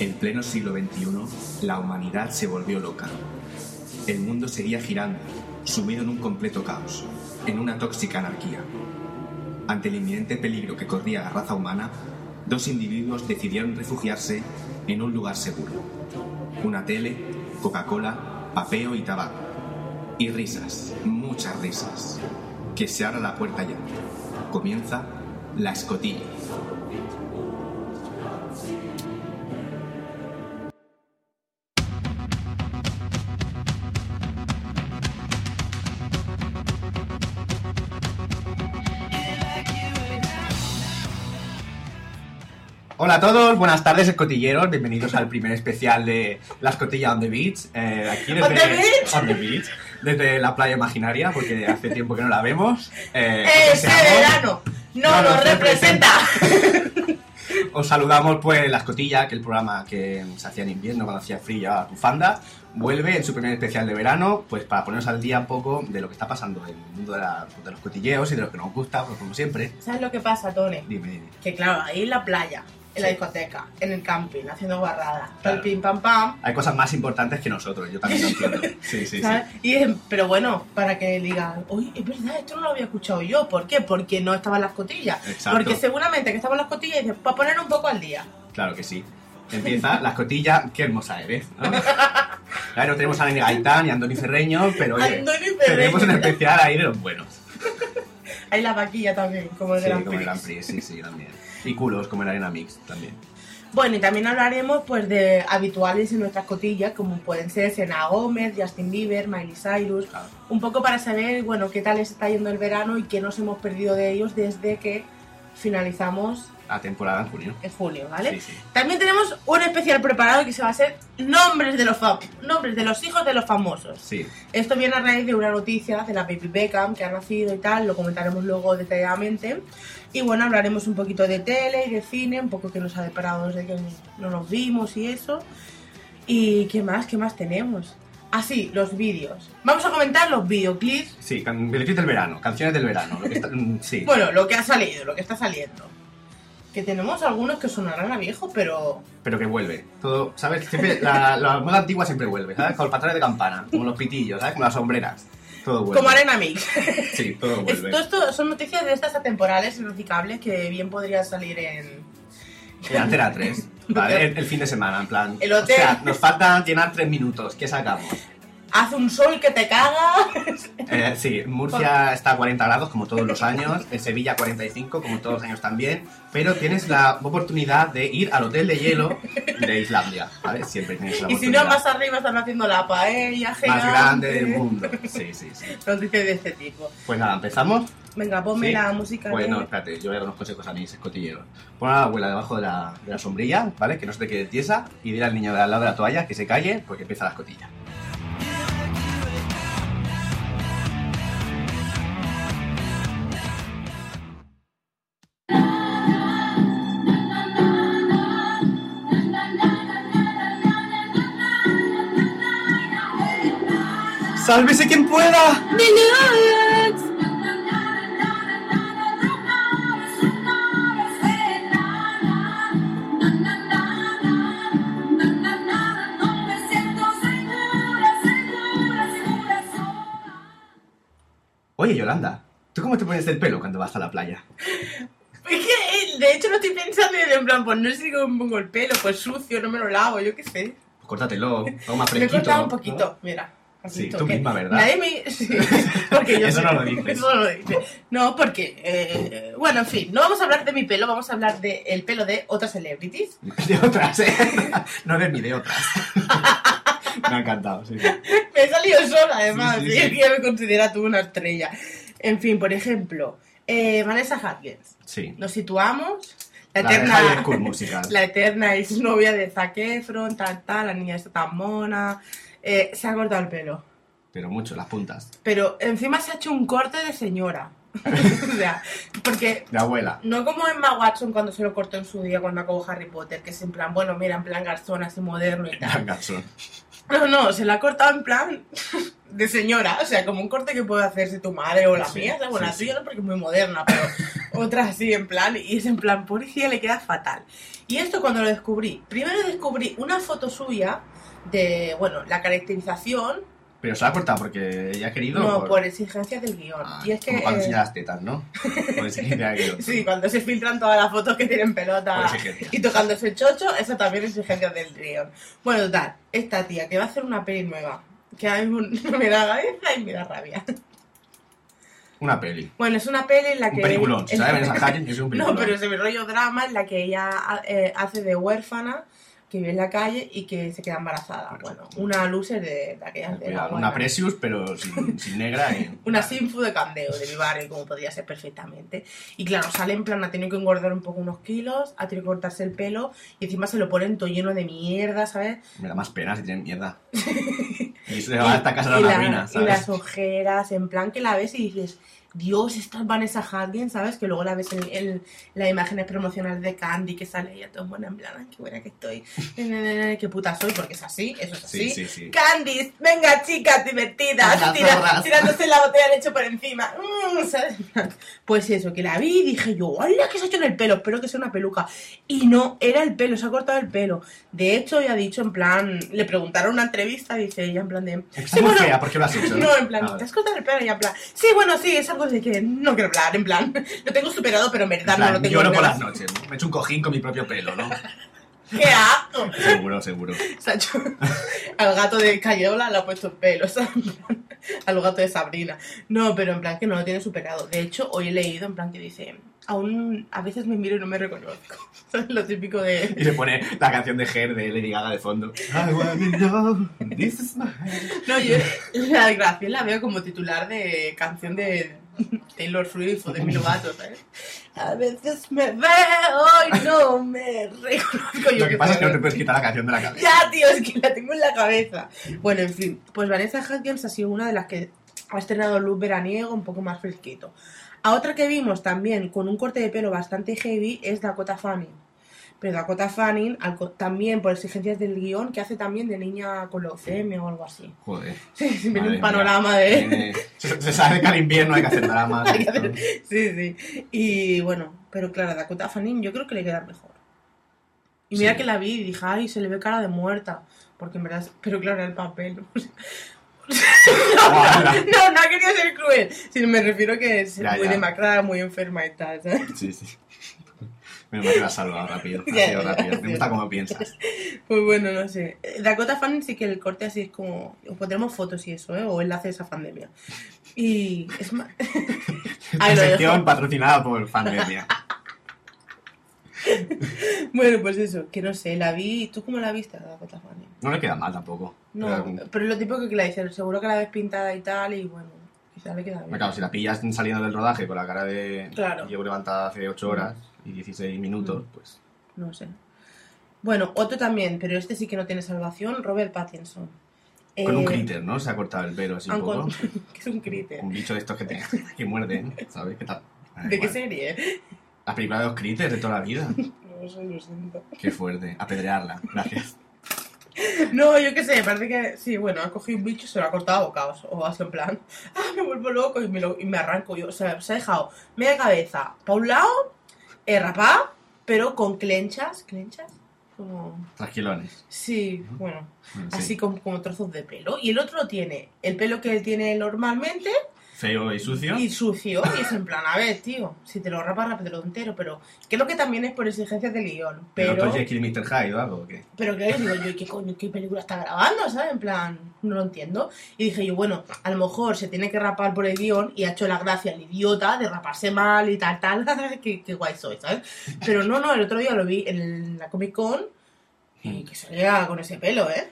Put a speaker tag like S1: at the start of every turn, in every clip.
S1: En pleno siglo XXI, la humanidad se volvió loca. El mundo seguía girando, sumido en un completo caos, en una tóxica anarquía. Ante el inminente peligro que corría la raza humana, dos individuos decidieron refugiarse en un lugar seguro. Una tele, Coca-Cola, papeo y tabaco. Y risas, muchas risas. Que se abra la puerta ya. Comienza la escotilla. Hola a todos, buenas tardes escotilleros, bienvenidos al primer especial de La Escotilla on the Beach. eh, aquí desde,
S2: On the beach.
S1: on the beach, Desde la playa imaginaria, porque hace tiempo que no la vemos. eh,
S2: Este
S1: deseamos-
S2: verano no,
S1: No
S2: nos
S1: nos
S2: representa.
S1: Os saludamos pues La Escotilla, que el programa que se hacía en invierno cuando hacía frío a tu fanda, vuelve en su primer especial de verano, pues para ponernos al día un poco de lo que está pasando en el mundo de, la- pues, de los cotilleos y de lo que nos gusta, pues como siempre.
S2: ¿Sabes lo que pasa, Tone?
S1: Dime, dime.
S2: Que claro, ahí en la playa, en la
S1: Sí.
S2: discoteca, en el camping, haciendo barradas,
S1: Claro.
S2: el pim pam pam.
S1: Hay cosas más importantes que nosotros, yo también lo entiendo. Sí, sí, sí.
S2: ¿sabes? Y es- pero bueno, para que digan, uy, es verdad, esto no lo había escuchado yo. ¿Por qué? Porque no estaban las cotillas.
S1: Exacto.
S2: Porque seguramente que estaban las cotillas y dices, para poner un poco al día.
S1: Claro que sí. Empieza La Escotilla, qué hermosa eres, ¿no? Claro, no tenemos a Dani Gaitán y a Andoni Ferreño, pero oye,
S2: Andoni Ferreño.
S1: tenemos un especial ahí de los buenos.
S2: Hay la vaquilla también, como el
S1: Sí,
S2: Gran
S1: como el
S2: Prix.
S1: Grand Prix, sí, sí, también. Y culos, como el Arena Mix, también.
S2: Bueno, y también hablaremos pues de habituales en nuestras cotillas, como pueden ser Sena Gómez, Justin Bieber, Miley Cyrus,
S1: Claro.
S2: un poco para saber, bueno, qué tal les está yendo el verano y qué nos hemos perdido de ellos desde que finalizamos
S1: a temporada en junio.
S2: en junio, ¿vale?
S1: Sí, sí.
S2: También tenemos un especial preparado que se va a hacer nombres de los fam- nombres de los hijos de los famosos.
S1: Sí,
S2: Esto viene a raíz de una noticia de la Baby Beckham que ha nacido y tal, lo comentaremos luego detalladamente. Y bueno, hablaremos un poquito de tele y de cine, un poco que nos ha deparado desde que no nos vimos y eso. ¿Y qué más? ¿Qué más tenemos? Así, los vídeos. Vamos a comentar los videoclips
S1: sí, can- videoclip del verano, canciones del verano. lo que está- mm, sí,
S2: Bueno, lo que ha salido, lo que está saliendo. Que tenemos algunos que sonarán a viejo, pero.
S1: pero que vuelve. Todo, ¿sabes? Siempre, la, la moda antigua siempre vuelve, ¿sabes? Con los patrones de campana, como los pitillos, ¿sabes? Como las sombreras. Todo vuelve.
S2: Como Arena Mix.
S1: Sí, todo vuelve.
S2: Esto, esto son noticias de estas atemporales, irrecicables, que bien podrían salir en.
S1: En Antena 3, ¿vale? El, el fin de semana, en plan.
S2: El hotel.
S1: "Hostia, nos faltan llenar tres minutos, ¿qué sacamos?
S2: Hace un sol que te caga.
S1: Eh, sí, Murcia está a 40 grados como todos los años, en Sevilla 45 como todos los años también, pero tienes la oportunidad de ir al hotel de hielo de Islandia, ¿vale? Siempre tienes la
S2: Y si no,
S1: oportunidad
S2: más arriba están haciendo la paella gigante.
S1: más grande del mundo. Sí, sí, sí.
S2: Noticias de este tipo.
S1: Pues nada, empezamos.
S2: Venga, ponme
S1: Sí.
S2: la música.
S1: Pues
S2: de-
S1: no, espérate, yo voy a dar unos consejos a mis escotilleros. Pon a la abuela debajo de la, de la sombrilla, ¿vale? Que no se te quede tiesa y dile al niño de al lado de la toalla que se calle porque empieza la escotilla. ¡Sálvese quien pueda! Oye, Yolanda, ¿tú cómo te pones el pelo cuando vas a la playa?
S2: Es que, eh, de hecho, lo estoy pensando y en plan, pues no sé cómo me pongo el pelo, pues sucio, no me lo lavo, yo qué sé.
S1: Pues córtatelo, algo más
S2: Me he
S1: fresquito.
S2: cortado un
S1: ¿no?
S2: poquito, mira. has
S1: Sí,
S2: visto
S1: tú
S2: que
S1: misma, ¿verdad?
S2: Nadie me... Sí, porque yo
S1: Eso
S2: sé-
S1: no lo dices.
S2: Eso no lo dice. No, porque... eh, bueno, en fin, no vamos a hablar de mi pelo, vamos a hablar del pelo de otras celebrities.
S1: De otras, ¿eh? No de mí, de otras. Me ha encantado, sí. sí.
S2: Me he salido sola, además,
S1: Sí,
S2: sí,
S1: sí, sí.
S2: que me considera tú una estrella. En fin, por ejemplo, eh, Vanessa Hudgens.
S1: Sí.
S2: Nos situamos... La
S1: La de
S2: eterna,
S1: High School Musical.
S2: la eterna exnovia de Zac Efron, tal, tal, la niña está tan mona. eh, se ha cortado el pelo.
S1: Pero mucho, las puntas.
S2: Pero encima se ha hecho un corte de señora. o sea, porque
S1: De abuela.
S2: no como Emma Watson cuando se lo cortó en su día cuando acabó Harry Potter, que es en plan, bueno, mira, en plan garzón así moderno y tal.
S1: Garzón.
S2: No, no, se la ha cortado en plan de señora. O sea, como un corte que puede hacerse tu madre o la
S1: Sí,
S2: mía. ¿sabes? Bueno,
S1: sí,
S2: la
S1: sí.
S2: tuya no porque es muy moderna, pero otra así en plan, y es en plan, policía le queda fatal. Y esto cuando lo descubrí, primero descubrí una foto suya de, bueno, la caracterización,
S1: Pero se la ha cortado porque ella ha querido.
S2: no,
S1: por-
S2: por, exigencias del guión.
S1: Ah,
S2: y es que...
S1: como cuando
S2: eh,
S1: enseña las tetas, ¿no? Por exigencia de guión.
S2: Sí, cuando se filtran todas las fotos que tienen pelota.
S1: Por exigencia.
S2: y tocándose el chocho, eso también es exigencia del río. Bueno, total, esta tía que va a hacer una peli nueva, que a mí me da cabeza y me da rabia.
S1: Una peli.
S2: Bueno, es una peli en la que...
S1: Un peliculón. Si
S2: en-
S1: sabes Vanessa Hudgens, yo soy un
S2: No,
S1: peliculón.
S2: pero es el rollo drama en la que ella eh, hace de huérfana, que vive en la calle y que se queda embarazada. Bueno, una loser de, de aquellas de la
S1: Cuidado,
S2: buena.
S1: Una Precious, pero sin, sin negra. y-
S2: Una sinfu de candeo de mi barrio, como podría ser perfectamente. Y claro, sale en plan, ha tenido que engordar un poco unos kilos, ha tenido que cortarse el pelo y encima se lo ponen todo lleno de mierda, ¿sabes?
S1: Me da más pena si tienen mierda. y se va a esta casa de
S2: y
S1: la
S2: la-
S1: ruina,
S2: y las
S1: ¿sabes?
S2: ojeras, en plan que la ves y dices, Dios, esta es Vanessa Hudgens, ¿sabes? Que luego la ves en, en las imágenes promocionales de Candy que sale ella todo buena en plan, "Ay, qué buena que estoy, Ne, ne, ne, ne, qué puta soy, porque es así, eso es
S1: Sí,
S2: así.
S1: sí, sí.
S2: Candice, venga chicas divertidas,
S1: Venga,
S2: tira-
S1: zorras.
S2: tirándose la botella de leche por encima. Mm, ¿sabes? Pues eso, que la vi y dije yo, hola, ¿qué se ha hecho en el pelo? Espero que sea una peluca. Y no, era el pelo, se ha cortado el pelo. De hecho, ya ha dicho en plan, le preguntaron en una entrevista, dice ella en plan de...
S1: Está muy fea, ¿por qué lo has hecho?
S2: No, en plan,
S1: Ah,
S2: te has cortado el pelo y en plan, sí, bueno, sí, es algo de que no quiero hablar, en plan, lo tengo superado, pero en verdad
S1: en plan,
S2: no lo tengo
S1: lloro por las
S2: ganas.
S1: noches. ¿no? Me echo un cojín con mi propio pelo, ¿no?
S2: ¡Qué asco!
S1: seguro, seguro.
S2: Se ha hecho- al gato de Cayola le ha puesto el pelo, ¿sabes? Al gato de Sabrina. No, pero en plan que no lo tiene superado. De hecho, hoy he leído en plan que dice, aún a veces me miro y no me reconozco. ¿Sabes? Lo típico de...
S1: Y se pone la canción de Her de Lady Gaga de fondo. I wanna know, this is my head.
S2: No, yo la gracia la veo como titular de canción de Taylor Swift o de Milo Gato, ¿sabes? A veces me veo y no me reconozco. Yo
S1: Lo que pasa es que no te
S2: soy-
S1: puedes quitar la canción de la cabeza.
S2: Ya, tío, es que la tengo en la cabeza. Bueno, en fin, pues Vanessa Hudgens ha sido una de las que ha estrenado look veraniego un poco más fresquito. A otra que vimos también con un corte de pelo bastante heavy es Dakota Fanning. Pero Dakota Fanning, al co- también por exigencias del guión, que hace también de niña con leucemia o algo así.
S1: Joder.
S2: Sí, sí, viene
S1: madre
S2: un panorama
S1: mía.
S2: de...
S1: Tiene- Se, se sabe que al invierno hay que hacer dramas.
S2: Eh. Hay que hacer- Sí, sí. Y bueno, pero claro, Dakota Fanning yo creo que le queda mejor. Y mira
S1: Sí.
S2: que la vi y dije, ay, se le ve cara de muerta. Porque en verdad, es- pero claro, era el papel. no,
S1: Ojalá.
S2: no, no quería ser cruel. Sino me refiero que es
S1: Ya,
S2: muy
S1: ya.
S2: demacrada, muy enferma y tal. ¿sabes?
S1: Sí, sí. Menos mal que la has salvado rápido.
S2: Ya,
S1: Ha sido
S2: ya, ya.
S1: rápido. Me gusta cómo piensas.
S2: Pues bueno, no sé. Eh, Dakota Fanning sí que el corte así es como. Os pondremos fotos y eso, ¿eh? O enlaces a Fandemia. Y es más.
S1: Esta
S2: Ahí lo dejo.
S1: sección patrocinada por Fandemia.
S2: Bueno, pues eso, que no sé, la vi. ¿Tú cómo la viste, Dakota Fanning?
S1: No le queda mal tampoco.
S2: No,
S1: Pero, mm,
S2: pero es lo típico que la dicen, seguro que la ves pintada y tal, y bueno, quizá le queda bien.
S1: claro, si la pillas saliendo del rodaje con la cara de.
S2: Claro. Mm.
S1: Llevo levantada hace 8 horas y 16 minutos, pues.
S2: No sé. Bueno, otro también, pero este sí que no tiene salvación, Robert Pattinson.
S1: Con un
S2: Eh,
S1: critter, ¿no? Se ha cortado el pelo así
S2: han
S1: un poco.
S2: con- que es un critter.
S1: Un bicho de estos que te que muerden, ¿sabes? ¿Qué tal? Ah,
S2: ¿De qué
S1: igual.
S2: serie?
S1: Las películas de los critters de toda la vida.
S2: No sé, lo siento.
S1: Qué fuerte. Apedrearla. Gracias.
S2: No, yo qué sé, parece que sí, bueno, ha cogido un bicho y se lo ha cortado a bocados. O hace en plan, ah, me vuelvo loco y me, lo- y me arranco yo. O sea, se ha dejado media cabeza para un lado, eh, rapado, pero con clenchas. ¿Clenchas? Como.
S1: Trasquilones.
S2: Sí, bueno.
S1: Bueno, sí.
S2: así como, como trozos de pelo. Y el otro tiene el pelo que él tiene normalmente
S1: Feo y sucio.
S2: y sucio. Y es en plan, a ver, tío, si te lo rapas, rápido entero. Pero creo que también es por exigencias del guión.
S1: Pero...
S2: Pero,
S1: otro Jekyll y Mr. Hyde o algo, ¿o qué?
S2: pero claro, digo yo, ¿y ¿qué coño, qué película está grabando? ¿Sabes? En plan, no lo entiendo. Y dije yo, bueno, a lo mejor se tiene que rapar por el guión y ha hecho la gracia el idiota de raparse mal y tal, tal. qué, qué guay soy, ¿sabes? Pero no, no, el otro día lo vi en la Comic Con
S1: Mm.
S2: y que salía con ese pelo, ¿eh?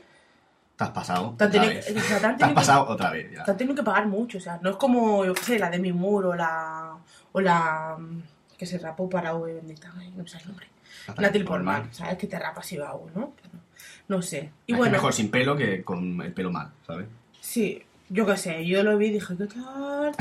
S1: Te has pasado.
S2: Te
S1: otra
S2: han tenido-
S1: vez.
S2: o sea,
S1: Te
S2: te han
S1: has
S2: tenido que-
S1: pasado otra vez. Ya.
S2: Te han tenido que pagar mucho, o sea, no es como, yo qué sé, la de mi muro o la. o la. mm, que se rapó para V bendita, ay, no sé el nombre. Natalie Portman, ¿sabes? Que te rapas y va uno, ¿no? Pero no sé. Y
S1: Es que
S2: bueno,
S1: mejor sin pelo que con el pelo mal, ¿sabes?
S2: sí, Yo qué sé, yo lo vi y dije, ¿qué tal?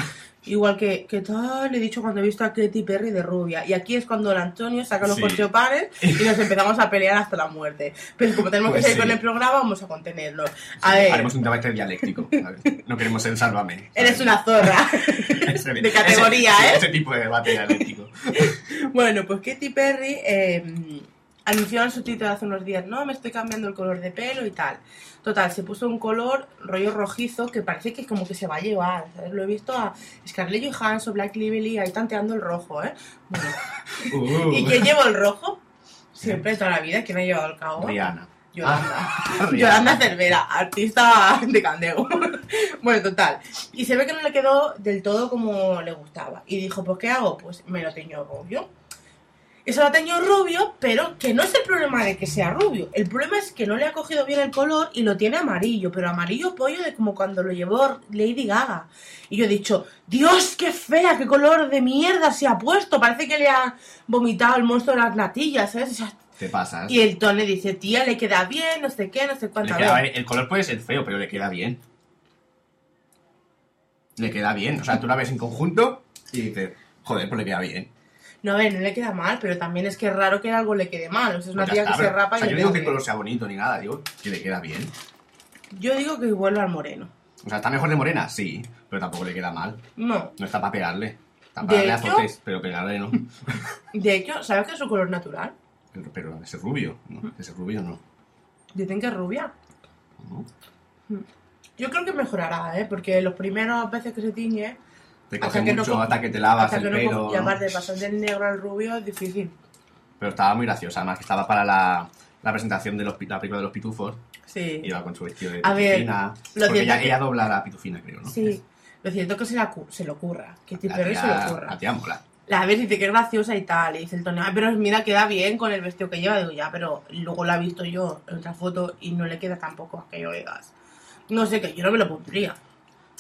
S2: Igual que, ¿qué tal? He dicho cuando he visto a Katy Perry de rubia. Y aquí es cuando el Antonio saca los
S1: Sí.
S2: corchopanes y nos empezamos a pelear hasta la muerte. Pero como tenemos
S1: Pues
S2: que seguir
S1: sí.
S2: con el programa, vamos a contenerlo. A ver,
S1: Haremos un debate dialéctico. ¿sabes? No queremos ser sálvame. ¿sabes?
S2: eres una zorra.
S1: Ese-
S2: de categoría,
S1: ese-
S2: ¿eh?
S1: Ese tipo de debate dialéctico.
S2: Bueno, pues Katy Perry eh, anunció en su Twitter hace unos días, no, me estoy cambiando el color de pelo y tal. Total, se puso un color rollo rojizo que parece que es como que se va a llevar. ¿sabes? Lo he visto a Scarlett Johansson, Black Lively ahí tanteando el rojo, ¿eh? Bueno,
S1: Uh,
S2: ¿Y quién llevó el rojo? Siempre, toda la vida, ¿quién ha llevado el cabo?
S1: Rihanna.
S2: Yolanda.
S1: Ah,
S2: Yolanda Cervera, artista de Candego. bueno, total. Y se ve que no le quedó del todo como le gustaba. Y dijo, pues ¿qué hago? Pues me lo teño rubio. Eso lo teño rubio, pero que no es el problema de que sea rubio. El problema es que no le ha cogido bien el color y lo tiene amarillo, pero amarillo pollo de como cuando lo llevó Lady Gaga. Y yo he dicho, Dios, qué fea, qué color de mierda se ha puesto. Parece que le ha vomitado el monstruo de las natillas, ¿sabes? O sea,
S1: Te pasas.
S2: y el Tony dice, tía, le queda bien, no sé qué, no sé
S1: Le
S2: cuánto. A
S1: queda-
S2: ver,
S1: el color puede ser feo, pero le queda bien. Le queda bien. O sea, tú la ves en conjunto y dices, joder, pues le queda bien.
S2: No, a ver, no le queda mal, pero también es que es raro que algo le quede mal. O sea, es una
S1: Pues ya
S2: tía
S1: está,
S2: que se
S1: pero-
S2: rapa
S1: o sea,
S2: y
S1: yo
S2: le
S1: no digo
S2: queda
S1: que el
S2: bien.
S1: color sea bonito ni nada, digo que le queda bien.
S2: Yo digo que vuelve al moreno.
S1: O sea, ¿está mejor de morena? Sí, pero tampoco le queda mal.
S2: No,
S1: No está para pegarle. Está
S2: ¿De
S1: para darle
S2: hecho?
S1: azotes, pero pegarle no.
S2: de hecho, ¿sabes que es su color natural?
S1: Pero, pero ese rubio, ¿no? Ese rubio no.
S2: Dicen que es rubia. Hmm.
S1: ¿No?
S2: Yo creo que mejorará, ¿eh? Porque los primeros veces que se tiñe,
S1: Te
S2: Hasta
S1: coge
S2: que no
S1: mucho
S2: co-
S1: hasta que te lavas
S2: hasta que
S1: el
S2: no
S1: pelo.
S2: co- y aparte de pasar del negro al rubio es difícil.
S1: Pero estaba muy graciosa, además que estaba para la, la presentación de los, pi- la película de los pitufos.
S2: Sí.
S1: Iba con su vestido de
S2: A ver,
S1: pitufina.
S2: lo
S1: porque
S2: cierto
S1: ella,
S2: que-
S1: ella dobla la pitufina, creo, ¿no?
S2: Sí. Lo cierto es que se, la cu- se le ocurra. Que
S1: La
S2: Perry se le
S1: tía-
S2: ocurra.
S1: La tía mola.
S2: La ves y dice que es graciosa y tal. Y dice el Tony, "Ah, pero mira, queda bien con el vestido que lleva. Digo, ya, pero luego la he visto yo en otra foto y no le queda tampoco aquello de gas. No sé, que yo no me lo pondría.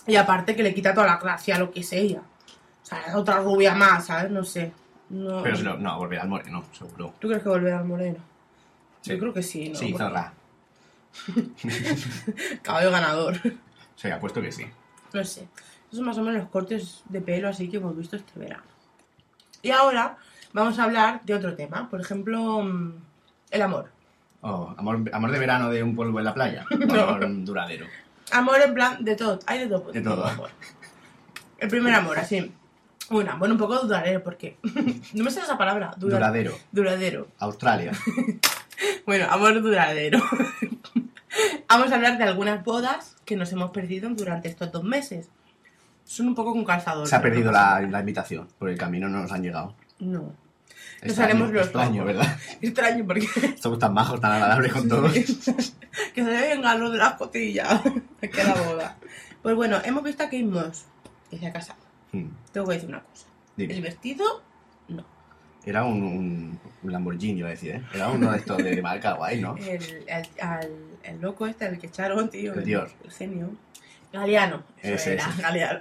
S2: Y aparte que le quita toda la gracia a lo que es ella. O sea, es otra rubia más, ¿sabes? No sé. No.
S1: Pero si no, no, volverá al moreno, seguro.
S2: ¿Tú crees que volverá al moreno? Yo
S1: Sí.
S2: creo que sí, ¿no?
S1: sí,
S2: Porque-
S1: zorra.
S2: Caballo ganador.
S1: Sí, apuesto que sí.
S2: No sé. Esos son más o menos los cortes de pelo así que hemos visto este verano. Y ahora vamos a hablar de otro tema. Por ejemplo, mm, el amor.
S1: Oh, amor, amor de verano de un polvo en la playa.
S2: No.
S1: Amor duradero.
S2: Amor en plan de todo. Hay de todo. pues,
S1: De todo.
S2: amor. El primer amor, así. Una, bueno, un poco duradero, porque. no me sé esa palabra. dura-
S1: Duradero.
S2: Duradero.
S1: Australia.
S2: Bueno, amor duradero. Vamos a hablar de algunas bodas que nos hemos perdido durante estos dos meses. Son un poco con calzador.
S1: Se ha
S2: pero
S1: perdido
S2: no pasa
S1: la, la invitación. Por el camino no nos han llegado.
S2: nada. No.
S1: Extraño,
S2: haremos los
S1: Extraño,
S2: locos.
S1: ¿verdad?
S2: Extraño, porque.
S1: Somos tan majos, tan agradables con todos.
S2: que se venga lo de las cotillas. Aquí a la boda. Pues bueno, hemos visto a Kate Moss, que se ha casado.
S1: Mm,
S2: Tengo que decir una cosa.
S1: dime.
S2: El vestido, no.
S1: Era un, un, un Lamborghini, iba a decir, ¿eh? Era uno de estos de marca guay, ¿no?
S2: El, el- al- el loco este, el que echaron, tío.
S1: El Dior.
S2: el genio. Galeano. Eso
S1: Ese,
S2: era,
S1: ese.
S2: Galeano.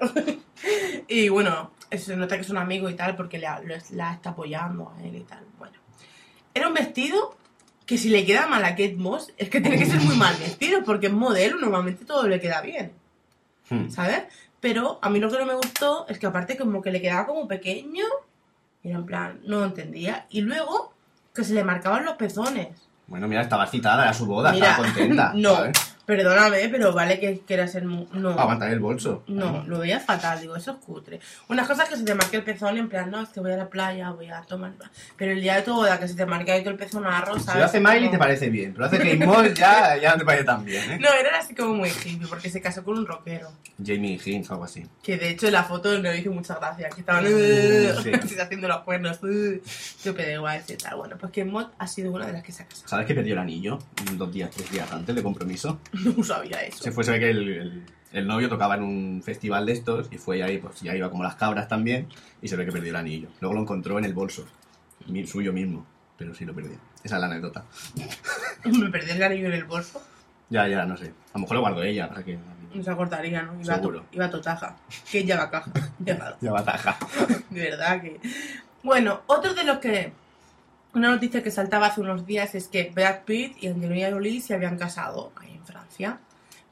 S2: y bueno, se nota que es un amigo y tal, porque le ha- lo es- la está apoyando a él y tal. Bueno. Era un vestido que si le queda mal a Kate Moss, es que tiene que ser muy mal vestido, porque es modelo, normalmente todo le queda bien.
S1: Mm.
S2: ¿sabes? Pero a mí lo que no me gustó es que aparte como que le quedaba como pequeño, y era en plan, no entendía. Y luego que se le marcaban los pezones.
S1: Bueno, mira, estaba citada, era su boda,
S2: Mira,
S1: estaba contenta.
S2: no,
S1: ¿sabes?
S2: perdóname, pero vale que quieras ser... mu- No,
S1: Aguantar el bolso.
S2: no, lo veía fatal, digo, eso es cutre. Unas cosas que se te marque el pezón, en plan, no, es que voy a la playa, voy a tomar... Pero el día de tu boda que se te marque ahí todo el pezón a rosa...
S1: Si lo hace Miley te parece bien, pero hace Kate Moss ya, ya no te parece tan bien, ¿eh?
S2: No, era así como muy hippie, porque se casó con un rockero.
S1: Jamie Hinch o algo así.
S2: Que de hecho en la foto no hizo mucha gracia, que estaban
S1: Mm, Sí.
S2: así haciendo los cuernos, yo pedí igual y tal. Bueno, pues que Mod ha sido una de las que se ha casado.
S1: ¿Sabes que perdió el anillo dos días, tres días antes de compromiso?
S2: No sabía eso.
S1: Se fue, se ve que el, el- el novio tocaba en un festival de estos y fue ahí, pues ya iba como las cabras también y se ve que perdió el anillo. Luego lo encontró en el bolso, mi- suyo mismo, pero sí lo perdió. Esa es la anécdota.
S2: Me perdí el anillo en el bolso.
S1: Ya, ya, no sé. A lo mejor lo guardó ella, para que...
S2: No se acordaría, ¿no? Iba, a to-
S1: Seguro.
S2: iba a totaja. Que ya va caja. Ya va.
S1: Ya bataja.
S2: De verdad que. Bueno, otro de los que. Una noticia que saltaba hace unos días es que Brad Pitt y Angelina Jolie se habían casado ahí en Francia,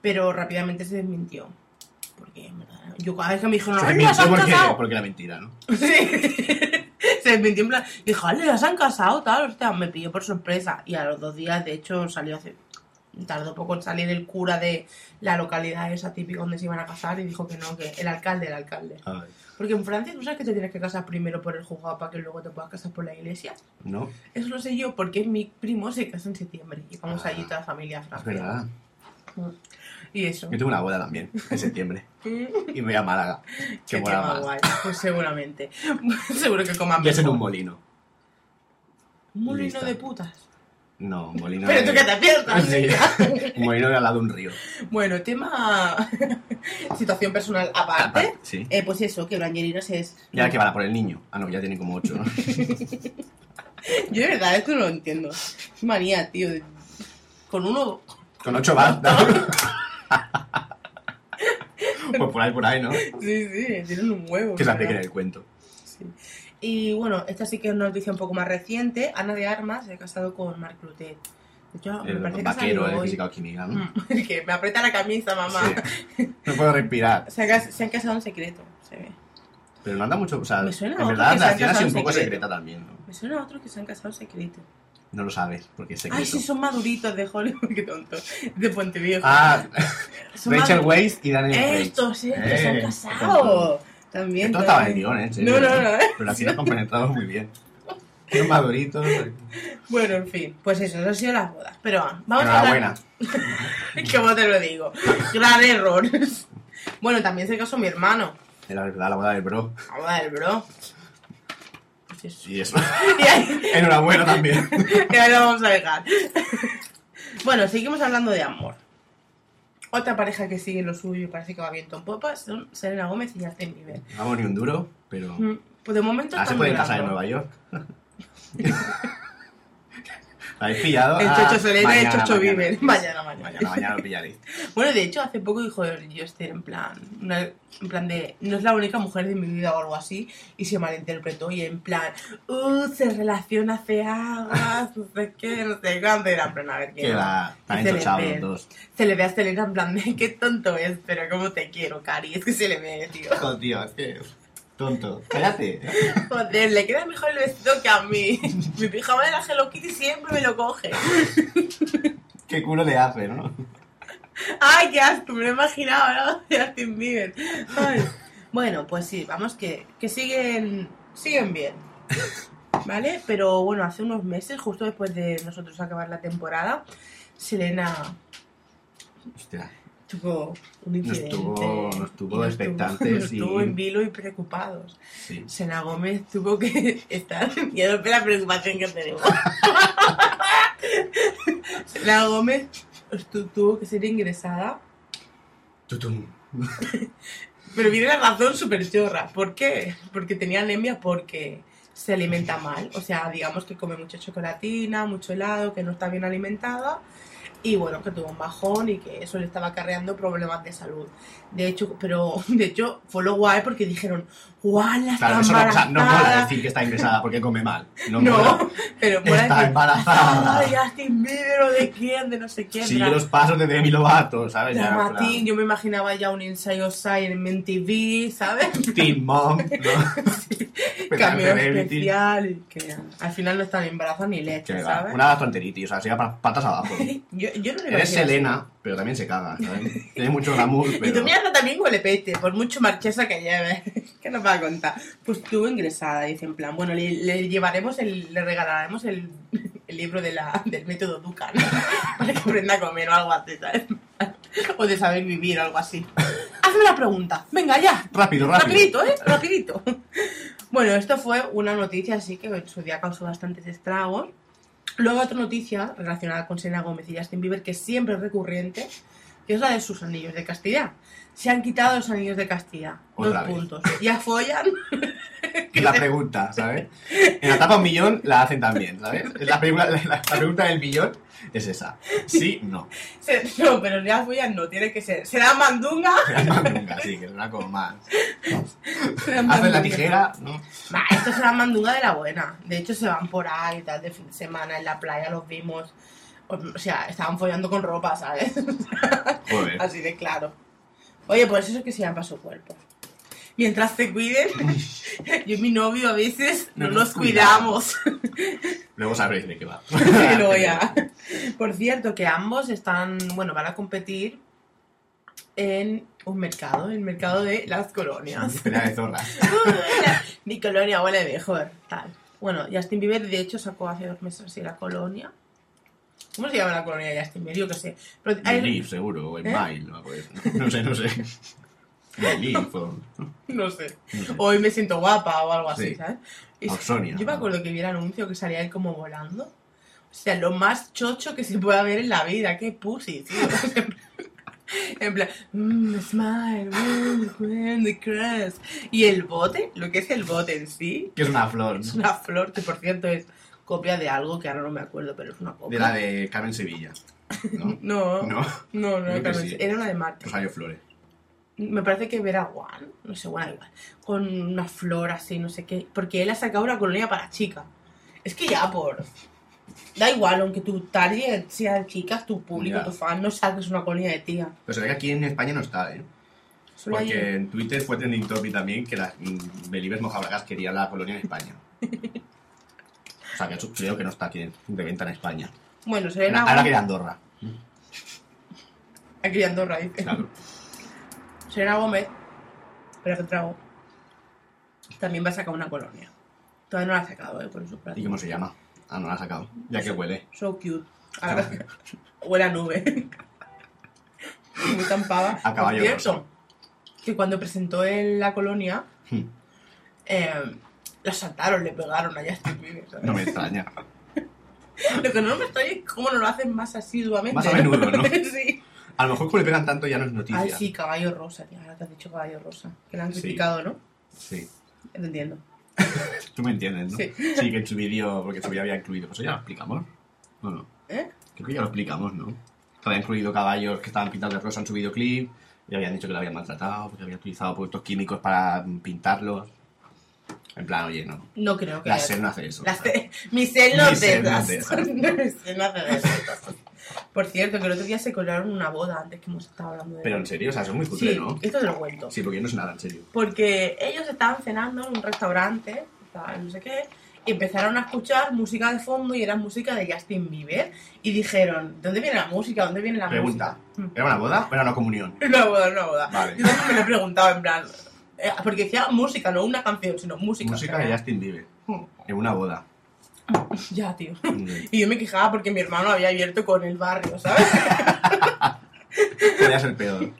S2: pero rápidamente se desmintió. Porque en verdad, yo cada vez que me dijeron,
S1: Se
S2: "Ale, las
S1: desmintió
S2: han
S1: porque,
S2: casado!
S1: porque era mentira, ¿no?
S2: Sí. Se desmintió en plan, dijo, "Ale, las han casado! Tal, hostia, me pilló por sorpresa. Y a los dos días, de hecho, salió hace. Tardó poco en salir el cura de la localidad esa típica donde se iban a casar y dijo que no, que el alcalde, el alcalde.
S1: Ay,
S2: Porque en Francia tú sabes que te tienes que casar primero por el juzgado para que luego te puedas casar por la iglesia.
S1: ¿No?
S2: Eso lo sé yo porque mi primo se casa en septiembre y vamos
S1: Ah,
S2: allí toda la familia a
S1: Es
S2: Francia.
S1: verdad.
S2: Y eso.
S1: Yo tengo una boda también, en septiembre.
S2: Mm,
S1: Y me voy a Málaga. Que
S2: que
S1: mola
S2: te va
S1: más.
S2: guay. Pues seguramente. Seguro que coman
S1: Y es en
S2: mejor.
S1: un molino.
S2: Un molino
S1: Lista.
S2: de putas.
S1: No, un molino.
S2: Pero
S1: de-
S2: tú que te pierdas.
S1: Sí. un molino de al lado de un río.
S2: Bueno, tema. situación personal aparte.
S1: Aparte, Sí.
S2: Eh, pues eso, que Blanguerinos es.
S1: Ya que van a por el niño. Ah, no, ya tiene como ocho, ¿no?
S2: Yo de verdad esto no lo entiendo. Es manía, tío. de- Con uno.
S1: Con ocho basta. pues por ahí, por ahí, ¿no? Que
S2: Sí, sí, tienen un huevo.
S1: es la
S2: ¿verdad?
S1: pequeña del cuento.
S2: Sí. Y bueno, esta sí que es una noticia un poco más reciente. Ana de Armas se ha casado con Marc Clotet. De hecho, me
S1: El
S2: parece que ha
S1: vaquero,
S2: salido
S1: el
S2: hoy.
S1: física o química, ¿no?
S2: Mm, que me aprieta la camisa, mamá.
S1: Sí. No puedo respirar.
S2: Se, ha cas- se han casado en secreto, se ve.
S1: Pero no anda mucho. O sea,
S2: Me suena
S1: en
S2: otro
S1: verdad la
S2: que se ha
S1: relación ha
S2: casado
S1: sido un
S2: en
S1: poco
S2: secreto.
S1: secreta también, ¿no?
S2: Me suena a otro que se han casado en secreto.
S1: No lo sabes, porque es secreto.
S2: Ay, sí, son maduritos de Hollywood, qué tonto. De Puente Viejo.
S1: Ah,
S2: Son
S1: Rachel
S2: madu-
S1: Weisz y Daniel Craig.
S2: Estos, sí, que se han
S1: Eh,
S2: casado. También.
S1: Esto estaba en el
S2: también.
S1: guión, ¿eh? en
S2: No,
S1: serio.
S2: no, no. ¿eh?
S1: Pero la tienes compenetrado muy bien. Los maduritos.
S2: Bueno, en fin, pues eso, eso han sido las bodas. Pero ah, vamos a hablar.
S1: Enhorabuena.
S2: ¿Cómo te lo digo? Gran error. Bueno, también se casó mi hermano.
S1: Era verdad la boda del bro.
S2: A ver, bro. Pues eso.
S1: Y eso.
S2: Y ahí,
S1: Enhorabuena también.
S2: y ahí lo vamos a dejar. Bueno, seguimos hablando de amor. Otra pareja que sigue lo suyo y parece que va viento en popa son Selena Gómez y Justin Bieber.
S1: Vamos ni un duro, pero.
S2: Mm, Pues de momento
S1: Ah, se
S2: están
S1: pueden
S2: durando.
S1: casar en Nueva York. ¿La habéis pillado?
S2: El
S1: Ah,
S2: chocho Selena y el
S1: mañana,
S2: chocho
S1: mañana.
S2: Bieber. Mañana, mañana.
S1: Mañana, mañana lo pillaréis.
S2: Bueno, de hecho, hace poco dijo yo estoy en plan, una- en plan de, no es la única mujer de mi vida o algo así, y se malinterpretó y en plan, uh, se relaciona feagas, no sé qué, no sé cuánto, y era en plan, a ver qué.
S1: Que la. Están
S2: Se le
S1: enchochados
S2: ve.
S1: los dos.
S2: Se le ve a Selena en plan de, qué tonto es, pero cómo te quiero, Cari, es que se le ve, tío.
S1: Joder, tío, es que. Tonto. Cállate.
S2: Joder, le queda mejor el vestido que a mí. Mi pijama de la Hello Kitty siempre me lo coge.
S1: Qué culo le hace, ¿no?
S2: Ay, qué asco, me lo he imaginado, ahora Justin Bieber. Ay. Bueno, pues sí, vamos que, que siguen, siguen bien. ¿Vale? Pero bueno, hace unos meses, justo después de nosotros acabar la temporada, Selena
S1: Hostia.
S2: tuvo un incidente.
S1: tuvo- nos tuvo
S2: y
S1: expectantes
S2: Nos
S1: y-
S2: tuvo en vilo y preocupados.
S1: Sí.
S2: Selena Gómez tuvo que estar... Ya no ve la preocupación que tenemos. Selena Gómez tu- tuvo que ser ingresada
S1: Tutum.
S2: Pero viene la razón súper chorra. ¿Por qué? Porque tenía anemia porque se alimenta mal. O sea, digamos que come mucha chocolatina, mucho helado, que no está bien alimentada. Y bueno, que tuvo un bajón y que eso le estaba acarreando problemas de salud. De hecho, pero de hecho fue lo guay porque dijeron, guau, la
S1: Claro,
S2: está
S1: eso no, o sea, no mola
S2: embarazada".
S1: decir que está ingresada porque come mal. No, mola.
S2: No, pero mola
S1: Está
S2: decir,
S1: embarazada.
S2: "Ay, Justin Bieber o de quién, de no sé quién.
S1: Sigue
S2: bla".
S1: los pasos de Demi Lovato, ¿sabes?
S2: La
S1: Ya,
S2: Matín, yo me imaginaba ya un ensayo en TV, ¿sabes?
S1: plan, Teen Mom, ¿no?
S2: Cambio
S1: Celebrity.
S2: especial. y Que al final no están embarazada ni
S1: Que
S2: leche,
S1: va,
S2: ¿sabes?
S1: Una gastroenteritis, o sea, se va pa- patas abajo.
S2: Yo, yo no le
S1: Eres
S2: imagino.
S1: Selena, pero también se caga, ¿sabes? Tiene mucho glamour,
S2: Y tu
S1: pero...
S2: mierda también huele peste, por mucho marchesa que lleves. ¿Qué nos va a contar? Pues tuvo ingresada, dice en plan, bueno, le, le llevaremos el, le regalaremos el, el libro de la, del método Dukan para que aprenda a comer o algo así, ¿sabes? O de saber vivir o algo así. Hazme la pregunta, venga ya,
S1: Rápido, rápido.
S2: Rapidito, ¿eh? Rapidito. Bueno, esto fue una noticia así que en su día causó bastantes estragos. Luego otra noticia relacionada con Selena Gómez y Justin Bieber que siempre es recurrente, que es la de sus anillos de castidad. Se han quitado los anillos de castidad.
S1: Otra
S2: dos
S1: vez.
S2: puntos. Ya follan.
S1: Es la pregunta, ¿sabes? En la etapa un millón la hacen también, ¿sabes? Es La, película- la- la pregunta del millón es esa. Sí, no.
S2: Se- no, pero ya follan no, tiene que ser. ¿Será mandunga?
S1: Más nunca, sí, que es una como más.
S2: ¿Será
S1: Hacen
S2: mandunga?
S1: la tijera, ¿no?
S2: Bah, esto será mandunga de la buena. De hecho, se van por ahí, tal, de fin de semana, en la playa los vimos. O sea, estaban follando con ropa, ¿sabes?
S1: Joder.
S2: Así de claro. Oye, pues eso es que se llama su cuerpo. Mientras se cuiden, yo y mi novio a veces no,
S1: No
S2: nos
S1: nos cuidamos.
S2: cuidamos. Ah,
S1: Luego sabréis de qué va.
S2: Y luego ya. Por cierto, que ambos están, bueno, van a competir en un mercado, el mercado de las colonias.
S1: Pelea de zorras.
S2: Mi colonia huele mejor, tal. Bueno, Justin Bieber de hecho sacó hace dos meses así la colonia. ¿Cómo se llama la colonia de Justin Bieber? Yo qué sé. Pero hay-
S1: Leaf, seguro, o en
S2: ¿Eh?
S1: Mile, no, pues, no sé, no sé. Leaf o...
S2: No sé.
S1: no sé.
S2: Hoy me siento guapa o algo así,
S1: Sí.
S2: ¿sabes? Y-
S1: Ausonia,
S2: yo
S1: ¿no?
S2: me acuerdo que vi el anuncio que salía él como volando. O sea, lo más chocho que se pueda ver en la vida. Qué pussy, tío. en plan, mm, smile, mm, mm, the crust. Y el bote, lo que es el bote en sí,
S1: Que es una flor.
S2: es
S1: ¿no?
S2: una flor que, por cierto, es copia de algo que ahora no me acuerdo, pero es una
S1: De
S2: copia.
S1: la de Carmen Sevilla. ¿No?
S2: No, no,
S1: No.
S2: no, no,
S1: Creo que
S2: Carmen,
S1: sí. Pues
S2: era una de Marta.
S1: Rosario Flores.
S2: me parece que Vera Wan, no sé, bueno, da igual, con una flor así, no sé qué, porque él ha sacado una colonia para chica. Es que ya por... Da igual, aunque tu target sea chicas, tu público,
S1: Ya.
S2: tu fan, no saques una colonia de tía.
S1: Pero se ve que aquí en España no está, ¿eh?
S2: Solo hay-
S1: Porque en Twitter fue trending topic también que las mm, Belibes Mojabragas querían la colonia en España. O sea, que eso creo que no está aquí de venta en España.
S2: Bueno, Selena
S1: Ahora
S2: Gomez...
S1: queda Andorra.
S2: Aquí en Andorra, dice.
S1: Claro.
S2: Selena Gómez, pero que trago, también va a sacar una colonia. Todavía no la ha sacado, ¿eh? Por eso, por
S1: ¿Y
S2: aquí.
S1: cómo se llama? Ah, no la ha sacado. Ya que huele.
S2: So cute.
S1: Ah.
S2: Ahora- Huele a nube. Muy tampada.
S1: A caballo
S2: Por cierto, que cuando presentó en la colonia,
S1: Hmm.
S2: eh, la saltaron, le pegaron a Justin Bieber. ¿sabes?
S1: No me extraña.
S2: Lo que no me extraña es cómo no lo hacen más asiduamente.
S1: Más a menudo, ¿no?
S2: sí.
S1: A lo mejor como le pegan tanto ya no es noticia.
S2: Ay, sí, caballo rosa, tía. Ahora te has dicho caballo rosa. Que la han
S1: Sí.
S2: criticado, ¿no?
S1: Sí.
S2: Te entiendo.
S1: Tú me entiendes, ¿no?
S2: Sí.
S1: Sí, que en su vídeo, porque en su vídeo había incluido. Pues eso ya lo explicamos. No, no.
S2: ¿Eh?
S1: Creo que ya lo explicamos, ¿no? Que había incluido caballos que estaban pintados de rosa en su videoclip y habían dicho que lo habían maltratado porque había utilizado productos químicos para mm, pintarlos. En plan, oye, no.
S2: No creo que
S1: La
S2: haya-
S1: SER no hace eso.
S2: Las ce- mis celos
S1: Mis
S2: de
S1: celos
S2: las-
S1: de esas.
S2: Mis celos de esas. Por cierto, que el otro día se colaron una boda antes que hemos estado hablando de
S1: Pero en serio, o sea, eso es muy cutre,
S2: Sí,
S1: ¿no?
S2: esto te lo cuento.
S1: Sí, porque yo no sé nada, en serio.
S2: Porque ellos estaban cenando en un restaurante, tal, no sé qué, y empezaron a escuchar música de fondo y era música de Justin Bieber. Y dijeron, ¿de dónde viene la música? ¿Dónde viene la
S1: Pregunta.
S2: música?
S1: ¿Era una boda o era una comunión?
S2: Mm. Una boda, una boda.
S1: Vale.
S2: Yo también me lo he preguntado en plan. eh, Porque decía música, no una canción, sino música.
S1: Música de Justin Bieber.
S2: Oh.
S1: En una boda.
S2: Ya, tío.
S1: Mm.
S2: Y yo me quejaba porque mi hermano había abierto con el barrio, ¿sabes?
S1: Podría ser peor.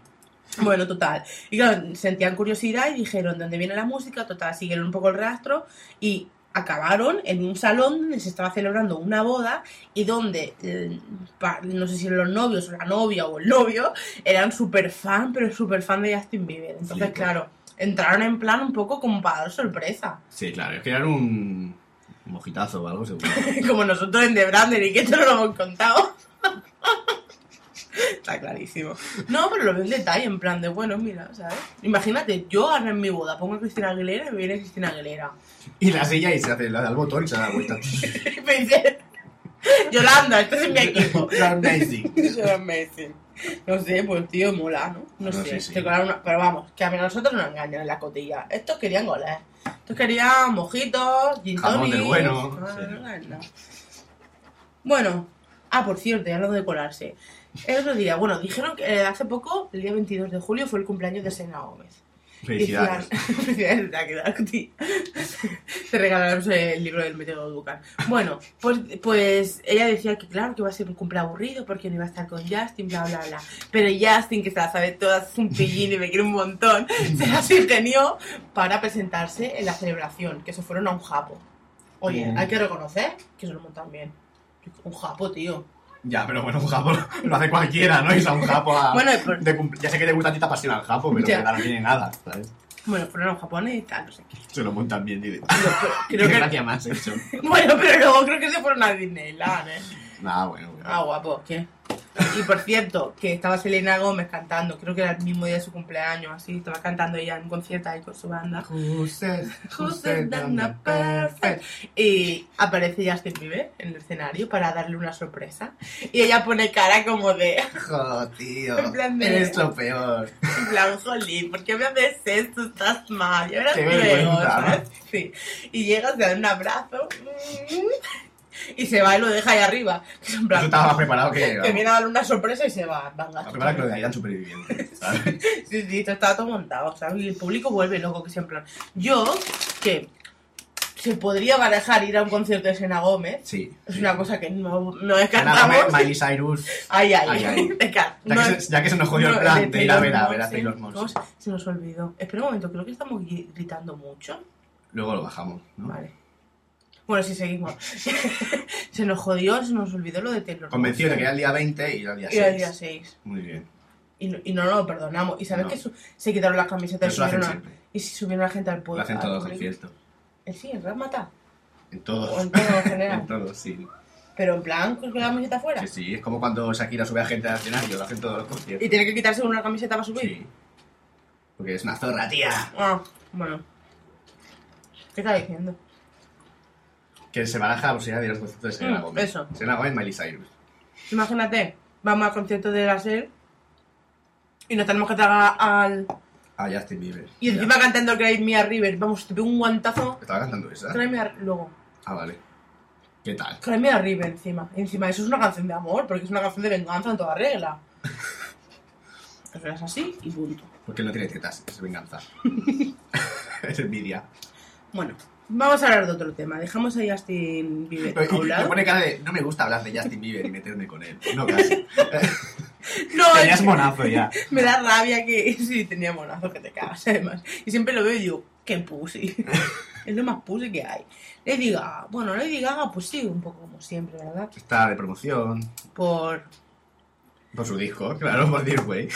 S2: Bueno, total. Y claro, sentían curiosidad y dijeron dónde viene la música, total, siguieron un poco el rastro y acabaron en un salón donde se estaba celebrando una boda y donde, eh, pa- no sé si eran los novios o la novia o el novio, eran súper fan, pero súper fan de Justin Bieber. Entonces,
S1: Flipo.
S2: claro, entraron en plan un poco como para dar sorpresa.
S1: Sí, claro. Es que era un... un mojitazo o algo, seguro.
S2: como nosotros en The Brander y que esto no lo hemos contado. Está clarísimo. No, pero lo veo en detalle, en plan de, bueno, mira, ¿sabes? Imagínate, yo ahora en mi boda pongo a Cristina Aguilera y me viene Cristina Aguilera.
S1: Y la silla y se hace, la da al botón y se da la vuelta.
S2: Y me dice, Yolanda, este es mi equipo.
S1: Amazing.
S2: Eso era amazing. No sé, pues tío, mola, ¿no? No,
S1: No,
S2: sé,
S1: sí, sí.
S2: se colaron una- pero vamos, que a mí a nosotros nos engañan en la cotilla. Estos querían goles. Estos querían mojitos, gin
S1: Jamón
S2: tonic,
S1: del bueno.
S2: ah,
S1: Sí.
S2: no. Bueno, ah, por cierto, ya lo de colarse. El otro día, bueno, dijeron que eh, hace poco, el día 22 de julio, fue el cumpleaños de Sena Gómez.
S1: Felicidades.
S2: Decían- Felicidades, te ha quedado a ti. Te regalaremos el libro del método Ducan. Bueno, pues, pues ella decía que claro, que iba a ser un cumple aburrido porque no iba a estar con Justin, bla, bla, bla. Pero Justin, que se la sabe toda, es un pillín y me quiere un montón, se las ingenió para presentarse en la celebración, que se fueron a un japo. Oye,
S1: Bien.
S2: hay que reconocer que se lo montan bien. Un japo, tío.
S1: Ya, pero bueno, un japo lo hace cualquiera, ¿no? Y es a un japo a...
S2: Bueno, eh, y por-
S1: de cum- ya sé que te gusta a ti te apasiona el japo, pero
S2: Ya.
S1: que no tiene nada, ¿sabes?
S2: bueno, fueron a un japonés y tal, no sé qué.
S1: Se lo montan bien y de...
S2: Creo
S1: Qué
S2: que-
S1: gracia más hecho.
S2: Bueno, pero luego creo que se fueron a Disneyland, ¿eh?
S1: Nah, bueno, bueno.
S2: Ah, guapo, ¿qué? Y por cierto, que estaba Selena Gómez cantando, creo que era el mismo día de su cumpleaños, así, estaba cantando ella en un concierto ahí con su banda. Who's that done perfect? Y aparece Justin Bieber en el escenario para darle una sorpresa. Y ella pone cara como de,
S1: Joder, tío.
S2: En plan de-
S1: Eres lo peor.
S2: en plan, jolín, ¿por qué me haces esto? Estás mal. Y ahora
S1: Qué
S2: te veo",
S1: vergüenza,
S2: ¿sabes? Sí. Y llega, se da un abrazo. Y se va y lo deja ahí arriba. En
S1: Yo
S2: plan,
S1: estaba más preparado que.
S2: que viene a darle una sorpresa y se va. Venga,
S1: La primera que lo hayan superviviente, ¿sabes?
S2: Sí, sí, esto está todo montado, ¿sabes? Y el público vuelve loco, que siempre... Yo, que se podría barajar ir a un concierto de Sena Gómez,
S1: Sí.
S2: es una cosa que no, no
S1: Ana
S2: descartamos.
S1: Gómez, Miley Cyrus.
S2: Ay, ay,
S1: Ay, ay.
S2: Descar-
S1: Ya,
S2: no
S1: que
S2: es-
S1: se, ya que se nos jodió
S2: no,
S1: el plan
S2: de
S1: de ir a ver a,
S2: Taylor
S1: ver a Taylor
S2: Swift,
S1: Swift.
S2: ¿no? Se nos olvidó. Espera un momento, creo que estamos gui- gritando mucho.
S1: Luego lo bajamos, ¿no?
S2: Vale. Bueno, sí, seguimos. se nos jodió, se nos olvidó lo de Taylor
S1: Convencido de que era
S2: Swift.
S1: el día 20 y era el día 6.
S2: Era el día 6.
S1: Muy bien.
S2: Y, no- y no lo perdonamos. Y sabes
S1: No.
S2: que su- se quitaron las camisetas
S1: Pero eso lo
S2: y
S1: hacen
S2: subieron a-
S1: siempre.
S2: Y si subieron la gente al pueblo.
S1: Lo hacen todos los conciertos.
S2: El sí, el Ramata.
S1: En
S2: O
S1: todos.
S2: en todo en
S1: En
S2: general.
S1: todos, sí.
S2: Pero en plan, con la camiseta afuera.
S1: Sí, sí. Es como cuando Shakira sube a gente al escenario, lo hacen todos los
S2: Y
S1: conciertos.
S2: tiene que quitarse una camiseta para subir.
S1: Sí. Porque es una zorra, tía.
S2: Ah, bueno. ¿Qué está diciendo?
S1: Que se baraja la posibilidad de ir a los conciertos de Selena
S2: Mm,
S1: Gómez.
S2: eso.
S1: Selena Gómez, Miley Cyrus.
S2: Imagínate, vamos al concierto de la SER y nos tenemos que tragar al.
S1: Ah, Justin Bieber.
S2: Y encima cantando Cry Me a River. Vamos, te pego un guantazo.
S1: Ya. Estaba cantando esa.
S2: Cry Me a- Luego.
S1: Ah, vale. ¿Qué tal?
S2: Cry Me a River encima. Y encima, eso es una canción de amor, porque es una canción de venganza en toda regla. Pero es así y punto.
S1: Porque no tiene tetas, es venganza. es envidia.
S2: Bueno, vamos a hablar de otro tema. Dejamos a Justin Bieber
S1: Y-
S2: a
S1: y
S2: un
S1: Me
S2: lado.
S1: pone cara de, no me gusta hablar de Justin Bieber y meterme con él. No, casi.
S2: No,
S1: Tenías
S2: es-
S1: monazo ya.
S2: me da rabia que sí tenía monazo que te cagas, además. Y siempre lo veo y digo, qué pussy. es lo más pussy que hay. Le diga, bueno, le diga, pues sí, un poco como siempre, ¿verdad?
S1: Está de promoción.
S2: Por,
S1: Por su disco, claro, por Dear Way.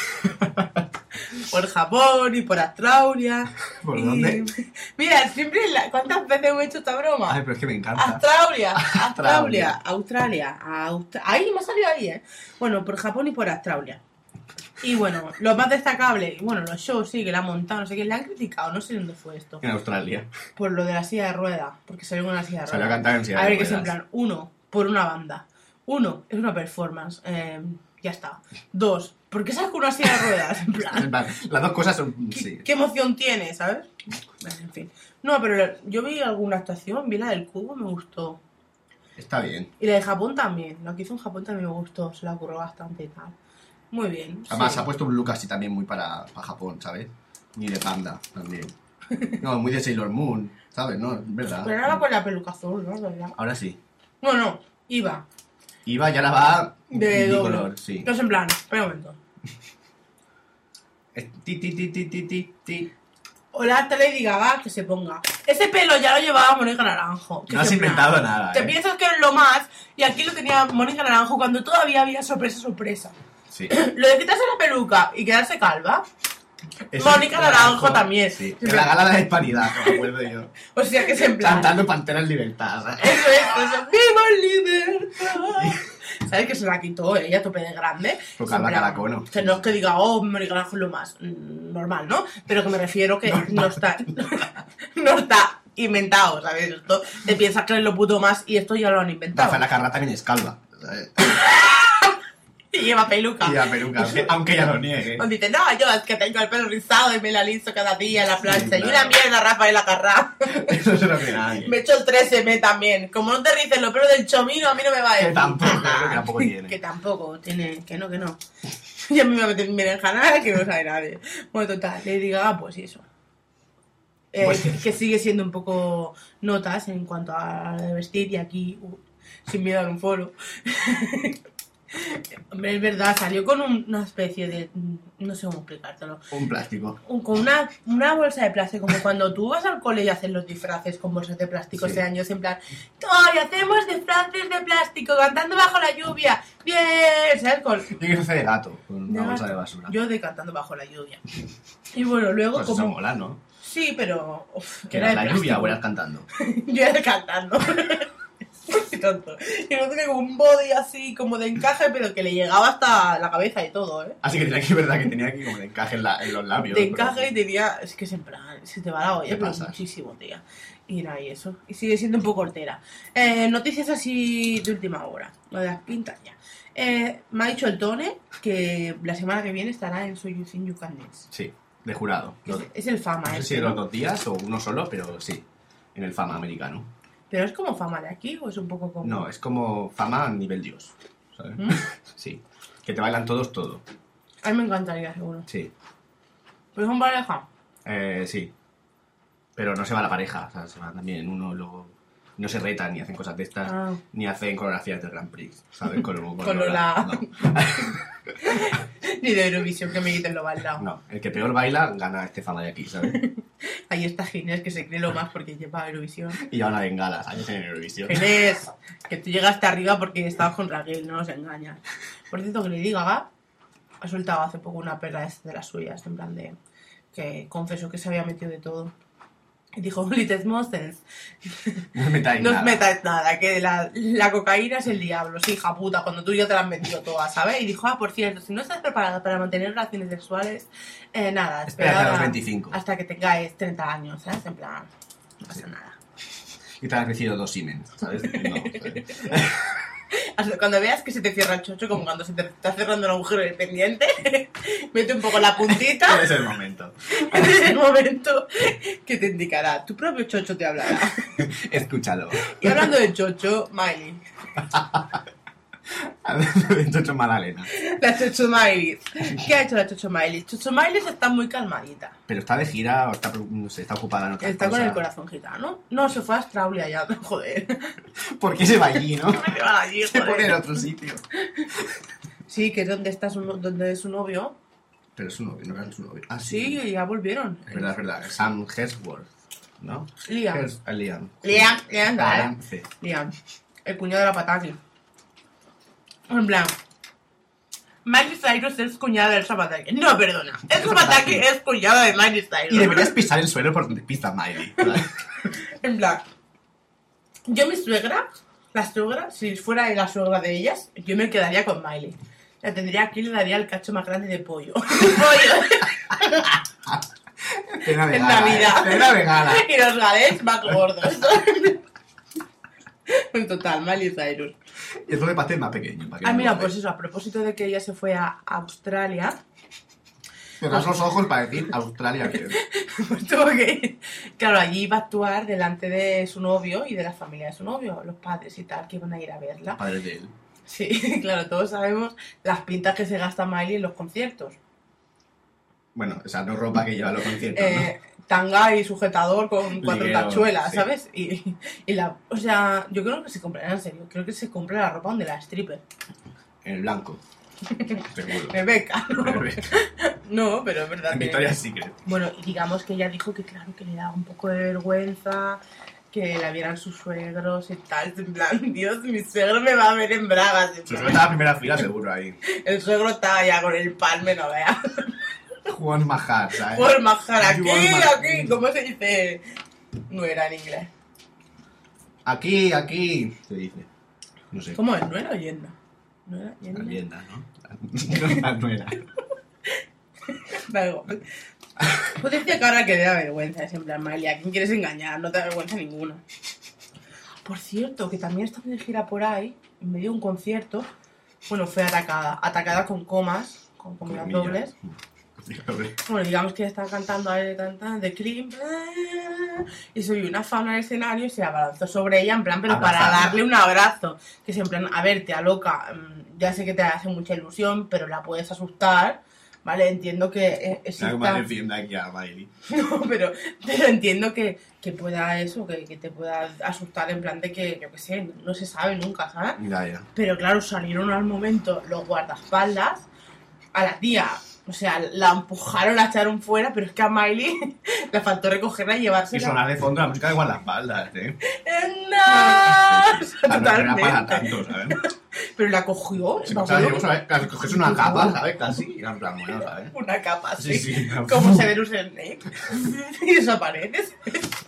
S2: por Japón y por Australia.
S1: ¿Por
S2: Y-
S1: dónde?
S2: Mira, siempre, la- ¿cuántas veces hemos hecho esta broma?
S1: Ay, pero es que me encanta.
S2: Australia,
S1: Australia.
S2: Australia, Australia, Austra- Ahí me ha salido ahí, ¿eh? Bueno, por Japón y por Australia. Y bueno, lo más destacable, bueno, los shows sí que la han montado, no sé qué, le han criticado, no sé dónde fue esto.
S1: En Australia.
S2: Por lo de la silla de ruedas, porque salió con la silla de
S1: Salió a
S2: ruedas.
S1: cantar en silla
S2: A
S1: de
S2: ver, que es en
S1: ruedas.
S2: plan, uno, por una banda. Uno, es una performance, eh, ya está. Dos, ¿por qué sales con una silla de ruedas? En plan,
S1: En plan, Las dos cosas son.
S2: ¿qué,
S1: Sí.
S2: qué emoción tiene, sabes? Bueno, En fin. No, pero yo vi alguna actuación, vi la del cubo, me gustó.
S1: Está bien.
S2: Y la de Japón también. Lo que hizo en Japón también me gustó. Se la ocurrió bastante y tal. Muy bien.
S1: Además,
S2: sí.
S1: ha puesto un look así también muy para, para Japón, ¿sabes? Ni de panda también. No, muy de Sailor Moon, ¿sabes? No, es verdad.
S2: Pero ahora va con la peluca azul, ¿no? ¿Verdad?
S1: Ahora sí.
S2: No, no. Iba.
S1: Iba y ahora va
S2: De doble.
S1: color, sí.
S2: No es en plan. Espera un momento.
S1: Es Ti, ti, ti, ti, ti, ti, ti.
S2: Hola, hasta le diga, va, que se ponga. Ese pelo ya lo llevaba Mónica Naranjo. que
S1: No
S2: es
S1: has
S2: en plan,
S1: inventado nada.
S2: Te
S1: ¿eh?
S2: piensas que es lo más. Y aquí lo tenía Mónica Naranjo cuando todavía había sorpresa, sorpresa.
S1: Sí.
S2: Lo de quitarse la peluca y quedarse calva.
S1: Es
S2: Mónica
S1: un-
S2: Naranjo también.
S1: Sí. En la gala de la hispanidad, me acuerdo yo.
S2: O sea que es en plan.
S1: Cantando Pantera en libertad. ¿sabes?
S2: Eso es, eso es, ¡Viva libertad! ¿Sabes que se la quitó ella a tope de grande?
S1: Por Carla
S2: En plan,
S1: Caracono.
S2: Que no es que diga, oh, Mónica Naranjo es lo más mm, normal, ¿no? Pero que me refiero que no, está. no está inventado, ¿sabes? Esto te piensas que es lo puto más y esto ya lo han inventado.
S1: Rafaela Carrata que ni es calva. ¿sabes?
S2: Y lleva peluca.
S1: Y la peluca, aunque- aunque ella lo niegue.
S2: Cuando dice, no, yo es que tengo el pelo rizado y me la liso cada día en la plancha.
S1: claro.
S2: Y una mierda, Rafaela Carrá.
S1: Eso se lo cree nadie.
S2: me he hecho el 13M también. Como no te rices los pelos del chomino, a mí no me va a
S1: Que
S2: decir. Ah,
S1: tampoco, creo que tampoco
S2: Que
S1: tiene.
S2: tampoco tiene, que no, que no. Y a mí me va a meter en berenjena que no sabe nadie. Bueno, total, le diga, ah, pues eso. Eh,
S1: Pues-
S2: que, que sigue siendo un poco notas en cuanto a la de vestir y aquí, uh, sin miedo a un foro. Hombre, es verdad, salió con un- una especie de, no sé cómo explicártelo,
S1: Un plástico.
S2: un- con una, una bolsa de plástico, como cuando tú vas al cole y haces los disfraces con bolsas de plástico
S1: Sí.
S2: ese año, es en plan, ¡ay, hacemos disfraces de plástico, cantando bajo la lluvia! ¡Bien! ¿Sabes? Con-
S1: Yo quiero hacer de gato con una
S2: De
S1: bolsa
S2: gato.
S1: de basura.
S2: yo de cantando bajo la lluvia. Y bueno, luego
S1: Pues eso
S2: como...
S1: mola, ¿no?
S2: Sí, pero... uf, que
S1: Que
S2: era de
S1: la lluvia
S2: plástico.
S1: o eras cantando.
S2: Yo era cantando. tonto. Y no tenía como un body así, como de encaje, pero que le llegaba hasta la cabeza y todo, ¿eh?
S1: Así que tenía que, verdad, que tenía aquí como de encaje en, la- en los labios.
S2: De
S1: por así
S2: encaje y tenía. Es que es en plan, se te va la
S1: Te
S2: olla, pero
S1: pasas.
S2: muchísimo, tía. Y nada, y eso. Y sigue siendo un poco hortera. Eh, noticias así de última hora. Lo de las pintas ya. Eh, me ha dicho el Tone que la semana que viene estará en Soy Yucin Yucanes.
S1: Sí, de jurado.
S2: Es,
S1: Los-
S2: es el fama,
S1: no sé
S2: ¿eh?
S1: si los dos días o uno solo, pero sí. En el fama americano.
S2: Pero es como fama de aquí o es un poco como.
S1: No, es como fama a nivel dios. ¿Sabes?
S2: ¿Mm?
S1: Sí. Que te bailan todos todo.
S2: A mí me encantaría, seguro.
S1: Sí.
S2: Pero es un pareja.
S1: Eh, sí. Pero no se va la pareja. O sea, se va también uno, luego. No se retan ni hacen cosas de estas.
S2: Ah.
S1: Ni hacen coreografías del Grand Prix. ¿Sabes? Con, con
S2: Con
S1: Lola,
S2: Lola. Ni de Eurovisión que me quiten lo
S1: No,
S2: bailado.
S1: no. El que peor baila gana este fama de aquí, ¿sabes?
S2: Ahí está Ginés que se cree lo más porque lleva Eurovisión.
S1: Y ya una bengala, ¿sabes? En Eurovisión.
S2: Ginés, que tú llegaste arriba porque estabas con Raquel, no nos engañas. Por cierto, que le diga, Gaga ha soltado hace poco una perla de las suyas, en plan de que confesó que se había metido de todo. Y dijo, Little Moses,
S1: No os metáis
S2: no os
S1: nada.
S2: metáis nada, que la, la cocaína es el diablo, sí, hija puta, cuando tú ya te la has metido toda, ¿sabes? Y dijo, ah, por cierto, si no estás preparada para mantener relaciones sexuales, eh, nada,
S1: Espérate a
S2: esperad
S1: los 25.
S2: Hasta que tengáis 30 años, ¿sabes? En plan, no pasa nada.
S1: Y te has crecido dos siemens, ¿sabes? No, ¿sabes?
S2: Hasta cuando veas que se te cierra el chocho, como cuando se te está cerrando el agujero del pendiente, mete un poco la puntita
S1: Es el momento.
S2: en ese momento que te indicará. Tu propio chocho te hablará.
S1: Escúchalo.
S2: Y hablando de chocho, Miley.
S1: Chocho Malalena.
S2: La chocho Miley. ¿Qué ha hecho la chocho Miley? Chocho Miley está muy calmadita.
S1: Pero está de gira o está, no sé, está ocupada en otras
S2: Está con
S1: cosas.
S2: el corazón gitano. No, se fue a Australia ya, joder.
S1: ¿Por qué se va allí, no?
S2: Se va allí,
S1: Se pone en
S2: joder.
S1: otro sitio.
S2: Sí, que es donde, está su, no- donde es su novio.
S1: Pero es su novio, no era su novio. Ah,
S2: Sí, ya volvieron.
S1: Es verdad, es verdad. Sam Hemsworth, ¿no?
S2: Liam.
S1: Hers- ah, Liam.
S2: Liam, Liam, dale.
S1: Liam, sí.
S2: Mira, el cuñado de la pataki. En plan, Miley Cyrus es cuñada del Zapataki. No, perdona. El Zapataki es cuñada de Miley Cyrus.
S1: Y deberías pisar el suelo por donde pisa Miley. ¿verdad?
S2: En plan, yo mi suegra, la suegra, si fuera la suegra de ellas, yo me quedaría con Miley. La tendría aquí y le daría el cacho más grande de pollo. pollo
S1: Cena
S2: en
S1: vegana.
S2: Navidad.
S1: ¿eh? Cena vegana.
S2: Y los galés más gordos. En total, Miley Cyrus.
S1: Y entonces pastel más pequeño. para que
S2: Ah,
S1: no
S2: mira,
S1: engorde.
S2: pues eso, a propósito de que ella se fue a Australia,
S1: Cerras los ojos para decir Australia. que-
S2: pues tuvo que Claro, allí iba a actuar delante de su novio y de la familia de su novio, los padres y tal, que iban a ir a verla.
S1: Padres de él.
S2: Sí, claro, todos sabemos las pintas que se gasta Miley en los conciertos.
S1: Bueno, o sea, no ropa que lleva a los conciertos,
S2: Eh, tanga y sujetador con cuatro
S1: Liguero,
S2: tachuelas,
S1: sí.
S2: ¿sabes? Y, y la... O sea, yo creo que se comprará en serio. Creo que se compra la ropa donde la stripper.
S1: Pues ¿no? En el blanco. Seguro.
S2: Rebeca, ¿no?
S1: En
S2: No, pero es verdad. que-
S1: Victoria's Secret.
S2: Bueno, y digamos que ella dijo que claro, que le daba un poco de vergüenza, que la vieran sus suegros y tal. En plan, Dios, mi suegro me va a ver en bragas. en
S1: Se
S2: plan,
S1: suelta la primera fila, seguro, ahí.
S2: El suegro estaba ya con el palme, no veas.
S1: Juan Majar, ¿sabes?
S2: Por majar aquí,
S1: Juan Majar.
S2: aquí, ¿cómo se dice? No era en inglés.
S1: Aquí, aquí. Se dice. No sé.
S2: ¿Cómo es? No era yenda. No era
S1: La
S2: yenda.
S1: leyenda, ¿no? No, la nuera.
S2: Da igual. Pues decía que ahora que le da vergüenza, es en plan, Miley, ¿a quién quieres engañar? No te da vergüenza ninguna. Por cierto, que también estaba de gira por ahí, en medio de un concierto, bueno, fue atacada, atacada con comas, con comidas
S1: Comillas.
S2: dobles.
S1: Doble.
S2: Bueno, digamos que estaba cantando ahí, tan, tan, de Cream, ah, y subió una fauna al escenario y se abalanzó sobre ella, en plan, pero para
S1: Abrazarla.
S2: darle un abrazo. Que es en plan, a ver, tía loca, mm, ya sé que te hace mucha ilusión, pero la puedes asustar, ¿vale? Entiendo que eh,
S1: Sabe
S2: exista...
S1: cómo defiende aquí a Miley.
S2: No, pero, pero entiendo que, que pueda eso, que, que te pueda asustar en plan de que, yo qué sé, no se sabe nunca, ¿sabes?
S1: Ya, ya.
S2: Pero claro, salieron al momento los guardaespaldas a la tía. O sea, la empujaron, la echaron fuera, pero es que a Miley le faltó recogerla y
S1: Y
S2: llevársela.
S1: sonar de fondo la música de guardaespaldas, ¿eh?
S2: Eh, ¡No! O sea,
S1: Ah, No era para
S2: Totalmente.
S1: tanto, ¿sabes?
S2: Pero la cogió,
S1: Si
S2: la
S1: escuchas la
S2: cogió
S1: voz, ¿sabes? Casi coges una capa, ¿sabes? Casi. Y era en plan, bueno, ¿sabes?
S2: una capa así.
S1: Sí, sí.
S2: Como Severus Snape. y desaparece.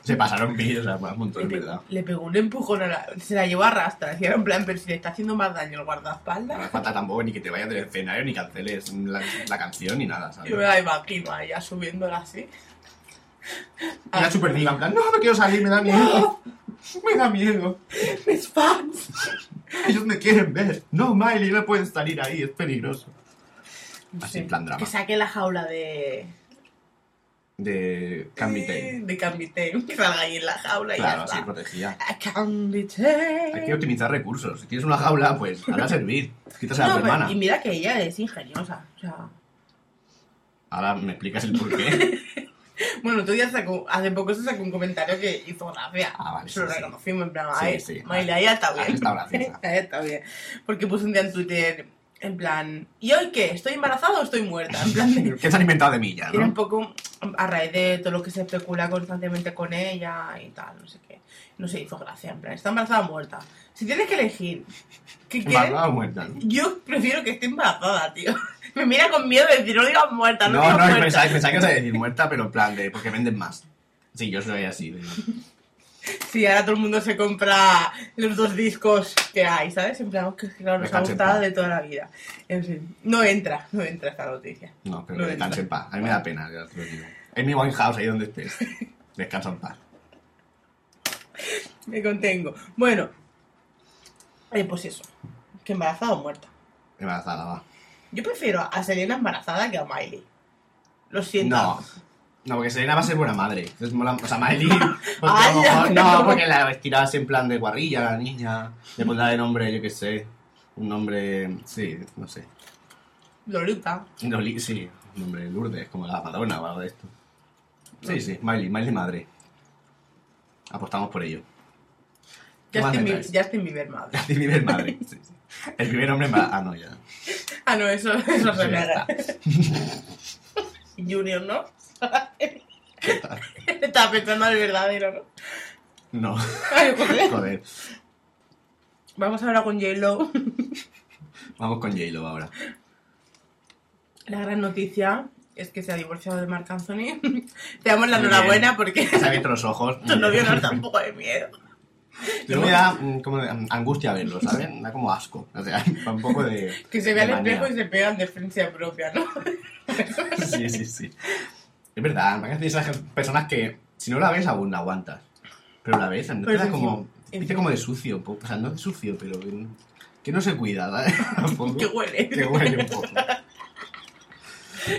S1: Se pasaron vídeos, o sea, fue un montón,
S2: Le,
S1: es
S2: pe-
S1: verdad.
S2: le pegó un empujón a la. Se la llevó a rastra. Decía, en plan, pero si le está haciendo más daño el
S1: No hace
S2: guardaespaldas.
S1: falta tampoco ni que te vayas del escenario, ni canceles la, la canción, ni nada, ¿sabes?
S2: Yo me la imagino a ella subiéndola así.
S1: Una super diva, en plan, no, no quiero salir, me da miedo. Me da miedo.
S2: ¡Mis fans!
S1: Ellos me quieren ver. No, Miley, no pueden salir ahí, es peligroso.
S2: No
S1: Así,
S2: sé,
S1: en plan drama.
S2: Que saque la jaula de.
S1: De Candy Tape.
S2: De Candy Tape. Que salga ahí en la jaula y
S1: Claro,
S2: Eh, ya
S1: así
S2: está. Eh.
S1: protegida.
S2: A Candy
S1: Hay que
S2: Tape.
S1: optimizar recursos. Si tienes una jaula, pues hará servir. Quítase a
S2: No,
S1: la
S2: pero-
S1: hermana.
S2: y mira que ella es ingeniosa. O sea.
S1: Ahora me explicas el porqué.
S2: Bueno, tú ya sacó, hace poco se sacó un comentario que hizo gracia.
S1: Ah, vale,
S2: Se lo
S1: sí, sí.
S2: reconocimos en plan,
S1: Sí,
S2: ay,
S1: sí.
S2: Miley, ahí está bien.
S1: Ahí está graciosa.
S2: Ahí está bien. Porque puso un día en Twitter, en plan, ¿y hoy qué? ¿Estoy embarazada o estoy muerta? En plan, de-
S1: ¿Qué se han inventado de mí ya,
S2: era un
S1: no?
S2: poco a raíz de todo lo que se especula constantemente con ella y tal, no sé qué. No se hizo gracia, en plan, ¿está embarazada o muerta? Si tienes que elegir, ¿qué quieres?
S1: Embarazada o muerta, ¿no?
S2: Yo prefiero que esté embarazada, tío. Me mira con miedo de decir, no digas muerta, no,
S1: No,
S2: digas
S1: no,
S2: muerta.
S1: pensaba, pensaba que ibas a decir muerta, pero en plan de porque venden más. Sí, yo soy así. de-
S2: Sí, ahora todo el mundo se compra los dos discos que hay, ¿sabes? En plan, que claro, nos
S1: Dejan
S2: ha
S1: sin
S2: gustado
S1: paz.
S2: de toda la vida. En fin, no entra, no entra esta noticia.
S1: No, pero
S2: No
S1: que descanse
S2: entra.
S1: en paz. A mí me da pena, ya te lo digo. Es mi Winehouse, ahí donde estés. Descansa en paz.
S2: Me contengo. Bueno, eh, pues eso, que embarazada o muerta.
S1: Embarazada, va.
S2: Yo prefiero a Selena embarazada que a Miley. Lo siento.
S1: No. No, porque Selena va a ser buena madre. Es mola- o sea, Miley. porque a
S2: Ay,
S1: lo mejor-
S2: no.
S1: no, porque la vestirás en plan de guarrilla, la niña. Le pondrá de nombre, yo qué sé. Un nombre. Sí, no sé.
S2: Lolita.
S1: Loli- sí, un nombre Lourdes, como la Madonna o algo de esto. Sí, sí, Miley, Miley madre. Apostamos por ello. ¿Qué más
S2: Justin
S1: me
S2: Bieber,
S1: traes?
S2: Justin
S1: El primer
S2: Bieber madre.
S1: madre. sí, sí. El primer hombre ma- Ah, no, ya.
S2: Ah, no, eso, eso
S1: Eso
S2: se
S1: ya
S2: nega. Junior, ¿no? Estaba pensando al verdadero, ¿no?
S1: No,
S2: Ay, joder.
S1: joder.
S2: Vamos ahora con J-Lo.
S1: Vamos con J-Lo ahora.
S2: La gran noticia es que se ha divorciado de Marc Anthony. Te damos la
S1: Muy
S2: enhorabuena porque
S1: Se ha abierto los ojos.
S2: tu novio nos da un poco de miedo.
S1: Yo me da mm, como de- mm, angustia verlo, ¿sabes? Me da como asco. O sea, un poco de.
S2: Que se
S1: de
S2: vea el
S1: manía.
S2: espejo y se pegan de frente propia, ¿no?
S1: Sí, sí, sí. Es verdad, me encantan esas personas que si no la ves aún la aguantas. Pero la ves, no te
S2: Pero
S1: da
S2: en
S1: como.
S2: fin, en
S1: Dice
S2: fin.
S1: como de sucio, un poco. o sea, no de sucio, pero que- que no se cuida, ¿sabes? Un poco.
S2: Que huele.
S1: Que huele un poco.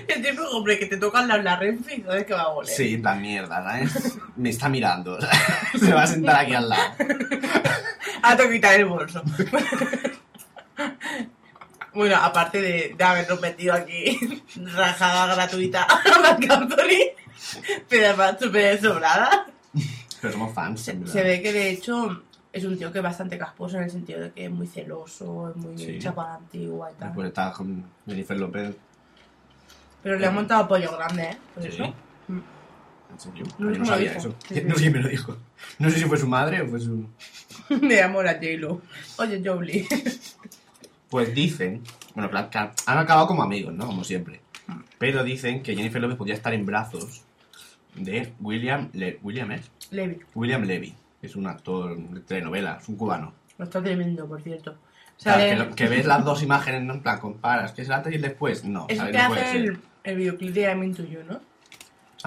S2: El tipo, hombre, que te tocan la, la Renfe y sabes que va a oler.
S1: Sí, la mierda, ¿sabes? Me está mirando, ¿sabes? Se va a sentar aquí al lado.
S2: Ah, tengo que quitar el bolso. bueno, aparte de, de habernos metido aquí rajada gratuita a Marc Anthony, pero además súper sobrada.
S1: Pero somos fans, en verdad.
S2: Se ve que de hecho es un tío que es bastante casposo en el sentido de que es muy celoso, es muy
S1: Sí. Pues,
S2: chapa antigua y tal.
S1: Después estaba con Jennifer López.
S2: Pero le ha montado pollo grande, ¿eh? Por
S1: Sí.
S2: eso. Mm.
S1: ¿En serio? Ah, yo
S2: No, no
S1: no
S2: lo
S1: sabía
S2: dijo.
S1: eso.
S2: Sí, sí.
S1: No sé quién me lo dijo. No sé si fue su madre o fue su.
S2: Le amo la J-Lo. Oye, Jolie.
S1: Pues dicen, bueno, claro, claro, han acabado como amigos, ¿no? Como siempre. Pero dicen que Jennifer López podría estar en brazos de William Le- William es
S2: Levi.
S1: William Levy, que es un actor de telenovela, es un cubano.
S2: No está tremendo, por cierto.
S1: Claro,
S2: Sale-
S1: que, lo- que ves las dos imágenes, ¿no? En plan, comparas, que es el antes y el después. No,
S2: es el
S1: ¿sabes?
S2: que
S1: No puede
S2: hace
S1: ser.
S2: el, el videoclip de I'm Into You, ¿no?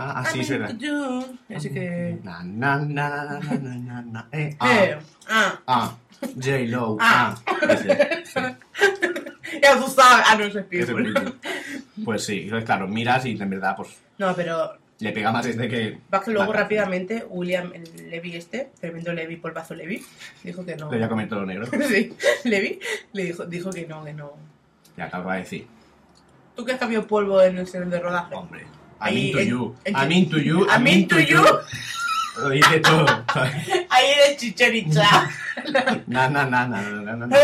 S1: Ah, así
S2: I'm
S1: es verdad. Ah,
S2: Into You. Así que...
S1: Na, na, na, na, na, na, na, na, eh,
S2: Eh,
S1: ah,
S2: ah,
S1: ah, J-Lo,
S2: Ah.
S1: ah. Ese, sí.
S2: ya tú sabes. Ah, no, eso es
S1: Ese
S2: Pitbull.
S1: Pitbull. Pues sí, entonces, claro, miras y en verdad, pues
S2: No, pero
S1: le pega más este que.
S2: Va que luego
S1: Vale.
S2: rápidamente William el Levy este, tremendo Levy, polvazo Levy, dijo que no.
S1: Le voy a comer todo lo negro.
S2: sí, Levy le dijo, dijo que no, que no.
S1: Ya acaba de decir.
S2: ¿Tú qué has cambiado polvo en el salón de rodaje?
S1: Hombre. I'm
S2: Ahí,
S1: into
S2: en-
S1: you.
S2: en-
S1: I'm into you.
S2: I'm into you.
S1: Lo dice todo.
S2: Ahí eres chichericha.
S1: na, na, na, na, na, na, na, na.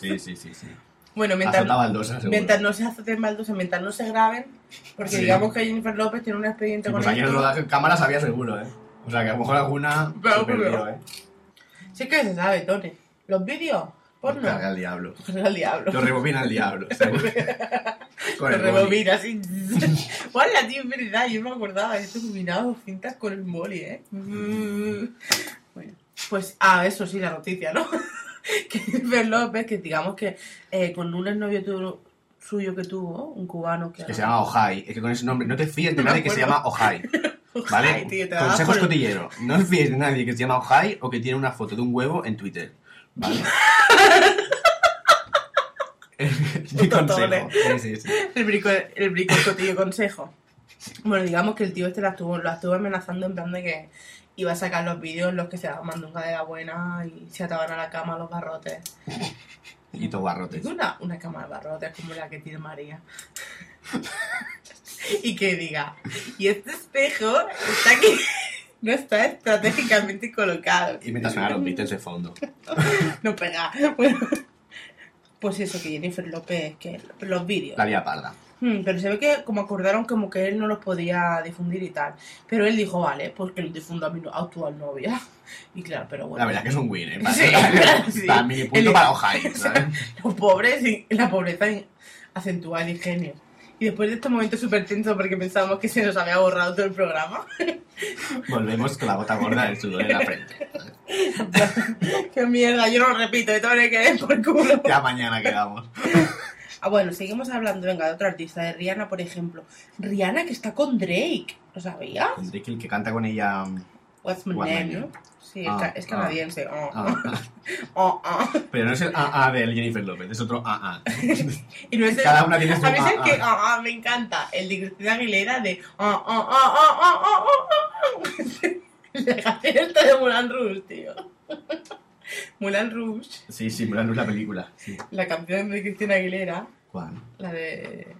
S1: Sí, sí, sí, sí.
S2: bueno, mientras,
S1: Azota baldosa, seguro.
S2: mientras no se hacen baldosa, mientras no se graben, porque
S1: Sí.
S2: digamos que Jennifer López tiene un expediente
S1: Sí,
S2: con
S1: pues aquí en el
S2: esto.
S1: rodaje en cámara sabía seguro, ¿eh? O sea, que a lo mejor alguna
S2: Pero,
S1: se perdió,
S2: pero-
S1: ¿eh?
S2: Sí que se sabe, Tony. Los vídeos Porno.
S1: Carga al Pues diablo.
S2: Carga al diablo.
S1: Lo rebobina al diablo. ¿sabes? Con
S2: Lo
S1: el boli.
S2: rebobina así. Hola, tío, es verdad, yo no me acordaba. Yo he combinado cintas con el boli, ¿eh? Mm. Bueno, pues, ah, eso sí, la noticia, ¿no? que Fer López, que digamos que eh, con un novio suyo que tuvo, un cubano que...
S1: Que se llama Ojai. Es que con ese nombre no te fíes de nadie que se llama Ojai. ¿Vale?
S2: Ay, tío, te va a dar
S1: Consejos
S2: por el-
S1: cotilleros. No os fíes de nadie que se llama Ojai o que tiene una foto de un huevo en Twitter. ¿Vale? Mi consejo. Sí, sí, sí.
S2: El brico, el brico cotillo consejo. Bueno, digamos que el tío este la estuvo, lo estuvo amenazando en plan de que iba a sacar los vídeos en los que se daban mandunga de la buena y se ataban a la cama los barrotes.
S1: Y tus barrotes.
S2: Digo, Una, una cama de barrotes como la que tiene María. y que diga, y este espejo está aquí, no está estratégicamente colocado.
S1: Y mientras sonaron los Beatles de fondo.
S2: No pega. Bueno, pues eso, que Jennifer López, que los vídeos.
S1: La vía parda.
S2: Hmm, pero se ve que como acordaron como que él no los podía difundir y tal. Pero él dijo, vale, pues que los difunda a mi no- actual novia. Y claro, pero bueno.
S1: La verdad que es un win, ¿eh?
S2: Sí, claro, sí.
S1: Para mí, punto
S2: El-
S1: para Ojai.
S2: o sea, Los pobres, y- la pobreza in- acentúa el ingenio. Y después de este momento súper tenso porque pensábamos que se nos había borrado todo el programa,
S1: Volvemos con la gota gorda del sudor en la frente. ¿sabes?
S2: ¡qué mierda! Yo no lo repito, esto me quedé por culo.
S1: Ya mañana quedamos.
S2: Ah, bueno, seguimos hablando, venga, de otro artista, de Rihanna, por ejemplo. Rihanna que está con Drake, ¿lo sabía?
S1: Enrique, el que canta con ella. um,
S2: What's my
S1: What's my
S2: name,
S1: name?
S2: ¿no? Sí,
S1: Ah,
S2: es, ca- es
S1: ah.
S2: canadiense. Oh,
S1: ah,
S2: oh, oh.
S1: Pero no es el AA del Jennifer López, es otro AA.
S2: Y no es el-
S1: Cada una tiene su
S2: A veces
S1: ah,
S2: que
S1: ah.
S2: ah, ah, me encanta el de Cristina Aguilera de ah, ah, ah, ah, ah, ah, ah, ah. La canción está de Moulin Rouge, tío. Moulin Rouge,
S1: Sí, sí, Mulan Rouge, la película. Sí.
S2: la canción de Cristina Aguilera,
S1: ¿Cuál?
S2: la de.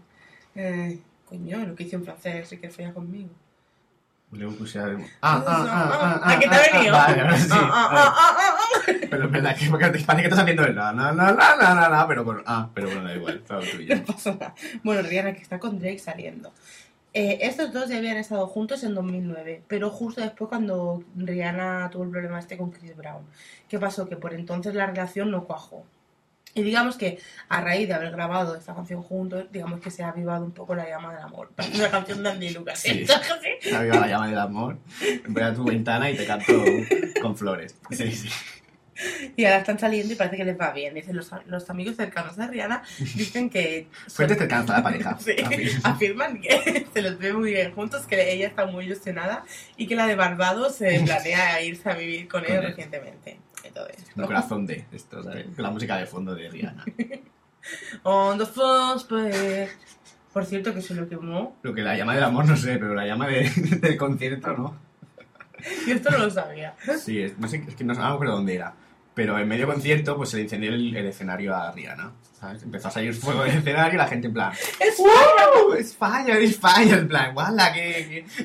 S2: eh, coño, lo que hizo en francés, que falla conmigo.
S1: Luego puse a- Ah, ah, ah, ah,
S2: ¿A
S1: ah,
S2: qué te
S1: ah,
S2: ha venido?
S1: ah, Vale, ahora sí.
S2: Ah, ah, ah, ah, ah, ah.
S1: vale. Pero es verdad que porque parece que estás haciendo el ah, na, na, na, na, na, na, pero con ah, pero bueno, da igual, está tuyo.
S2: No pasa nada. Bueno, Rihanna, que está con Drake saliendo. Eh, estos dos ya habían estado juntos en 2009, pero justo después cuando Rihanna tuvo el problema este con Chris Brown. ¿Qué pasó? Que por entonces la relación no cuajó. Y digamos que a raíz de haber grabado esta canción juntos, digamos que se ha avivado un poco la llama del amor. Parece una canción de Andy Lucas.
S1: Sí.
S2: ¿eh? Sí.
S1: Te aviva la llama del amor, voy a tu ventana y te canto con flores. Sí, sí.
S2: Y ahora están saliendo y parece que les va bien. Dicen los, los amigos cercanos de Rihanna, dicen que...
S1: Fuentes cercanas a la pareja.
S2: Sí,
S1: Afirma.
S2: afirman que se los ve muy bien juntos, que ella está muy ilusionada y que la de Barbados eh, planea irse a vivir con
S1: Con
S2: él
S1: él.
S2: recientemente. Entonces,
S1: Un corazón de esto, ¿sabes? Con la música de fondo de Rihanna.
S2: on the first play. Por cierto, que se lo quemó.
S1: Lo que la llama del amor no sé, pero la llama de- del concierto no.
S2: Yo esto no lo sabía.
S1: Sí, es, no sé, es que no, sé- no me acuerdo dónde era. Pero en medio concierto, pues se le incendió el, el escenario a Rihanna. ¿sabes? Empezó a salir fuego del escenario y la gente en plan.
S2: Es
S1: ¡Wow! ¡Es fire! ¡Es fire! En plan, ¡guala! ¡Qué, qué,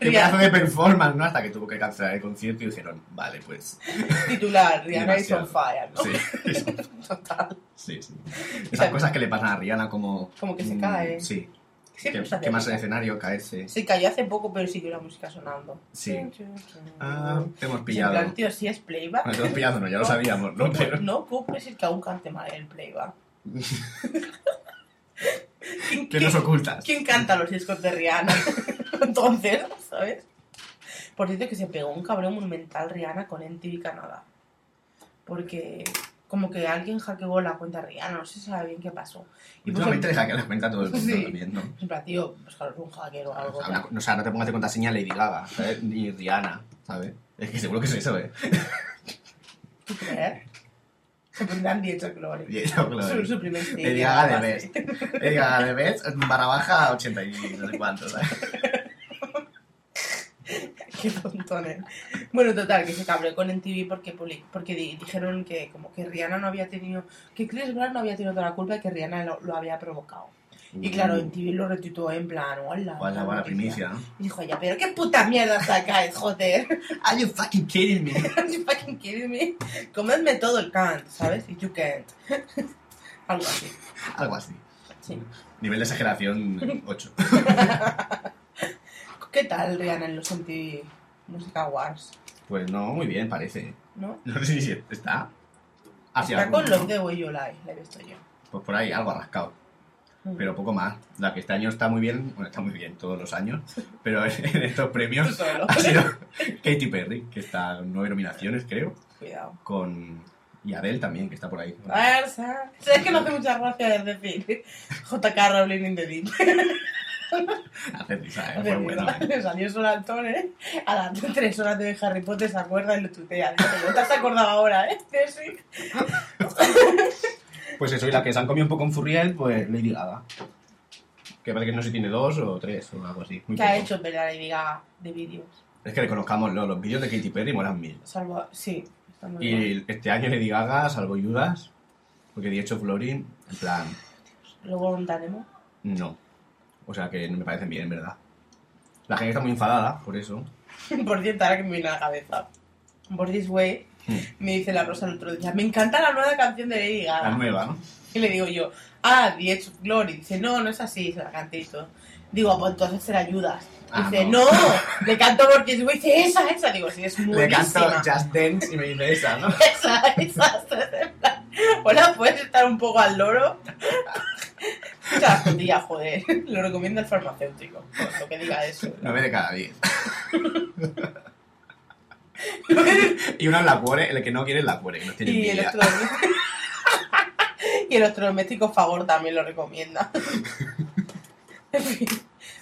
S1: qué pedazo de performance! ¿no? Hasta que tuvo que cancelar el concierto y dijeron, vale, pues.
S2: titular, Rihanna is
S1: demasiado".
S2: on fire, ¿no?
S1: Sí,
S2: Total.
S1: sí, sí. Esas cosas que le pasan a Rihanna como.
S2: Como que se
S1: mm,
S2: cae.
S1: Sí.
S2: Siempre se
S1: que,
S2: hace
S1: que más
S2: eso.
S1: el escenario, caerse.
S2: Se cayó hace poco, pero siguió la música sonando.
S1: Sí. Ah,
S2: Ah,
S1: te hemos
S2: en
S1: pillado.
S2: plan, tío, si es playback.
S1: Bueno, te hemos pillado, no, ya lo sabíamos, ¿no? Pero.
S2: No, ¿cómo puede ser que aún cante mal el playback? ¿Quién-
S1: ¿Qué nos
S2: quién-
S1: ocultas?
S2: ¿Quién canta los discos de Rihanna? Entonces, ¿sabes? Por cierto, que se pegó un cabrón monumental Rihanna con MTV Canadá. Porque como que alguien hackeó la cuenta de Rihanna, no sé si sabe bien qué pasó. Y puso-
S1: Últimamente deja que la cuenta todo el mundo
S2: Sí.
S1: también, ¿no?
S2: En plan, tío, buscaros un hacker o algo.
S1: O sea, una- o sea, no te pongas de contraseña Lady Gaga, ¿sabes? Ni Rihanna, ¿sabes? Es que seguro que es eso, ¿eh?
S2: ¿Tú crees? Se pondrán 10 globales.
S1: Y eso, claro.
S2: Su, su primer single,
S1: Lady Gaga eh. de
S2: algo así.
S1: Best. Lady Gaga de Best, barra baja 80 y no sé cuánto, ¿sabes?
S2: Qué tontones. Bueno, total, que se cabreó con MTV porque, public- porque di- dijeron que como que Rihanna no había tenido, que Chris Brown no había tenido toda la culpa y que Rihanna lo, lo había provocado. Y claro, MTV lo retuitó en plan, hola.
S1: ¿Cuál es la buena Mm. primicia, no?
S2: Y dijo ella, pero qué puta mierda sacáis, joder.
S1: Are you fucking kidding me?
S2: Are you fucking kidding me? Comedme todo el can't, ¿sabes? Y you can't. Algo así.
S1: Algo así.
S2: Sí.
S1: Nivel de exageración 8.
S2: ¿Qué tal Rihanna en los MTV Music Awards?
S1: Pues no, muy bien, parece.
S2: ¿No?
S1: No sé si está. Ah, sí,
S2: Está
S1: alguna.
S2: con los de yo la he visto yo.
S1: Pues por ahí algo ha rascado. Pero poco más. La que este año está muy bien, bueno, está muy bien todos los años, pero en estos
S2: Tú
S1: premios
S2: solo.
S1: ha sido Katy Perry, que está con nueve nominaciones, creo,
S2: Cuidado.
S1: con... Y Adele también, que está por ahí.
S2: Ah. Barça. Sabes que me hace mucha gracia de decir JK Rowling in the Deep.
S1: Hace risa, ¿eh? Fue bueno, ¿eh?
S2: Le salió solo al Tone, ¿eh? A las tres horas de Harry Potter se acuerda y lo tutea. Dice, "No te has acordado ahora, ¿eh? Sí.
S1: Pues eso, y la que se han comido un poco en Furriel, pues Lady Gaga. Que parece que no sé si tiene dos o tres o algo así. Muy
S2: ¿Qué ha
S1: poco.
S2: hecho Pelea de Viga de vídeos?
S1: Es que reconozcámoslo, los vídeos de Katy Perry molan mil.
S2: Salvo... Sí. Está muy bien.
S1: Y este año Lady Gaga, salvo Judas, porque de hecho Florin, en plan,
S2: Luego contaremos.
S1: no. O sea que no me parecen bien, en verdad. La gente está muy enfadada, por eso.
S2: Por cierto, ahora que me viene a la cabeza. Por This Way, me dice la Rosa el otro día, me encanta la nueva canción de Lady Gaga.
S1: La nueva, ¿no?
S2: Y le digo yo, ah, The Edge of Glory. Dice, no, no es así, se la canté y todo. Digo, "Ah, pues entonces será ayudas.
S1: Ah,
S2: Dice,
S1: no.
S2: no. le canto porque es güey, dice, esa, esa. Digo, sí, es muy
S1: Le canto Just Dance y me dice esa, ¿no?
S2: Esa, esa. en plan, Hola, ¿puedes estar un poco al loro? O sea, jodía, joder. Lo recomienda el farmacéutico. por Lo que diga eso.
S1: No me de cada diez. y uno es la cuore, el que no quiere es la cuore, que no tiene
S2: Y el
S1: envidia.
S2: electrodoméstico. y el electrodoméstico favor también lo recomienda. En fin.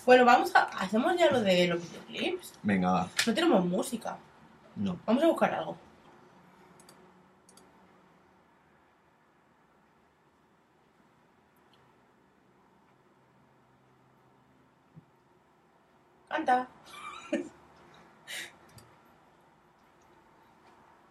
S2: bueno, vamos a. Hacemos ya lo de los videoclips.
S1: Venga, va.
S2: No tenemos música.
S1: No.
S2: Vamos a buscar algo. Canta.
S3: Yo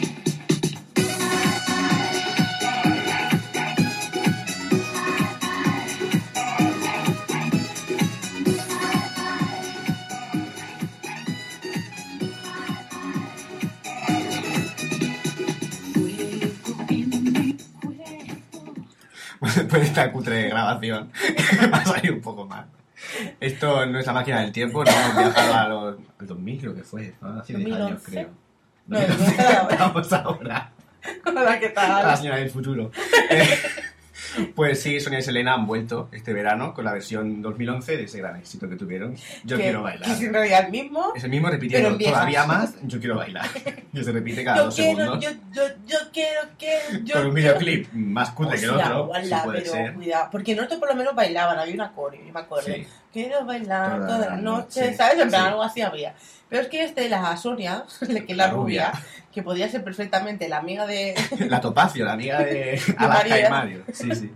S1: Después de esta cutre de grabación, va a salir un poco mal. Esto no es la máquina del tiempo, no hemos viajado a los. al 2000 creo que fue, ¿no? hace 10 años
S2: 2011.
S1: creo.
S2: No, el 2011 era ahora.
S1: Vamos ahora
S2: Hola, ¿qué
S1: a la
S2: tal?
S1: señora del futuro. Eh, Pues sí, Sonia y Selena han vuelto este verano con la versión 2011 de ese gran éxito que tuvieron. Yo
S2: Que-
S1: quiero bailar.
S2: Que es en realidad el mismo.
S1: Es el mismo
S2: Pero
S1: repitiendo
S2: en viejas.
S1: todavía más, yo quiero bailar. Y se repite cada
S2: Yo
S1: dos
S2: quiero,
S1: segundos.
S2: yo, yo, yo quiero, quiero, yo.
S1: con un
S2: quiero.
S1: videoclip más cutre que el
S2: Hostia,
S1: otro,
S2: guala,
S1: si puede
S2: pero
S1: ser.
S2: cuidado. Porque en otro por lo menos bailaban, había una coreo, yo me acuerdo.
S1: Sí.
S2: Quiero bailar
S1: Toda
S2: toda,
S1: la
S2: la
S1: noche.
S2: noche, ¿sabes? En plan,
S1: Sí.
S2: algo así había. Pero es que este, la Sonia, que es la,
S1: La rubia.
S2: rubia, que podía ser perfectamente la amiga de...
S1: La Topacio, la amiga de Alaska y
S2: María.
S1: Mario. Sí, sí.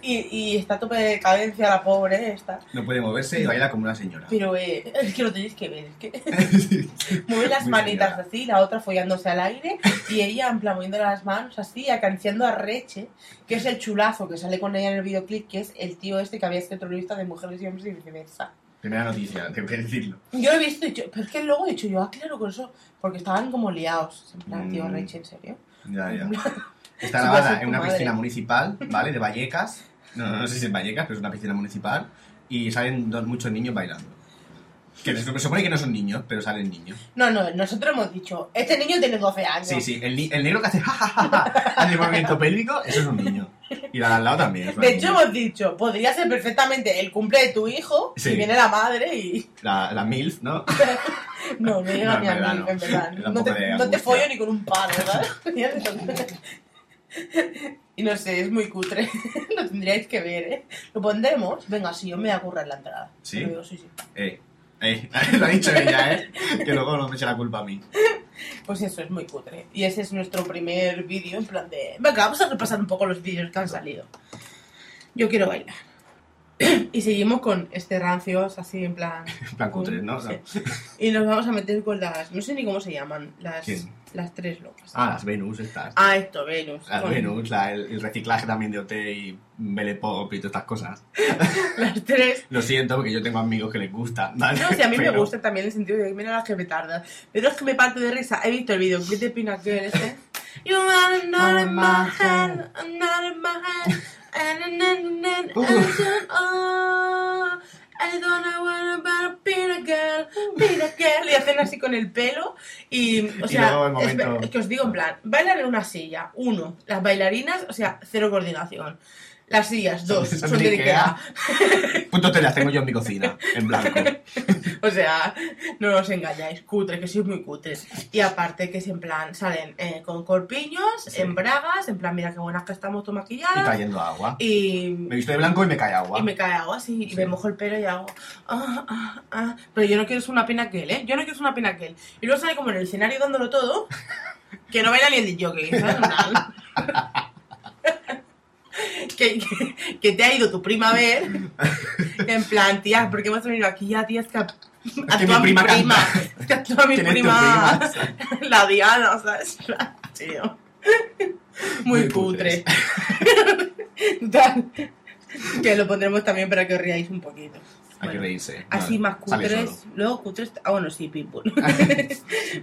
S2: Y, y está a tope de cadencia la pobre esta.
S1: No puede moverse y baila como una señora.
S2: Pero eh, es que lo tenéis que ver, es que
S1: Sí.
S2: mueve las
S1: Muy
S2: manitas
S1: señora.
S2: así, la otra follándose al aire y ella en plan moviendo las manos así, acariciando a Reche, que es el chulazo que sale con ella en el videoclip, que es el tío este que había sido terrorista de mujeres y hombres y viceversa.
S1: Primera noticia, tengo que decirlo.
S2: Yo lo he visto, y yo, pero es que luego he dicho yo, ah, claro, con eso, porque estaban como liados. En plan, tío,
S1: Mm.
S2: Reche, ¿en serio?
S1: Ya, ya. Está
S2: Sí, va a
S1: grabada
S2: ser
S1: en
S2: tu
S1: una
S2: madre.
S1: piscina municipal, ¿vale? De Vallecas. No, no, no sé si es Vallecas, pero es una piscina municipal. Y salen dos- muchos niños bailando. Que se supone que no son niños, pero salen niños.
S2: No, no, nosotros hemos dicho, este niño tiene 12 años.
S1: Sí, sí, el, ni- el negro que hace jajaja hace el movimiento pélvico, eso es un niño. Y la de al lado también. es una
S2: De hecho,
S1: niña.
S2: hemos dicho, podría ser perfectamente el cumple de tu hijo,
S1: Sí.
S2: si viene la madre y...
S1: la, la MILF, ¿no?
S2: No, no llega
S1: No,
S2: ni
S1: en
S2: a
S1: verdad
S2: mí,
S1: no.
S2: en verdad.
S1: Era un
S2: No
S1: poco de
S2: te, no te
S1: angustia.
S2: follo ni con un palo, ¿verdad? y no sé, es muy cutre. Lo tendríais que ver, ¿eh? Lo pondremos. Venga, sí, yo me voy a currar la entrada.
S1: ¿Sí?
S2: Lo digo, sí, sí.
S1: Eh, eh, lo ha dicho ella, ¿eh? Que luego no me eche la culpa a mí.
S2: Pues eso, es muy cutre. Y ese es nuestro primer vídeo, en plan de... Venga, vamos a repasar un poco los vídeos que han salido. Yo quiero bailar. y seguimos con este rancios, así, en plan...
S1: En plan cutre, ¿no?
S2: Sí. Y nos vamos a meter con las... No sé ni cómo se llaman. Las,
S1: ¿Quién?
S2: las tres locas.
S1: Ah, las Venus estas.
S2: Ah, esto, Venus.
S1: Las
S2: Con
S1: Venus, la- el, el reciclaje también de OT y Belle Pop y todas estas cosas.
S2: Las tres.
S1: Lo siento, porque yo tengo amigos que les gusta. ¿vale?
S2: No, si a mí me
S1: Pero-
S2: gusta también el sentido de que mira las que me tardan. Pero es que me parto de risa. He visto el videoclip de Pinocchio en este. You are not in my
S1: my
S2: head, I'm not in my head. And and and and
S1: Uh.
S2: and oh, I don't know what about Peter Girl, Peter Girl. Y hacen así con el pelo. Y, o
S1: Y
S2: sea,
S1: luego el
S2: es ve-
S1: momento-
S2: es que os digo en plan, bailan en una silla, uno, las bailarinas, o sea, cero coordinación. Las sillas, dos,
S1: Son-
S2: son,
S1: son de
S2: de
S1: Ikea.
S2: Ikea.
S1: Punto te las tengo yo en mi cocina, en blanco.
S2: O sea, no os engañáis, cutre, que sois muy cutres. Y aparte que es en plan, salen eh, con corpiños,
S1: Sí.
S2: en bragas, en plan, mira qué buenas que estamos tú
S1: Y
S2: maquilladas.
S1: cayendo agua.
S2: Y,
S1: Me he visto de blanco y me cae agua.
S2: y me cae agua así, y
S1: Sí.
S2: me mojo el pelo y hago... ah, ah, ah. Pero yo no quiero ser una pinaquel, ¿eh? Yo no quiero ser una pinaquel. Y luego sale como en el escenario dándolo todo, que no baila ni el jockey, ¿sabes? En plan. Que, que, que te ha ido tu prima a ver en plan, tía, ¿por qué hemos venido aquí ya, tía? Es que
S1: mi
S2: actúa mi
S1: prima
S2: prima,
S1: canta.
S2: es que actúa mi
S1: ¿Quién es tu
S2: prima, la Diana, o sea, es plan, tío, muy,
S1: Muy
S2: putre.
S1: cutres.
S2: Tal. que lo pondremos también para que os riáis un poquito.
S1: Hay que
S2: Bueno,
S1: reírse.
S2: Así
S1: Vale,
S2: más
S1: sale
S2: cutres, luego cutres, ah, bueno, sí, Pitbull.
S1: solo.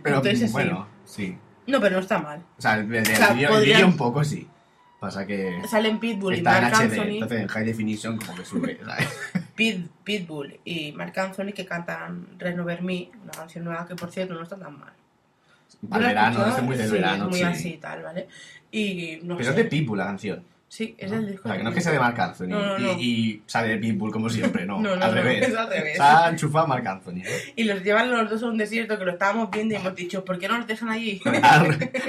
S1: Pero
S2: Entonces, sí.
S1: bueno, sí.
S2: no, pero no está mal.
S1: O sea, el, el- el
S2: sea,
S1: vídeo- el
S2: podrían-
S1: vídeo un poco sí. Pasa que
S2: Salen Pitbull y
S1: está en
S2: Mark
S1: HD,
S2: Anthony,
S1: entonces en high definition como que sube, ¿sabes?
S2: Pit- Pitbull y Mark Anthony que cantan Renover Me, una canción nueva que por cierto no está tan mal. Yo
S1: Al
S2: la he
S1: verano,
S2: escuchado,
S1: es muy del
S2: sí,
S1: verano,
S2: es muy
S1: sí.
S2: así y tal, ¿vale? Y no
S1: Pero es
S2: sé.
S1: de Pitbull la canción.
S2: Sí, es
S1: ¿no?
S2: el disco.
S1: O sea,
S2: de
S1: que no es que
S2: Pitbull.
S1: sea de Marc Anthony
S2: No, no,
S1: y,
S2: no.
S1: y sale de Pitbull como siempre, no.
S2: No, no,
S1: al
S2: no,
S1: revés.
S2: es al revés.
S1: Se ha enchufado a Marc Anthony. ¿eh?
S2: Y los llevan los dos a un desierto que lo estábamos viendo y hemos dicho, ¿por qué no los dejan allí?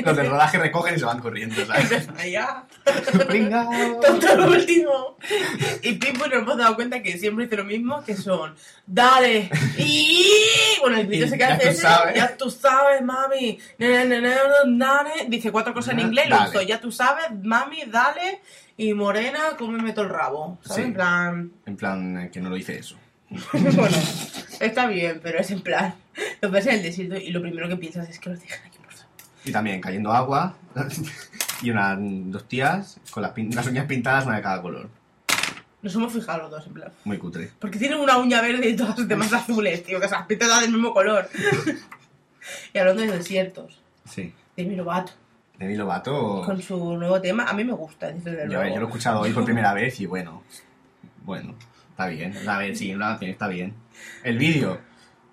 S1: Los del rodaje recogen y se van corriendo,
S2: Los
S1: ¿sabes?
S2: dejan allá.
S1: Pringao.
S2: Tonto lo último. Y Pitbull nos hemos dado cuenta que siempre dice lo mismo, que son, dale. Y bueno, el grito
S1: Y
S2: se
S1: ya
S2: queda
S1: tú
S2: ese,
S1: sabes.
S2: ya tú sabes, mami. Na, na, na, na, dale. Dice cuatro cosas en
S1: Na,
S2: inglés, lo
S1: dale.
S2: hizo, ya tú sabes, mami, dale. Y Morena, cómeme todo el rabo. ¿Sabes?
S1: Sí.
S2: En plan.
S1: En plan, eh, que no lo dice eso.
S2: bueno, está bien, pero es en plan. Lo ves en el desierto y lo primero que piensas es que los dejan aquí, por favor.
S1: Y también cayendo agua. y unas dos tías con las, pin- las uñas pintadas, una de cada color.
S2: Nos hemos fijado los dos, en plan.
S1: Muy cutre.
S2: Porque tienen una uña verde y todas las demás azules, tío, que se las pintan todas del mismo color. y hablando de desiertos,
S1: Sí.
S2: Demi Lovato,
S1: Demi Lovato.
S2: con su nuevo tema, a mí me gusta, desde
S1: Yo,
S2: luego.
S1: yo lo he escuchado hoy por primera vez y bueno. Bueno, está bien. A ver, sí, la canción está bien. El vídeo.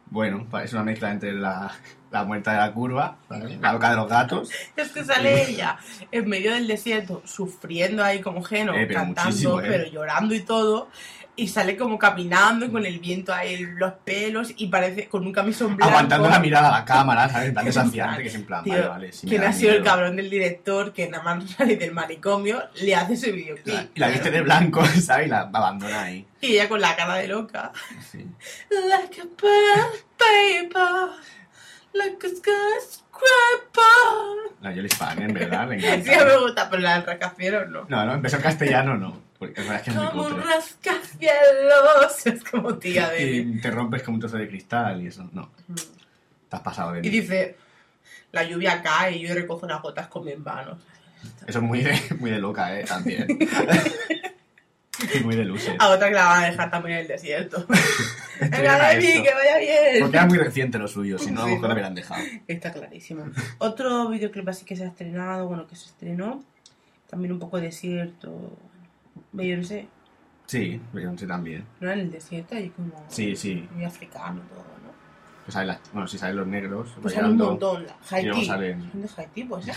S1: Bueno, pa- es una mezcla entre la, la muerta de la curva, ¿sabes? la loca de los gatos.
S2: Es que sale ella en medio del desierto, sufriendo ahí como geno,
S1: Eh, pero
S2: cantando,
S1: muchísimo, eh.
S2: pero llorando y todo. Y sale como caminando y con el viento ahí en los pelos y parece con un camisón blanco.
S1: Aguantando la mirada a la cámara, ¿sabes? En plan desafiante, que es en plan,
S2: Tío,
S1: vale, vale. sí, me
S2: ¿Quién
S1: da
S2: ha sido el
S1: miedo.
S2: cabrón del director que nada más sale del manicomio le hace ese videoclip?
S1: Y la viste de blanco, ¿sabes? Y la abandona ahí.
S2: Y ella con la cara de loca.
S1: Sí.
S2: Like a bad paper, like a skyscraper.
S1: La Jolly Fan, en verdad, le
S2: Sí, ya me
S1: encanta.
S2: gusta, pero la del rascacielos no.
S1: No, no, empezó en castellano, no. Porque es verdad que es muy
S2: Como un
S1: cutre.
S2: rascacielos. Es como tía de.
S1: Y te rompes como un trozo de cristal y eso. No, te has pasado de
S2: Mm. Y
S1: mí.
S2: dice: La lluvia cae y yo recojo unas gotas con mis manos.
S1: Eso es muy de, muy de loca, ¿eh? También. y muy de luces.
S2: A otra que la van a dejar también en el desierto.
S1: Estrenan a
S2: Ah, Venga, Debbie,
S1: esto.
S2: que vaya bien.
S1: Porque era muy reciente lo suyo, si no, a
S2: Sí,
S1: lo mejor
S2: ¿no?
S1: te hubieran dejado.
S2: Está clarísimo. Otro videoclip así que se ha estrenado, bueno, que se estrenó, también un poco desierto. Beyoncé,
S1: Sí, Beyoncé también.
S2: no era en el desierto, ahí como
S1: Sí, sí.
S2: muy africano todo, ¿no?
S1: Que salen Pues las- bueno, si salen los negros.
S2: Pues sale un
S1: bailando.
S2: montón, la-
S1: Y luego
S2: Haití.
S1: salen.
S2: ¿Dónde es Haití? Pues ¿eh?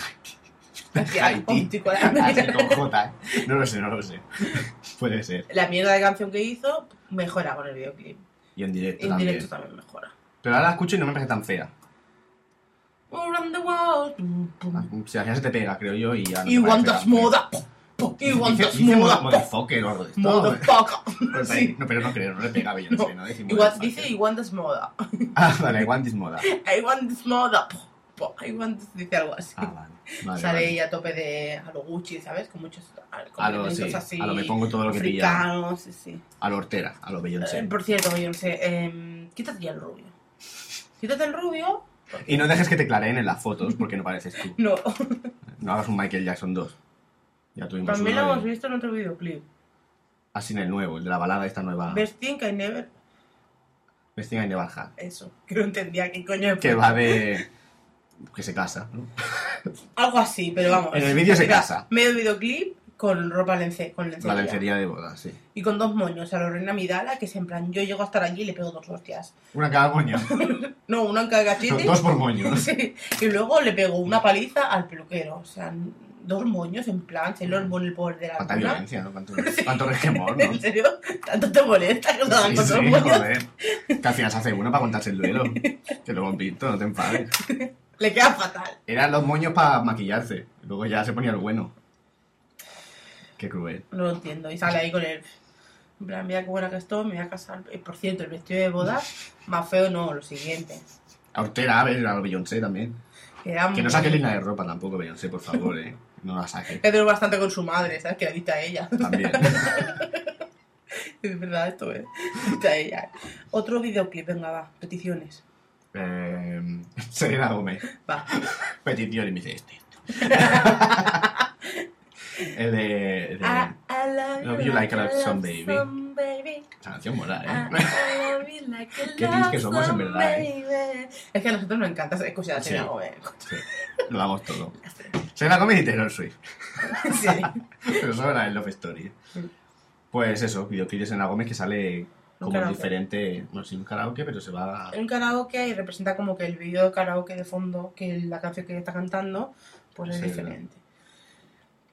S1: Haití.
S2: Haití.
S1: Así con J. ¿eh? No lo sé, no lo sé. Puede ser.
S2: La mierda de canción que hizo mejora con el videoclip.
S1: Y en directo
S2: En
S1: también.
S2: directo también mejora.
S1: Pero ahora la escucho y no me parece tan fea.
S2: Around the world. pum, pum.
S1: Si al final se te pega, creo yo, y ya no
S2: Y
S1: te parece
S2: wandas
S1: tan fea.
S2: moda. pum, pum. Y
S1: Dice-
S2: wandas
S1: dice moda-
S2: moda.
S1: motherfucker o algo de esto.
S2: Moda
S1: Pues ahí-
S2: Sí.
S1: no, pero no creo, no le pega a Beyoncé, ¿no? Dice
S2: Igual,
S1: motherfucker.
S2: dice Iwanda's moda.
S1: Ah, vale, I want this moda.
S2: I want this moda. po, po, I want this, dice algo así.
S1: Ah, vale. vale,
S2: Sale
S1: vale.
S2: ella a tope de a lo Gucci, ¿sabes? Con muchos a- con
S1: A lo,
S2: elementos
S1: sí,
S2: así.
S1: a lo me pongo todo lo que pilla.
S2: africanos, sí, sí.
S1: A lo hortera, a lo
S2: Eh,
S1: Beyoncé.
S2: por cierto, Beyoncé, eh, quítate ya el rubio. Quítate el rubio.
S1: Y no dejes que te clareen en las fotos porque no pareces tú.
S2: No,
S1: No hagas un Michael Jackson 2. Ya tuvimos
S2: también lo
S1: uno
S2: hemos
S1: de-
S2: visto en otro videoclip.
S1: Así en el nuevo, el de la balada esta nueva.
S2: Best thing I never...
S1: Vesting de Nevarja.
S2: Eso, que no entendía qué coño es.
S1: Que va de... que se casa, ¿no?
S2: Algo así, pero vamos.
S1: En el vídeo se
S2: Era
S1: casa.
S2: Medio videoclip con ropa lence, con lencería.
S1: La lencería de boda, sí.
S2: Y con dos moños a la reina Midala, que es en plan, yo llego a estar allí y le pego dos hostias.
S1: Una cada moño.
S2: No, una en cada cachete.
S1: Dos por moño.
S2: Sí. Y luego le pegó una paliza al peluquero. O sea, dos moños en plan, se lo
S1: Mm.
S2: pone el poder de la
S1: Cuánta
S2: luna.
S1: violencia, ¿no? Cuánto, cuánto resquemor, ¿no?
S2: ¿En serio? ¿Tanto te molesta que lo hagan
S1: Sí,
S2: con
S1: sí,
S2: dos moños?
S1: joder. Que al final se hace uno para contarse el duelo. Que luego pinto, no te enfades.
S2: Le queda fatal.
S1: Eran los moños para maquillarse. Luego ya se ponía el bueno. Qué cruel.
S2: No lo entiendo. Y sale ahí con el... En plan, mira qué buena que estoy, me voy a casar. Eh, Por cierto, el vestido de boda, más feo no, lo siguiente.
S1: A Hortera, a ver, a Beyoncé también.
S2: Era
S1: Que
S2: muy-
S1: no saque línea de ropa tampoco, Beyoncé, por favor, eh. No la saque.
S2: He durado bastante con su madre, ¿sabes? Que la dicta a ella.
S1: También.
S2: Es verdad esto, ¿eh? Dicta a ella. Otro videoclip, venga, va. Peticiones.
S1: Eh, Serena Gómez.
S2: Va.
S1: Petición y me dice este. este. el de. el de-
S2: I love
S1: Love you like a love song, baby.
S2: song, baby.
S1: Esa canción mola,
S2: I-
S1: eh.
S2: I love you like a
S1: Qué gays que
S2: love
S1: somos, en
S2: song,
S1: verdad, ¿eh?
S2: baby. Es que a nosotros nos encanta esa escuchar
S1: Sí.
S2: sí. ¿eh?
S1: Sí, lo damos todo. Serena Gómez y Taylor Swift.
S2: Sí.
S1: Pero eso era el Love Story. Pues eso, videoclip de Selena Gómez que sale como
S2: karaoke. Eh.
S1: diferente, no sé, un karaoke, pero se va...
S2: En un karaoke y representa como que el vídeo de karaoke de fondo, que la canción que está cantando, pues es
S1: Sí,
S2: diferente.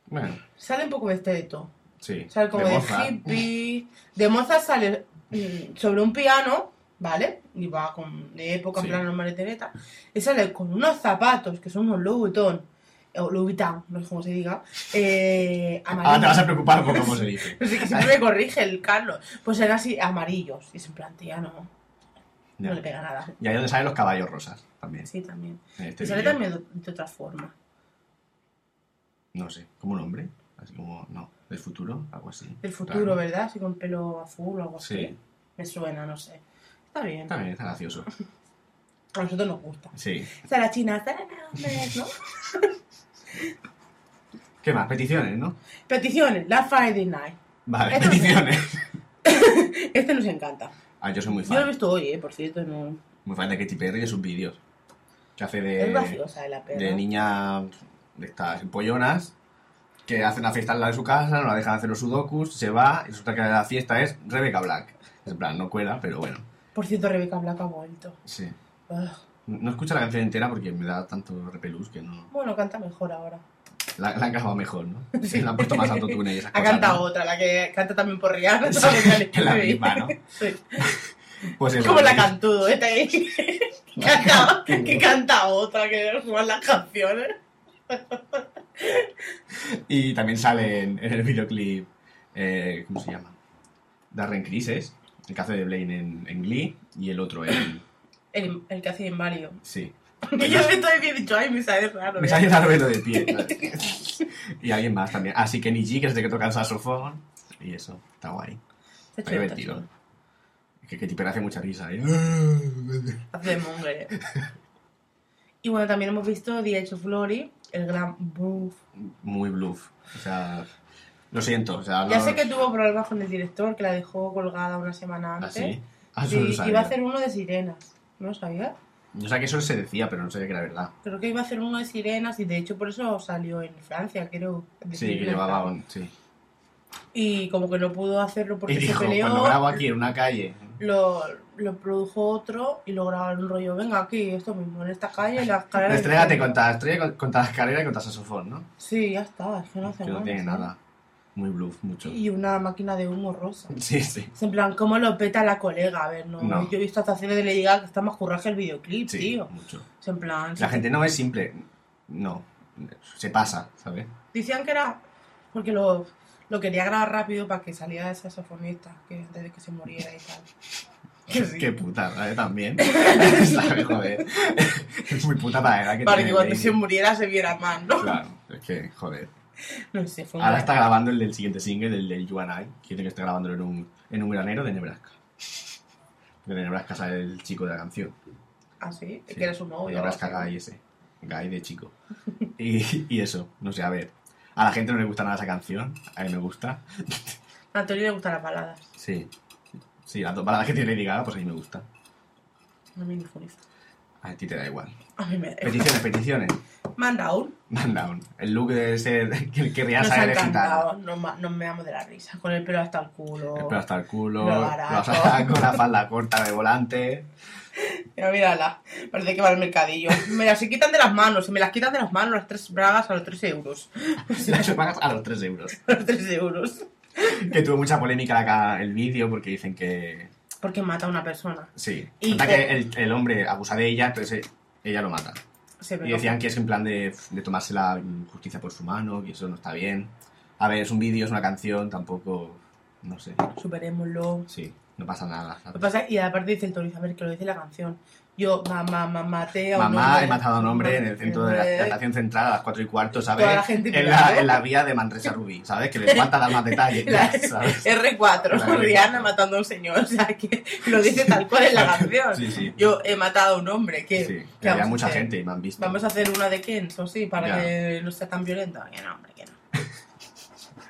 S1: Bueno,
S2: Sale un poco de este de todo.
S1: sí.
S2: Sale como de,
S1: Mozart.
S2: hippie. De Mozart sale mm, sobre un piano, ¿vale? Y va con, de época,
S1: Sí.
S2: en plan normal y tereta. Y sale con unos zapatos, que son unos Louis Vuitton, o Louis Vuitton, no sé cómo se diga, eh,
S1: Ahora Ah, te vas a
S2: amarillos.
S1: preocupar por cómo se dice.
S2: Así que siempre me corrige el Carlos. Pues eran así, amarillos. Y es en plan, tía, no, no le
S1: Ya.
S2: pega nada.
S1: Y ahí es donde salen los caballos rosas, también.
S2: Sí, también.
S1: en este
S2: Y sale
S1: vídeo.
S2: también de, de otra forma.
S1: No sé, como un hombre, así como, no, del futuro, algo así.
S2: Del futuro,
S1: Claro.
S2: ¿verdad? Así con pelo azul o algo así.
S1: Sí, Ah.
S2: Me suena, no sé. Está bien.
S1: también está gracioso.
S2: A nosotros nos gusta.
S1: Sí.
S2: Sara China, Sara Gómez, ¿no?
S1: ¿Qué más? Peticiones, ¿no?
S2: Peticiones, la Friday Night.
S1: Vale,
S2: Esto sí.
S1: peticiones.
S2: Este nos encanta.
S1: Ah, yo soy muy
S2: Yo lo he
S1: fan.
S2: visto hoy, eh, por cierto. No...
S1: Muy fan de Katy Perry y de sus vídeos. Que hace de...
S2: es graciosa de la perra.
S1: Eh, de niñas de estas empollonas que hacen una fiesta en la de su casa, no la dejan hacer los sudokus, se va y resulta que la fiesta es Rebecca Black. En plan, no cuela, pero bueno.
S2: Por cierto, Rebeca Black ha vuelto.
S1: Sí.
S2: Ugh.
S1: No escucho la canción entera porque me da tanto repelús que no.
S2: Bueno, canta mejor ahora.
S1: La, la han grabado mejor, ¿no? Sí. La han puesto más autotune y esas
S2: Ha
S1: cosas,
S2: cantado
S1: ¿no?
S2: otra, la que canta también por Rihanna.
S1: Sí,
S2: ¿sabes?
S1: que la misma, ¿no?
S2: Sí.
S1: Pues
S2: Es
S1: eso,
S2: como la
S1: sí.
S2: cantudo, esta ahí. que, canta, que canta otra, que suban las canciones.
S1: Y también sale en, en el videoclip. eh, ¿Cómo se llama? Darren Crises, el que hace de Blaine en, en Glee, y el otro en.
S2: El, el que hace Mario.
S1: Sí.
S2: Y yo me estoy bien dicho, ay, me sale raro.
S1: Me
S2: ¿eh?
S1: sale la velo de pie. y alguien más también. Ah, Así que Niji, que es de que toca el saxofón. Y eso, está guay.
S2: Está
S1: Está
S2: chulo, está
S1: divertido.
S2: chulo.
S1: Es que Katy Perry hace mucha risa. ¿eh?
S2: Hace de ¿eh? Monger. Y bueno, también hemos visto The Edge of Glory, el gran buff.
S1: Muy bluff. O sea, lo siento. O sea,
S2: Ya
S1: no-
S2: sé que tuvo problemas con el director, que la dejó colgada una
S1: ¿Ah,
S2: semana antes.
S1: sí? Ah,
S2: Sí,
S1: eso no lo
S2: iba
S1: sabía.
S2: a hacer uno de sirenas. ¿No lo sabías?
S1: O sea, que eso se decía, pero no sabía que era verdad.
S2: Creo que iba a hacer uno de sirenas y de hecho por eso salió en Francia, creo.
S1: Sí, que llevaba un. Sí.
S2: Y como que no pudo hacerlo porque
S1: Y dijo,
S2: se peleó,
S1: cuando grabo aquí en una calle.
S2: lo, lo produjo otro y lo grabaron un rollo, venga aquí, esto mismo, en esta calle, en las escaleras...
S1: pues Estrégate contra, estrella, contra las carreras y contra el saxofón, ¿no?
S2: Sí, ya está, es que no hace
S1: Que no
S2: nada,
S1: tiene
S2: ¿sabes?
S1: nada. Muy bluff, mucho.
S2: Y una máquina de humo rosa.
S1: Sí, sí.
S2: Es en plan, ¿cómo lo peta la colega? A ver, no.
S1: No.
S2: Yo he visto actuaciones de Lady Gaga que está más curraje el videoclip,
S1: Sí,
S2: tío.
S1: mucho.
S2: Es en plan.
S1: La
S2: sí.
S1: gente no es simple. No. Se pasa, ¿sabes?
S2: Decían que era. Porque lo, lo quería grabar rápido para que saliera de saxofonista, que antes de que se muriera y tal. Que sí.
S1: Qué puta, ¿sabes? También. ¿Sabes? Joder. Es muy puta para la edad que
S2: para
S1: tiene
S2: que cuando
S1: Blaine.
S2: se muriera se viera más, ¿no?
S1: Claro, es que, joder.
S2: No sé, fue un
S1: Ahora
S2: gran-
S1: está grabando el del siguiente single, el del You and I. Quiere que esté grabándolo en un, en un granero de Nebraska. Porque de Nebraska sale el chico de la canción.
S2: Ah, sí,
S1: Sí.
S2: que era su novio.
S1: De Nebraska Guy ese. Guy de chico. Y, y eso, no sé, a ver. A la gente no le gusta nada esa canción. A mí me gusta.
S2: A Antonio le gustan las baladas.
S1: Sí. Sí, la, para la gente le diga, pues a mí me gusta.
S2: A mí me gusta.
S1: A ti te da igual.
S2: A mí me
S1: Peticiones, peticiones.
S2: Man Down.
S1: Man Down. El look de ese que querría
S2: Nos ha
S1: saber de gitana.
S2: encantado. Nos, ma- nos meamos de la risa. Con el pelo hasta el culo.
S1: El pelo hasta el culo,
S2: Lo barato.
S1: los sacos, la falda corta de volante.
S2: Mira, mírala. Parece que va al mercadillo. Me las quitan de las manos. Si me las quitan de las manos, las tres bragas a los 3 euros.
S1: Las pagas a los 3 euros.
S2: A los 3 euros.
S1: Que tuvo mucha polémica acá el vídeo porque dicen que.
S2: Porque mata a una persona.
S1: Sí.
S2: Y
S1: Cuenta
S2: que-
S1: que el, el hombre abusa de ella, entonces eh, ella lo mata.
S2: Se ve
S1: Y decían que es en plan de, de tomarse la justicia por su mano, que eso no está bien. A ver, es un vídeo, es una canción, tampoco. No sé.
S2: como, Superémoslo.
S1: Sí, no pasa nada.
S2: Lo que pasa- y aparte dice el Tori, a ver, que lo dice la canción. Yo, mamá, mamá, te
S1: Mamá, he matado a un hombre en el centro de la, la estación central a las 4 y cuarto, ¿sabes?
S2: Toda la gente
S1: en, la,
S2: mirando.
S1: en la vía de Manresa Rubí, ¿sabes? Que les falta dar más detalles,
S2: La-
S1: ¿sabes?
S2: R4,
S1: La R4.
S2: Rihanna matando a un señor. O sea, que lo dice tal cual en la canción.
S1: Sí, sí.
S2: Yo he matado a un hombre. Que,
S1: Sí,
S2: que
S1: que había
S2: vamos a
S1: mucha
S2: hacer?
S1: gente y me han visto.
S2: Vamos a hacer una de Kent, o sí, para
S1: Ya.
S2: que no sea tan violenta. Que no, hombre, que no.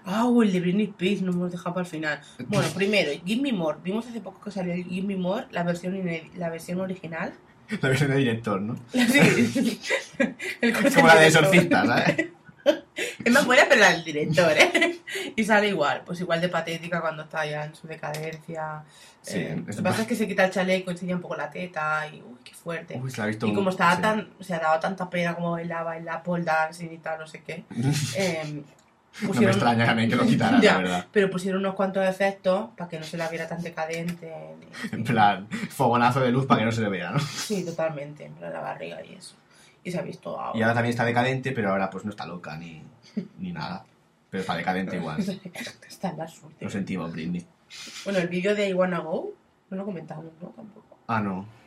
S2: Ah, o el de Britney Spears, no hemos dejado para el final. Bueno, primero, Give Me More. Vimos hace poco que salió el Give Me More, la versión, ine- la versión original.
S1: La versión de director, ¿no?
S2: Sí. El
S1: Es como la de
S2: director.
S1: exorcista, ¿sabes?
S2: Es más buena, pero la del director, ¿eh? Y sale igual, pues igual de patética cuando está ya en su decadencia.
S1: Sí,
S2: Eh, lo
S1: es-
S2: que pasa es que se quita el chaleco, enseña un poco la teta y uy, qué fuerte.
S1: Uy, se la ha visto
S2: Y
S1: un-
S2: como estaba
S1: sí.
S2: tan, o sea, daba tanta pena como bailaba en la pole dancing y tal, no sé qué. eh,
S1: No me extraña también que lo quitaran,
S2: Ya,
S1: la verdad.
S2: Pero pusieron unos cuantos efectos para que no se la viera tan decadente. ni-
S1: En plan, fogonazo de luz para que no se le vea, ¿no?
S2: Sí, totalmente, en plan, la barriga y eso. Y se ha visto ahora.
S1: Y ahora también está decadente, pero ahora pues no está loca ni, ni nada. Pero está decadente igual.
S2: Está en la suerte.
S1: Lo sentimos, Britney.
S2: Bueno, el vídeo de I Wanna Go, no lo comentamos, ¿no? Tampoco.
S1: Ah, no.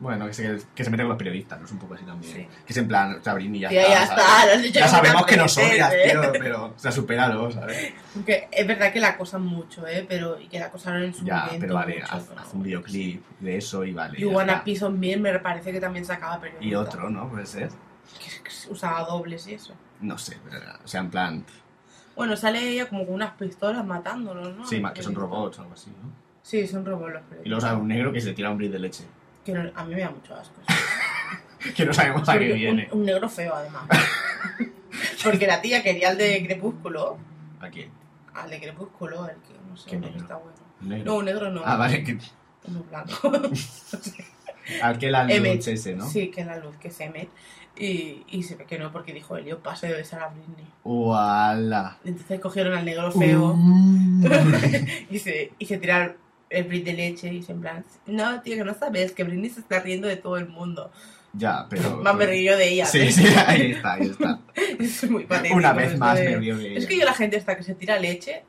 S1: Bueno, que se, que se mete con los periodistas, ¿no? Es un poco así también.
S2: Sí.
S1: Que es en plan, o sea, Britney ya
S2: Tía,
S1: está.
S2: ya
S1: ¿sabes?
S2: está, lo has dicho
S1: Ya
S2: como
S1: sabemos
S2: tan
S1: que no son
S2: presente,
S1: tío,
S2: ¿eh?
S1: pero, o sea, supéralo, ¿sabes?
S2: Aunque es verdad que la acosan mucho, ¿eh? Pero, y que la acosaron en su
S1: Ya,
S2: momento.
S1: pero vale,
S2: mucho,
S1: haz,
S2: pero
S1: haz un videoclip de eso y vale.
S2: You
S1: ya
S2: Wanna
S1: está.
S2: Piece of Me me parece que también sacaba periodista.
S1: Y otro, ¿no? Puede ser.
S2: Que, que usaba dobles y eso.
S1: No sé, pero, o sea, en plan,
S2: Bueno, sale ella como con unas pistolas matándolos, ¿no?
S1: sí, ma- que son
S2: Periodistas.
S1: robots o algo así, ¿no?
S2: Sí, son robots
S1: Y
S2: los
S1: luego
S2: periodistas.
S1: sale un negro que se tira un bris de leche.
S2: Que no- a mí me da mucho asco. eso.
S1: Que no sabemos a qué
S2: Porque un-
S1: viene.
S2: Un, negro feo, además. Porque la tía quería el de Crepúsculo.
S1: ¿A quién?
S2: Al de Crepúsculo, el que no sé,
S1: ¿Qué
S2: el que
S1: negro?
S2: está bueno.
S1: ¿Un negro?
S2: No, un negro no.
S1: Ah, vale, que,
S2: Uno blanco.
S1: al que la
S2: Emmett.
S1: leche ese, ¿no?
S2: Sí, que la luz que se mete. Y, y se ve que no, porque dijo Elio, paso de besar a Britney.
S1: ¡Uala!
S2: Entonces cogieron al negro feo
S1: Uh.
S2: y, se, y se tiraron el Brit de leche y se en plan, no, tío, que no sabes, que Britney se está riendo de todo el mundo.
S1: ya, pero...
S2: Más me río de ella.
S1: Sí, sí, ahí está, ahí está.
S2: Es muy patético.
S1: Una vez
S2: eso
S1: más
S2: de-
S1: me río de
S2: Es
S1: ella.
S2: que yo la gente esta que se tira leche,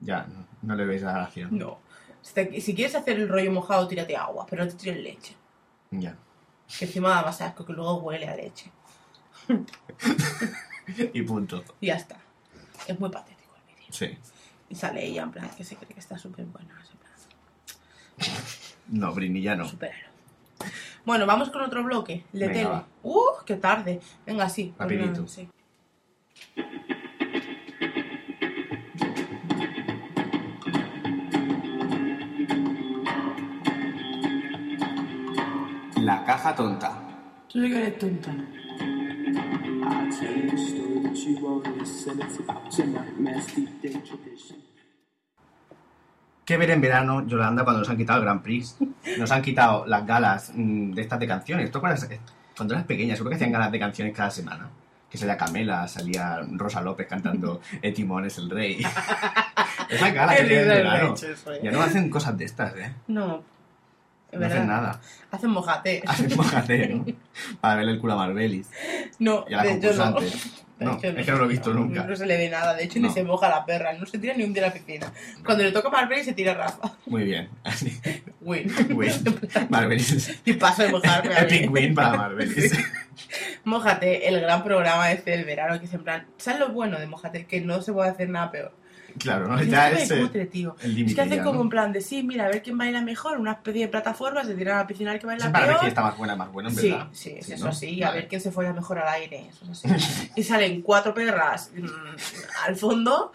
S1: Ya, no, no le veis la gracia.
S2: no. Si, te- si quieres hacer el rollo mojado, tírate agua, pero no te tires leche.
S1: Ya.
S2: Que encima da más asco, que luego huele a leche.
S1: Y punto.
S2: Y ya está. Es muy patético el vídeo.
S1: Sí.
S2: Y sale ella en plan que se cree que está súper buena. En plan,
S1: No, Brini ya no.
S2: superhéroe. Bueno, vamos con otro bloque. El de
S1: Venga,
S2: tele.
S1: va.
S2: ¡Uh! ¡Qué tarde! Venga, sí. pues
S1: Rapidito.
S2: nada, sí.
S1: La caja tonta.
S2: Tú sí que eres tonta.
S4: I tell you a story that you won't listen. It's about tonight, nasty day tradition.
S1: ¿Qué ver en verano, Yolanda, cuando nos han quitado el Grand Prix? Nos han quitado las galas mm, de estas de canciones. ¿Tú acuerdas? eh, Cuando eras pequeña, seguro que hacían galas de canciones cada semana. Que salía Camela, salía Rosa López cantando El timón es el rey. Esas galas que
S2: Es
S1: tienen en
S2: verdad,
S1: verano.
S2: lo he hecho eso, eh.
S1: Ya no hacen cosas de estas, ¿eh?
S2: No. Es
S1: No hacen
S2: verdad.
S1: nada.
S2: Hacen mojate.
S1: Hacen mojate, ¿no? Para verle el culo a Marbelis.
S2: No,
S1: Y a la
S2: de hecho no.
S1: concursante. No,
S2: De hecho
S1: es que no lo he visto nunca.
S2: No se le ve nada, de hecho
S1: No.
S2: ni se moja la perra, no se tira ni un día a la piscina. Cuando le toca a Marvel se tira Rafa.
S1: Muy bien.
S2: Win.
S1: Win. Marbelis.
S2: Y paso de mojarme a
S1: Epic
S2: ver.
S1: win para Marbelis.
S2: Mójate, el gran programa este del verano, que es en plan, ¿sabes lo bueno de Mójate? Que no se puede hacer nada peor.
S1: Claro, ¿no?
S2: Es
S1: Ya
S2: súper
S1: es el
S2: cutre,
S1: el
S2: tío. Es que
S1: límite.
S2: hacen
S1: ya,
S2: como
S1: ¿no?
S2: en plan de sí, mira, a ver quién baila mejor, una especie de plataforma, se tiran a la piscina el que
S1: Sí,
S2: baila
S1: para ver
S2: peor.
S1: quién está más buena, más buena, en
S2: sí,
S1: verdad.
S2: sí, es
S1: Sí,
S2: eso
S1: ¿no?
S2: sí, a
S1: Vale.
S2: ver quién se fue mejor al aire, eso es así. y salen cuatro perras mm, al fondo,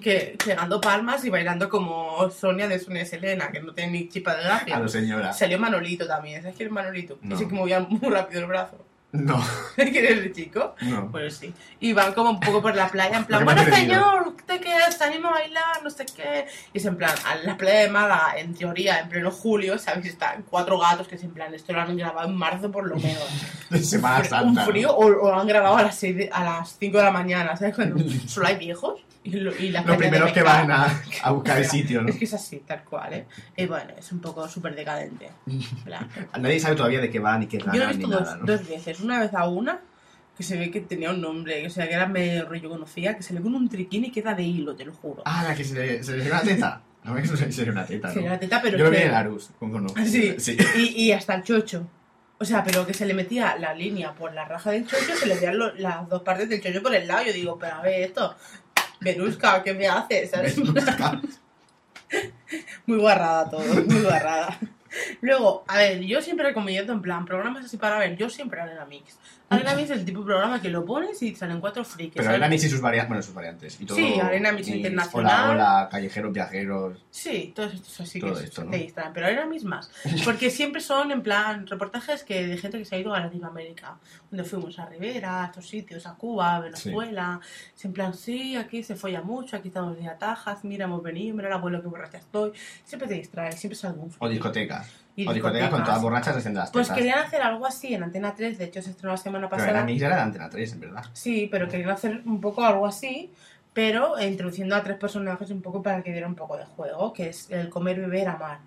S2: que pegando palmas y bailando como Sonia de Sonia y Selena, que no tiene ni chipa de
S1: A
S2: gracia.
S1: Ah, lo señora.
S2: Salió Manolito también, ¿sabes quién es Manolito?
S1: No.
S2: Ese que movía muy rápido el brazo.
S1: No,
S2: ¿Quién es el chico?
S1: no.
S2: Pues sí. Y van como un poco por la playa, en plan,
S1: Lo que me
S2: bueno
S1: ha entretenido.
S2: señor, ¿usted qué es? ¿Te anima a bailar? No sé qué. Y es en plan, a la playa de Málaga, en teoría, en pleno julio, ¿sabéis? Están cuatro gatos que es en plan, esto lo han grabado en marzo por lo menos.
S1: De Semana
S2: Fr-
S1: Santa.
S2: Un frío, o, o lo han grabado a las, seis de- a las 5 de la mañana, ¿sabes? Cuando solo hay viejos. Y, lo- y las
S1: ¿no? Los
S2: playas de
S1: primeros que
S2: pescado.
S1: van a, a buscar el
S2: O sea,
S1: sitio, ¿no?
S2: Es que es así, tal cual, ¿eh? Y bueno, es un poco súper decadente. En plan,
S1: Nadie sabe todavía de qué van, ni qué
S2: yo lo he
S1: ganan, ni
S2: visto
S1: nada,
S2: dos,
S1: ¿no?
S2: dos veces. Una vez a una, que se ve que tenía un nombre, o sea, que era medio rollo conocía, que se le pone un triquín y queda de hilo, te lo juro.
S1: Ah, la que se le, se le salió una teta. No, eso se le salió una teta, ¿no?
S2: Se le da teta, pero
S1: Yo lo vi
S2: que-
S1: en el Arus, ¿cómo no?
S2: Sí.
S1: sí.
S2: y, y hasta el chocho. O sea, pero que se le metía la línea por la raja del chocho, se le veían lo- las dos partes del chocho por el lado. Yo digo, pero a ver, esto, Venusca, ¿qué me haces? ¿Sabes? Muy guarrada todo, muy guarrada. Luego, a ver, yo siempre recomiendo en plan programas así para ver. Yo siempre Arena Mix. Arena Mix es el tipo de programa que lo pones y salen cuatro frikis.
S1: Pero
S2: ¿sabes?
S1: Arena Mix y sus variantes, bueno, sus variantes. Y todo,
S2: Sí, Arena Mix
S1: y Hola,
S2: Internacional.
S1: hola, callejeros, viajeros.
S2: Sí, todos estos así
S1: Todo
S2: que
S1: esto, ¿no?
S2: te distraen, pero ahora mismo más. Porque siempre son en plan reportajes que de gente que se ha ido a Latinoamérica, donde fuimos a Rivera, a estos sitios, a Cuba, a Venezuela. Es en plan, sí, aquí se folla mucho, aquí estamos de atajas, mira, hemos venido, mira el abuelo que borracha estoy. Siempre te distrae, siempre es algún
S1: O discotecas. O discotecas con todas borrachas recién de las
S2: Pues
S1: tetas.
S2: querían hacer algo así en Antena 3, de hecho se estrenó la semana
S1: Pero
S2: pasada.
S1: Arena Mix era de Antena 3, en verdad.
S2: Sí, pero querían hacer un poco algo así, pero introduciendo a tres personajes un poco para que diera un poco de juego, que es el comer, beber, amar.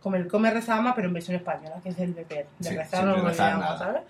S2: Como el comer, rezar, ama, pero en versión española, que es el beber. De
S1: Sí,
S2: rezar
S1: sin
S2: no lo
S1: rezar
S2: llamo,
S1: nada.
S2: ¿sabes?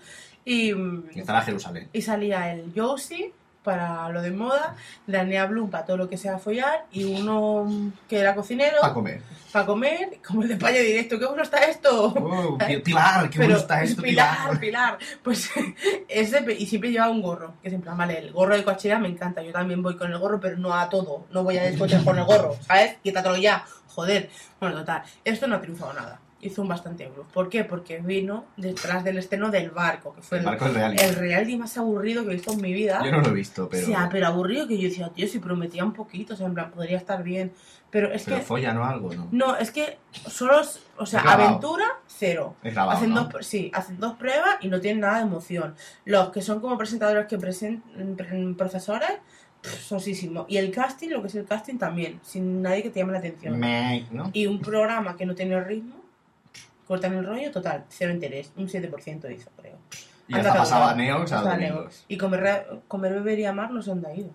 S2: Y, mm,
S1: Y estaba Jerusalén.
S2: y salía el Josie para lo de moda, Daniela Blum para todo lo que sea follar, y uno mm, que era cocinero
S1: Para comer.
S2: para comer, como el de España directo. ¡Qué bueno está esto!
S1: Oh, Pi- Pilar, qué bueno está esto,
S2: Pilar, Pilar. Pues ese, y siempre lleva un gorro. Que es en plan, vale, el gorro de cochera me encanta. Yo también voy con el gorro, pero no a todo. No voy a discotear con el gorro, ¿sabes? Quítatelo ya, joder. Bueno, total, esto no ha triunfado nada. Hizo un bastante blues. ¿Por qué? Porque vino detrás del estreno del barco, que fue
S1: El
S2: el,
S1: barco es real.
S2: el reality más aburrido que he visto en mi vida.
S1: Yo no lo he visto, pero.
S2: O sea, ah, pero aburrido que yo decía, tío, si prometía un poquito, o sea, en plan, podría estar bien. Pero es
S1: Pero
S2: que.
S1: follan o algo, ¿no?
S2: No, es que solo. es- O sea,
S1: Es grabado.
S2: aventura, cero.
S1: Es grabado.
S2: Hacen
S1: ¿no?
S2: dos, pr- sí, hacen dos pruebas y no tienen nada de emoción. Los que son como presentadores que presentan profesores, pff, sosísimo. Y el casting, lo que es el casting también, sin nadie que te llame la atención.
S1: Me- ¿no?
S2: Y un programa que no tiene ritmo, cortan el rollo, total, cero interés, un 7% hizo, creo.
S1: Y
S2: Anda
S1: hasta
S2: cagado.
S1: pasaba Neox a
S2: Hasta
S1: los
S2: Neox.
S1: domingos.
S2: Y comer, re- comer, beber y amar no sé dónde ha ido.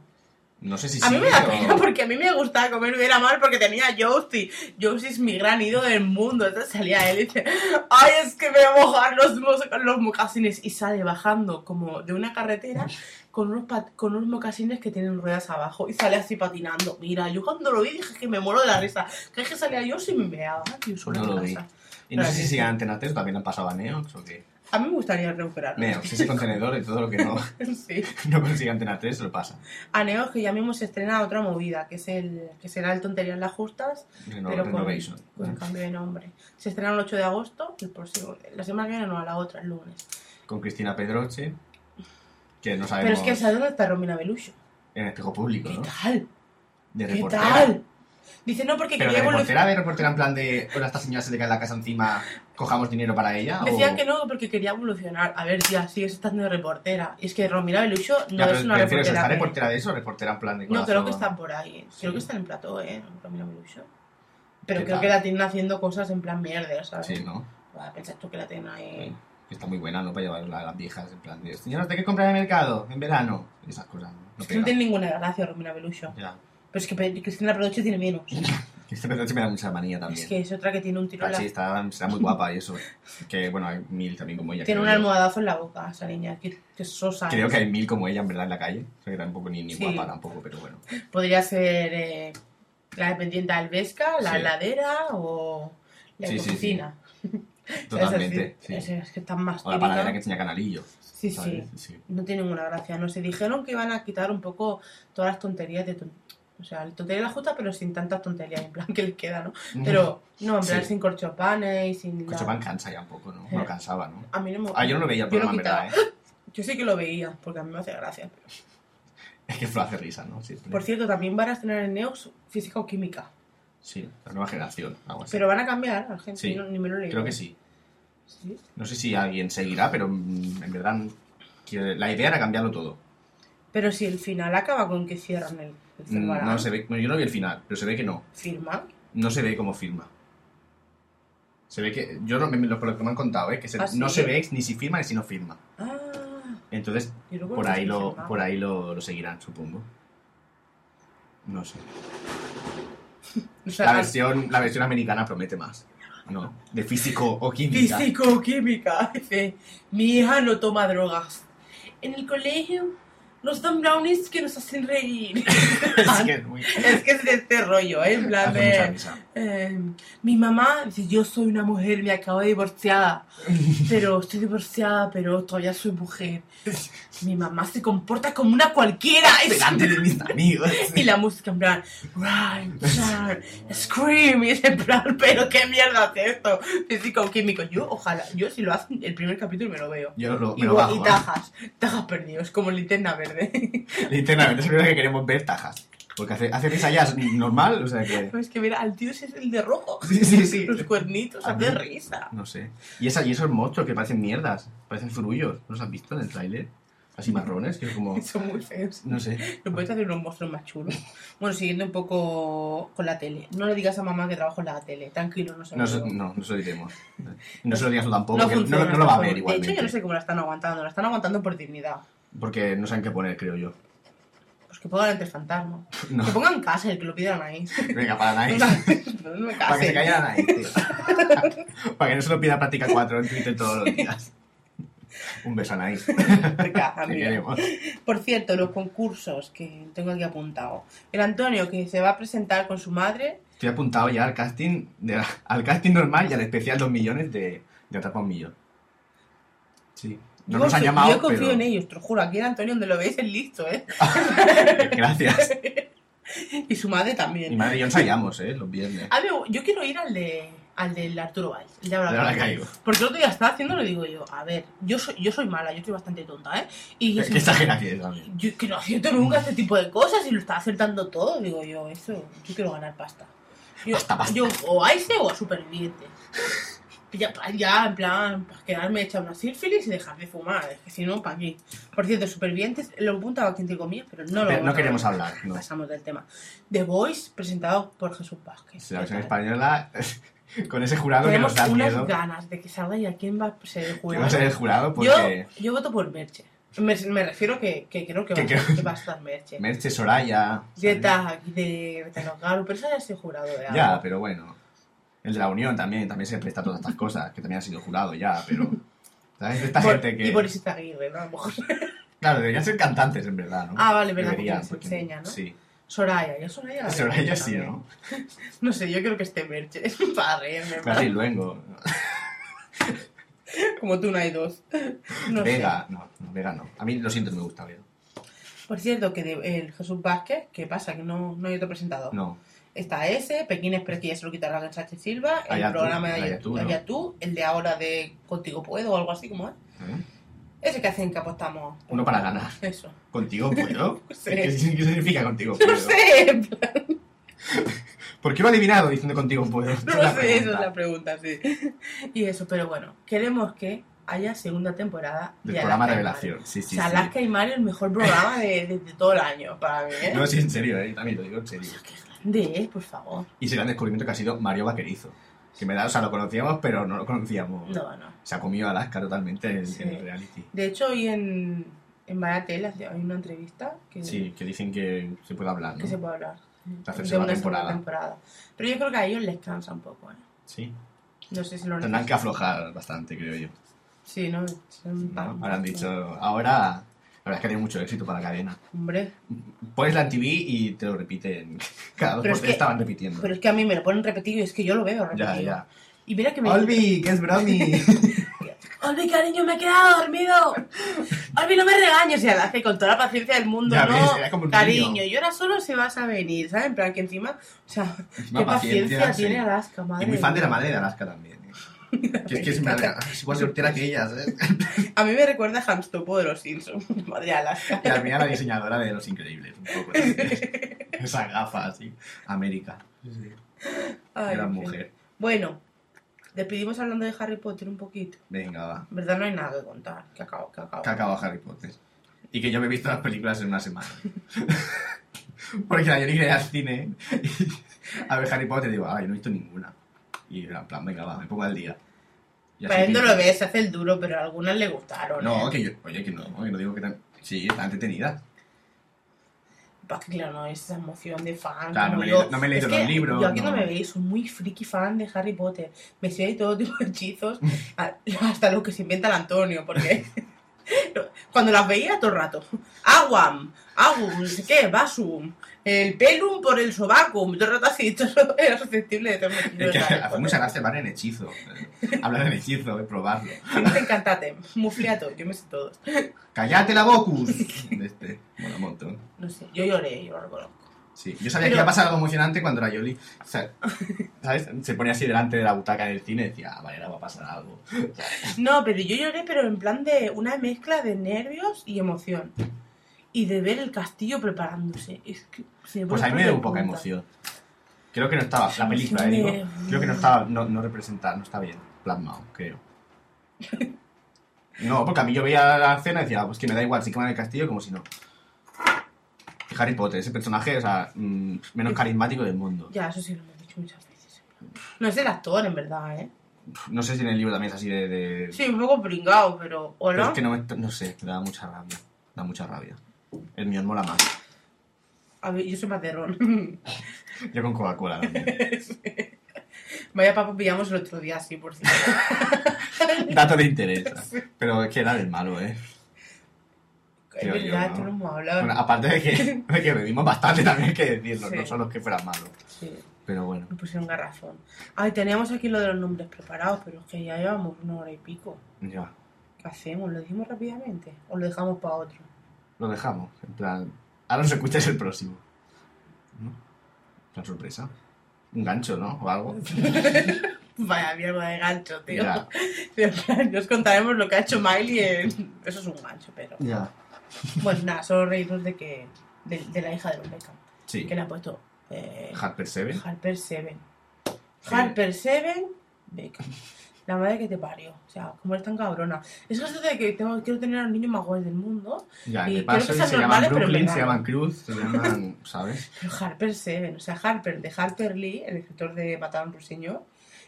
S1: No sé si
S2: a mí
S1: sí,
S2: me da
S1: pero-
S2: pena porque a mí me gustaba comer beber y amar porque tenía a Josie. Josie es mi gran ídolo del mundo. Entonces salía él y dice, ay, es que me voy a mojar los, mos- los mocasines. Y sale bajando como de una carretera con unos, pat- con unos mocasines que tienen ruedas abajo y sale así patinando. Mira, yo cuando lo vi dije que me muero de la risa. Que es que salía Josie y me meaba, tío, sobre
S1: No
S2: la
S1: lo vi.
S2: casa.
S1: Y no sé si
S2: Pero-
S1: sigan Antena 3 también han pasado a Neox o qué.
S2: A mí me gustaría recuperarlo.
S1: Neox, ese contenedor de todo lo que no,
S2: sí.
S1: no consigue Antena 3 se lo pasa.
S2: A Neos que ya mismo se estrena otra movida, que es el que será el Tonterías las Justas,
S1: Reno-
S2: pero con,
S1: Renovation.
S2: con cambio de nombre. Se estrena el 8 de agosto, el próximo, la semana que viene no, a la otra, el lunes.
S1: Con Cristina Pedroche, que Ah, no
S2: Pero
S1: sabemos
S2: es que ¿sabes dónde está Romina Belucho?
S1: en espejo público,
S2: ¿Qué
S1: ¿no?
S2: tal?
S1: De
S2: ¿Qué
S1: reportera.
S2: tal? Dice, no, porque
S1: Pero de
S2: quería
S1: reportera,
S2: evolucionar.
S1: de reportera en plan de, hola, esta señora se le cae la casa encima, cojamos dinero para ella.
S2: Decían
S1: o...
S2: que no, porque quería evolucionar. A ver, tía, sigues estando de reportera. Y es que Romina Belucho no
S1: Ya, pero
S2: es una
S1: me refiero, ¿Está
S2: reportera. que-
S1: reportera de eso o reportera en plan de
S2: No,
S1: corazón?
S2: creo que están por ahí.
S1: Sí.
S2: Creo que están en plató, ¿eh? Romina Belucho. Pero
S1: ¿Qué
S2: creo
S1: tal?
S2: que la tienen haciendo cosas en plan mierda, ¿sabes?
S1: Sí, ¿no?
S2: Buah, Pensas tú que la tienen ahí.
S1: Que Está muy buena, ¿no? Para llevarla a las viejas en plan de, señoras, ¿de qué comprar en el mercado? En verano. Y esas cosas, ¿no? No
S2: Es que no
S1: pega.
S2: tiene ninguna gracia Romina Belucho.
S1: Ya.
S2: Pero es que Pe- Cristina Prodoche tiene menos.
S1: Que Este Pedroche me da mucha manía también.
S2: Es que es otra que tiene un tiro en
S1: Ah,
S2: la...
S1: sí, está, será muy guapa y eso. Que bueno, hay mil también como ella. creo
S2: Tiene un
S1: yo.
S2: almohadazo en la boca esa niña. Que, que sosa.
S1: Creo
S2: es.
S1: que hay mil como ella, en verdad, en la calle. O sea, que tampoco ni, ni
S2: Sí.
S1: guapa tampoco, pero bueno.
S2: Podría ser eh, la dependiente del Vesca, la
S1: Sí.
S2: heladera o la
S1: Sí, sí, sí.
S2: cocina.
S1: Totalmente.
S2: Es,
S1: Sí.
S2: decir, es- es que están más
S1: O la
S2: típica.
S1: panadera que enseña canalillo.
S2: Sí, sí.
S1: ¿sabes? sí.
S2: No tiene ninguna gracia. No se dijeron que iban a quitar un poco todas las tonterías de... ton- O sea, el tontería la justa, pero sin tantas tonterías, en plan que les queda, ¿no? Pero, no, en plan
S1: Mm. Sí.
S2: sin corchopanes y sin... nada.
S1: Cochopan cansa ya un poco, ¿no?
S2: Sí.
S1: No cansaba, ¿no?
S2: A mí no me
S1: Ah, yo no lo veía el
S2: Eh. Yo lo
S1: programa, en
S2: quitaba.
S1: verdad, ¿eh?
S2: Yo sí que lo veía, porque a mí me hace gracia. pero-
S1: Es que lo hace risa, ¿no? Siempre.
S2: Por cierto, también van a estrenar en Neox física o química.
S1: Sí, la nueva generación, algo así.
S2: Pero van a cambiar, Argentina,
S1: Ah, Sí,
S2: ni me lo he leído.
S1: Creo que sí.
S2: Sí.
S1: No sé si alguien seguirá, pero mm, en verdad que la idea era cambiarlo todo.
S2: Pero si el final acaba con que cierran el, el Zerbarán.
S1: Mm, No se ve, bueno, yo no vi el final, pero se ve que no.
S2: Firma.
S1: No se ve cómo firma. Se ve que, yo no, me- lo, por lo que me han contado, ¿eh? que se-
S2: ¿Ah, sí?
S1: no se ve ni si firma ni si no firma.
S2: Ah,
S1: Entonces,
S2: yo creo que
S1: por
S2: no
S1: ahí,
S2: está
S1: lo,
S2: firmado.
S1: por ahí lo, lo seguirán, supongo. No sé.
S2: O sea,
S1: La versión, la versión americana promete más. No, de físico o química.
S2: Físico-química. ah, Dice, mi hija no toma drogas. En el colegio nos dan brownies que nos hacen reír.
S1: es que es muy...
S2: es que es de este rollo, ¿eh? En plan
S1: Hace
S2: de,
S1: mucha risa.
S2: eh, mi mamá dice, yo soy una mujer, me acabo de divorciada. Pero estoy divorciada, pero todavía soy mujer. Mi mamá se comporta como una cualquiera.
S1: Delante de mis amigos.
S2: Y la música en plan, rhyme, char, scream, y es en plan, pero qué mierda es esto, físico químico. Yo, ojalá, yo si lo hacen el primer capítulo me lo veo.
S1: Yo lo,
S2: Y,
S1: me lo
S2: gua- y
S1: bajo. ¿eh?
S2: tajas, tajas perdidos, como linterna verde.
S1: Literalmente es lo primero que queremos ver tajas. Porque hace, hace risa ya es normal, o sea que...
S2: Pero es que mira, al tío ese es el de rojo.
S1: Sí, sí, sí.
S2: Los cuernitos,
S1: A
S2: hace
S1: mí-
S2: risa.
S1: No sé. Y, esa, y esos monstruos que parecen mierdas, parecen zurullos. ¿No los has visto en el tráiler? Así marrones, que es como...
S2: Son muy feos.
S1: No sé.
S2: No puedes hacer unos monstruos más chulos. Bueno, siguiendo un poco con la tele. No le digas a mamá que trabajo en la tele. Tranquilo, no se
S1: No,
S2: me
S1: se-
S2: veo.
S1: no, no se lo diremos. No se lo digas tampoco,
S2: No
S1: que no,
S2: funciona,
S1: no lo va a
S2: tampoco.
S1: ver igualmente.
S2: De hecho, yo no sé cómo la están aguantando. La están aguantando por dignidad.
S1: Porque no saben qué poner, creo yo.
S2: Pues que pongan ante el fantasma.
S1: No.
S2: Que pongan casa el que lo pidan ahí.
S1: Venga, para Nice.
S2: No, no me
S1: Para que se
S2: casen.
S1: caiga la Nice, tío. Para que no se lo pida Práctica 4 en Twitter todos los días. Un beso a Nice.
S2: Venga,
S1: Te
S2: amiga.
S1: queremos.
S2: Por cierto, los concursos que tengo aquí apuntado. El Antonio que se va a presentar con su madre.
S1: Estoy apuntado ya al casting, de- al casting normal y al especial 2 millones de, de Atrapa un Millón. Sí. No
S2: yo,
S1: nos han
S2: confío-
S1: llamado,
S2: yo confío
S1: pero-
S2: en ellos, te lo juro. Aquí el Antonio, donde lo veis, es listo, ¿eh?
S1: Gracias.
S2: Y su madre
S1: Mi
S2: también.
S1: madre y yo ensayamos, ¿eh? Los viernes.
S2: A ver, yo quiero ir al de al del Arturo Valls. el de ahora
S1: De ahora
S2: caigo.
S1: caigo.
S2: Porque el otro día estaba haciendo, lo digo yo, a ver, yo soy, yo soy mala, yo soy bastante tonta, ¿eh? Y yo
S1: Qué
S2: siempre-
S1: exageración es también.
S2: Yo que no acierto nunca este tipo de cosas y lo está acertando todo. Digo yo, eso, yo quiero ganar pasta. Yo,
S1: Pasta, pasta.
S2: yo o a ese o a superviviente. Ya, pa- ya, en plan, para quedarme hecha una sífilis y dejar de fumar. Es que si no, para aquí. Por cierto, supervivientes lo apuntaba quien te comía, pero no lo
S1: Pero
S2: vamos
S1: no
S2: a
S1: queremos hablar, no.
S2: Pasamos del tema. The Voice, presentado por Jesús Vázquez.
S1: La versión española, con ese jurado que
S2: Tenemos
S1: nos da
S2: unas
S1: miedo.
S2: ganas de que salga y a quién va a ser el
S1: Que
S2: jurado.
S1: va a ser el jurado porque
S2: yo, yo voto por Merche. Me, me refiero que, que creo que va,
S1: Que
S2: a-
S1: creo-
S2: que va a estar Merche.
S1: Merche Soraya. ¿sabes?
S2: Dieta aquí de Betanogaro, pero esa ya estoy jurado ¿eh? de algo.
S1: Ya, pero bueno. El de la Unión también, también se presta a todas estas cosas, que también ha sido jurado ya, pero. ¿Sabes? Esta
S2: Por-
S1: gente que.
S2: Y por Isita Aguirre, ¿no? A lo mejor.
S1: Claro, deberían ser cantantes en verdad, ¿no?
S2: Ah, vale, verdad,
S1: Deberían,
S2: porque se
S1: porque-
S2: enseña, ¿no?
S1: Sí.
S2: Soraya, yo Soraya la veo
S1: Soraya sí,
S2: también.
S1: ¿no?
S2: No sé, yo creo que esté Merche. Para reírme, en
S1: Brasil
S2: plan,
S1: Luengo.
S2: Como tú no hay dos. No sé.
S1: Vega, no, no, Vega no. A mí lo siento, me gusta Vega.
S2: Por cierto, que de- el Jesús Vázquez, ¿qué pasa? Que no, no hay otro presentador.
S1: No.
S2: Está ese, Pekín Express, que ya se lo quitará a Sánchez Silva, el
S1: Allá tú,
S2: programa de
S1: allá
S2: Allá
S1: tú,
S2: tú,
S1: ¿no?
S2: el de ahora de Contigo Puedo o algo así como es.
S1: ¿Eh?
S2: Ese que hacen que apostamos.
S1: Uno para ganar.
S2: Eso.
S1: ¿Contigo puedo?
S2: Sí.
S1: ¿Qué, qué significa contigo puedo?
S2: No sé, en plan,
S1: ¿Por qué lo ha eliminado diciendo contigo puedo? Esa
S2: No
S1: es
S2: lo
S1: la
S2: sé, esa es
S1: pregunta.
S2: la pregunta, sí. Y eso, pero bueno, queremos que haya segunda temporada
S1: Del
S2: de
S1: programa
S2: Alaska y
S1: Revelación.
S2: Mario.
S1: Sí, sí,
S2: o sea,
S1: sí.
S2: Alaska y Mario, el mejor programa de, de- de todo el año para mí, ¿eh?
S1: No, sí, en serio, eh, también lo digo en serio.
S2: De, eh, por favor.
S1: Y ese gran descubrimiento que ha sido Mario Vaquerizo. Que me da, o sea, lo conocíamos, pero no lo conocíamos.
S2: No, no.
S1: Se ha comido Alaska totalmente en,
S2: Sí.
S1: en el reality.
S2: De hecho, hoy en, en Vaya Tele hacía- hay una entrevista que,
S1: Sí, que dicen que se puede hablar,
S2: que
S1: ¿no?
S2: se puede hablar.
S1: La
S2: de
S1: segunda
S2: una segunda
S1: temporada.
S2: temporada. Pero yo creo que a ellos les cansa un poco, ¿eh?
S1: Sí.
S2: No sé si lo
S1: Tendrán que
S2: necesitan.
S1: aflojar bastante, creo yo.
S2: Sí, ¿no? Son
S1: ¿no?
S2: tan-
S1: Habrán dicho, ahora... La verdad es que tiene mucho éxito para la cadena.
S2: Hombre,
S1: Pones la TV y te lo repiten. Cada dos
S2: Pero
S1: por
S2: es
S1: tres
S2: que-
S1: estaban repitiendo.
S2: pero es que a mí me lo ponen repetido y es que yo lo veo repetido.
S1: Ya, ya.
S2: Y mira que me...
S1: Olvi, que es bromi.
S2: Olvi, cariño, me he quedado dormido. Olvi, no me regañes. Y hace con toda la paciencia del mundo,
S1: Ya
S2: ¿no?
S1: ves, era como un
S2: cariño,
S1: niño.
S2: y ahora solo se vas a venir, ¿sabes? En plan, que encima, o sea,
S1: Una
S2: qué paciencia,
S1: paciencia, sí.
S2: tiene Alaska, madre.
S1: y muy fan de la
S2: mía.
S1: madre de Alaska también. ¿eh? que es que es, una- es igual de hortera que ellas, ¿eh?
S2: A mí me recuerda a Hans Topo de los Simpsons. Madre Alaska.
S1: Y la mía la diseñadora de Los Increíbles, un poco. también. Esa gafa así. América.
S2: Ay,
S1: Gran
S2: en fin.
S1: mujer.
S2: Bueno, Despedimos hablando de Harry Potter un poquito.
S1: Venga, va.
S2: En verdad no hay nada que contar. Que acabo, que acabo.
S1: Que acaba Harry Potter. Y que yo me he visto las películas en una semana. Porque la yo ir al cine a ver Harry Potter y digo, ay, no he visto ninguna. Y era en plan, venga, va, me pongo al día. Y así
S2: Para Pues él no
S1: que-
S2: lo ve, se hace el duro, pero a algunas le gustaron.
S1: No,
S2: ¿eh?
S1: que yo, oye, que no, que no digo que tan... Sí, están entretenidas.
S2: Pues que claro, no es esa emoción de fan.
S1: Claro, no
S2: como
S1: me he
S2: yo.
S1: leído- no me he leído
S2: Es que
S1: los libros,
S2: Yo aquí no,
S1: no.
S2: me veis, soy muy friki fan de Harry Potter. Me sé de todo tipo de hechizos, a- hasta los que se inventa el Antonio, porque cuando las veía todo el rato. Aguam, Agum, no sé qué, Basum, el pelum por el sobacum, todo el rato así, todo eso era susceptible de todo
S1: Es que hace mucha gracia hablar en hechizo. eh, Hablar en hechizo, eh, probarlo.
S2: Te encantate, mufliato, yo me sé todos.
S1: ¡Cállate la Bocus! De Este, mola un montón.
S2: No sé, yo lloré, yo lo reconozco.
S1: Sí, yo sabía
S2: Pero-
S1: que iba a pasar algo emocionante cuando la Yoli, o sea, ¿sabes? Se ponía así delante de la butaca del cine y decía, ah, vale, ahora va a pasar algo.
S2: No, pero yo lloré, pero en plan de una mezcla de nervios y emoción. Y de ver el castillo preparándose. Es que se
S1: Pues
S2: pone
S1: a mí me dio
S2: de
S1: un poca
S2: punta.
S1: emoción. Creo que no estaba, la película, eh, digo, creo que no estaba, no, no representada, no está bien plasmado, creo. No, porque a mí yo veía la escena y decía, pues que me da igual, sí que va en el castillo como si no. Y Harry Potter, ese personaje, o sea, mm, menos carismático del mundo.
S2: Ya, eso sí lo hemos dicho muchas veces. No es el actor, en verdad, ¿eh?
S1: Pff, No sé si en el libro también es así de... de-
S2: Sí, un poco pringado, pero.
S1: Pero
S2: Hola.
S1: es que no, me, no sé, me da mucha rabia, da mucha rabia. El mío mola más.
S2: A ver, yo soy más de ron.
S1: Yo con Coca-Cola también.
S2: Vaya papo pillamos el otro día, sí, por cierto.
S1: Dato de interés. Pero es que era del malo, ¿eh?
S2: Es
S1: Creo yo,
S2: verdad,
S1: ¿no?
S2: esto no hemos hablado.
S1: Bueno, aparte de que, de que bebimos bastante también, hay que decirlo,
S2: Sí.
S1: no solo que fuera malo.
S2: Sí,
S1: Pero bueno.
S2: nos pusieron garrafón. Ay, teníamos aquí lo de los nombres preparados, pero es que ya llevamos una hora y pico.
S1: Ya,
S2: ¿Qué hacemos? ¿Lo decimos rápidamente? ¿O lo dejamos para otro?
S1: lo dejamos. En plan, ahora nos escuchas el próximo. ¿No? Una sorpresa. Un gancho, ¿no? O algo.
S2: Vaya mierda de gancho, tío.
S1: Ya,
S2: En plan, Nos contaremos lo que ha hecho Miley en... Eso es un gancho, pero...
S1: ya.
S2: Bueno, nada, solo reírnos de que... De, de la hija de los Beckham.
S1: Sí.
S2: Que le ha puesto... eh,
S1: Harper Seven.
S2: Harper Seven. Harper Seven, Beckham. La madre que te parió. O sea, como eres tan cabrona. Es cosa de que tengo, quiero tener a los niños más guays del mundo.
S1: Ya, y
S2: Y
S1: me
S2: creo
S1: paso
S2: que
S1: y
S2: son
S1: se llaman
S2: normales, pero
S1: Brooklyn, se
S2: veganos.
S1: llaman Cruz, se llaman, ¿sabes?
S2: Pero Harper Seven. O sea, Harper de Harper Lee, el escritor de Batán Rusiñol.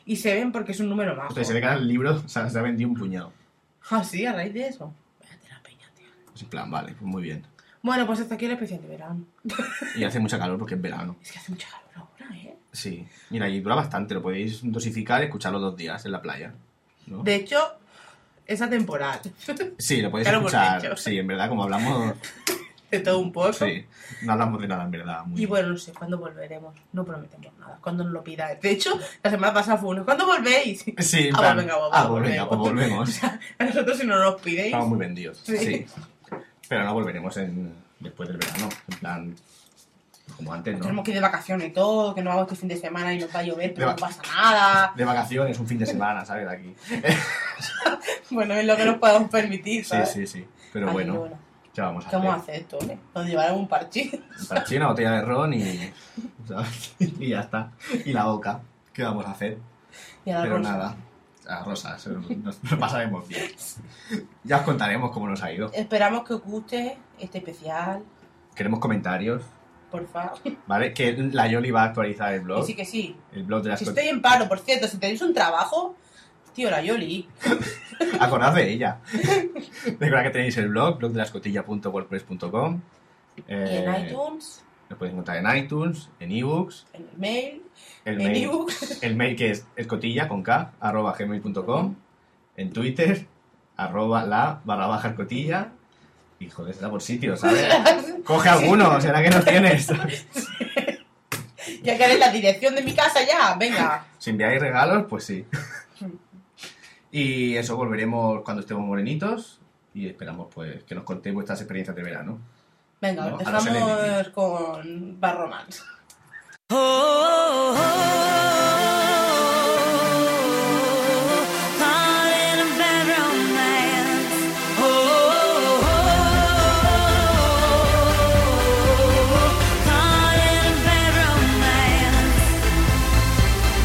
S2: Y Seven porque es un número más.
S1: Entonces se ve que ahora el libro o sea, se ha vendido un puñado.
S2: Ah, sí, a raíz de eso. Vete la peña, tío.
S1: Pues en plan, vale, pues muy bien.
S2: Bueno, pues hasta aquí el especial de verano.
S1: Y hace mucha calor porque es verano.
S2: Es que hace mucha calor ahora, ¿eh?
S1: Sí. Mira, y dura bastante, lo podéis dosificar y escucharlo dos días en la playa. ¿no?
S2: De hecho, esa temporada.
S1: Sí, lo podéis
S2: Claro, por
S1: escuchar.
S2: hecho.
S1: Sí, en verdad, como hablamos.
S2: De todo un poco.
S1: Sí, no hablamos de nada, en verdad. Muy
S2: Y bueno, no sé cuándo volveremos. No prometemos nada. Cuando nos lo pidáis. De hecho, la semana pasada fue uno. ¿Cuándo volvéis?
S1: Sí, en
S2: Ah, pues
S1: plan,
S2: venga, pues
S1: ah, pues
S2: volvemos.
S1: venga, pues
S2: O
S1: volvemos.
S2: sea, a nosotros si no nos pidéis.
S1: Estamos muy vendidos.
S2: Sí.
S1: Sí. Pero no volveremos en, después del verano. En plan, como antes, ¿no?
S2: Tenemos que ir de vacaciones y todo, que no vamos este fin de semana y nos va a llover, pero
S1: De
S2: no
S1: va-
S2: pasa nada.
S1: De vacaciones, un fin de semana, ¿sabes? Aquí.
S2: Bueno, es lo que nos podemos permitir,
S1: Sí,
S2: ¿sabes?
S1: sí, sí. Pero
S2: Así que
S1: bueno, ¿qué vamos a
S2: ¿Qué
S1: hacer?
S2: vamos a hacer, Tone? Nos llevaremos un parchís.
S1: Para una botella de ron y. ¿sabes? Y ya está. Y la boca. ¿Qué vamos a hacer?
S2: Y a la
S1: Pero
S2: rosa.
S1: nada. A rosas. eh, Nos nos pasaremos bien. Ya os contaremos cómo nos ha ido.
S2: Esperamos que os guste este especial,
S1: Queremos comentarios,
S2: por favor.
S1: ¿vale? Que la Yoli va a actualizar el
S2: Que
S1: blog.
S2: sí, que sí.
S1: El blog de las
S2: Si estoy en paro, por cierto, si tenéis un trabajo, tío, la Yoli.
S1: Acordad de Ah, ella. Recuerda que tenéis el blog, blogdelascotilla.wordpress.com.
S2: Y
S1: Eh,
S2: en iTunes,
S1: Lo podéis encontrar en iTunes, en ebooks,
S2: en el mail,
S1: el
S2: en
S1: mail,
S2: ebooks.
S1: el mail que es escotilla con k arroba gmail.com, en Twitter arroba la barra baja escotilla. Y joder, está por sitio, ¿sabes? Coge alguno, será que no tienes.
S2: ya queréis la dirección de mi casa ya, venga.
S1: Si enviáis regalos, pues sí. Y eso volveremos cuando estemos morenitos y esperamos pues que nos contéis vuestras experiencias de verano.
S2: Venga,
S1: No,
S2: os
S1: ahora se le
S2: dejamos con Barromance.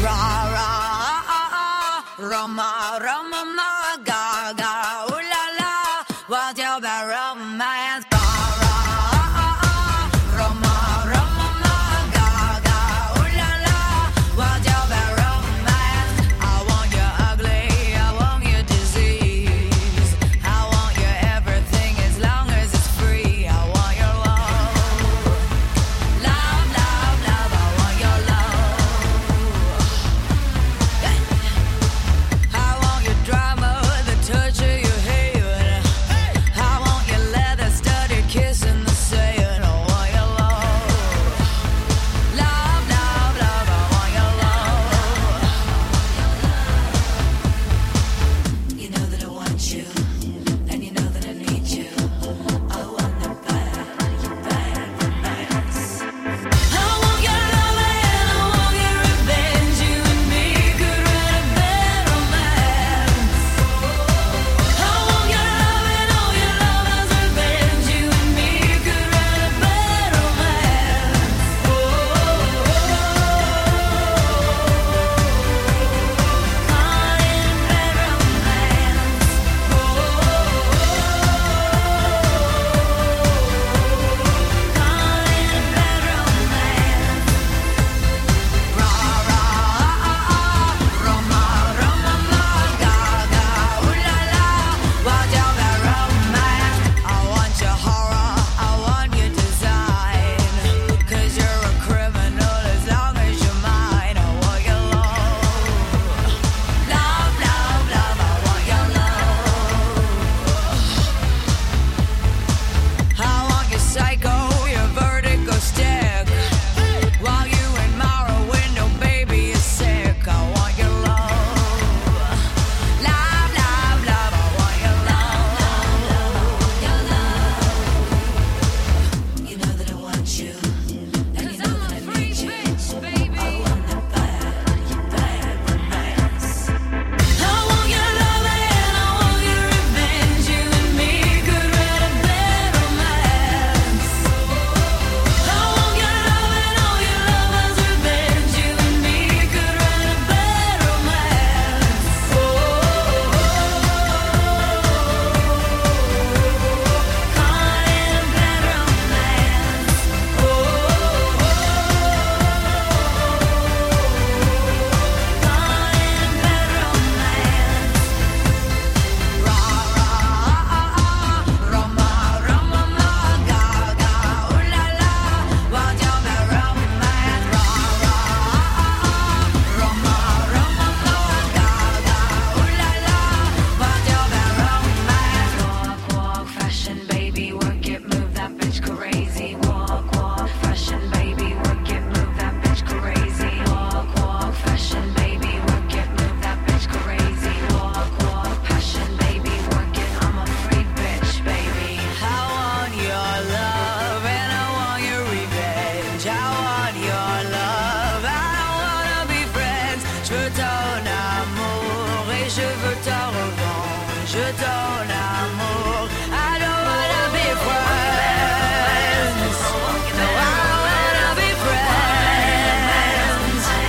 S5: Rah, rah, While your romance Roma, Roma, ga, ga, ooh la la. While your romance, I want your ugly, I want your disease, I want your everything as long as it's free. I want your love, love, love, love. I want your love. I want your drama, the torture you hate. uh, I want your leather studded kiss in the sand. I want your love, love, love, love. I want your love. You know that I want you, and you know that I need you. I want the bad, bad, bad. I want your love and I want your revenge. You and me could write a bad romance. I want your love and all your lovers' revenge. You and me could write a bad romance. Oh, caught in a bad romance. Oh, caught in a bad romance. Ra ra ah Roma Roma ga ga ooh la la Wild your romance I want your horror I want your design Cause you're a criminal as long as you're mine I want your love Love love love I want your love how long you psycho, your vertigo stick? While you in my window, baby, is sick. I want your love. Love, love, love, I want your love. Your love. You know that I want you. And you know that I need you. I want the bad, bad romance. I want your love and I want your revenge. You and me could write a bad romance. I want your love and all your lovers' revenge. You and me could write a bad romance. Oh, caught in a bad romance. Oh, caught in a bad romance. Ra ra Roma Roma ga ga ooh la la wild your romance. Ra ra Roma Roma ga ga ooh la la wild your romance. Walk walk fashion baby work it move that bitch crazy. Walk walk fashion baby work it move that bitch crazy. Walk walk fashion baby work it move that bitch crazy. Walk walk passion baby work it. I'm a free bitch baby. I want your love and I want your revenge. I want your love. I don't wanna be friends. Je veux ton amour et je veux ta revanche. Je veux ton amour. I don't wanna be friends. No, I don't wanna be friends. I don't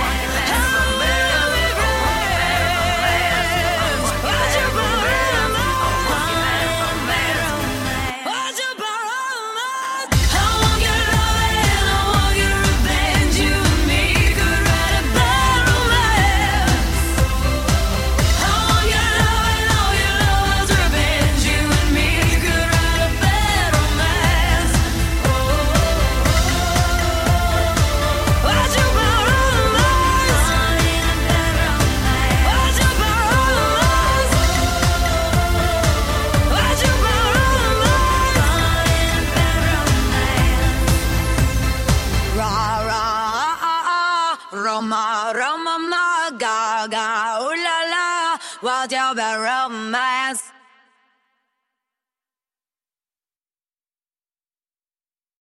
S5: wanna be friends. Why'd you burn my Why'd you burn my I want your love and I want your revenge. You and me could write a bad romance. I want your love and all your lovers' revenge. You and me could write a bad romance. Why'd you burn my Caught in a bad romance. Why'd you burn my Why'd you Ra ra ah, ah, ah. Roma Roma ma, ga ga ooh la la Wild your romance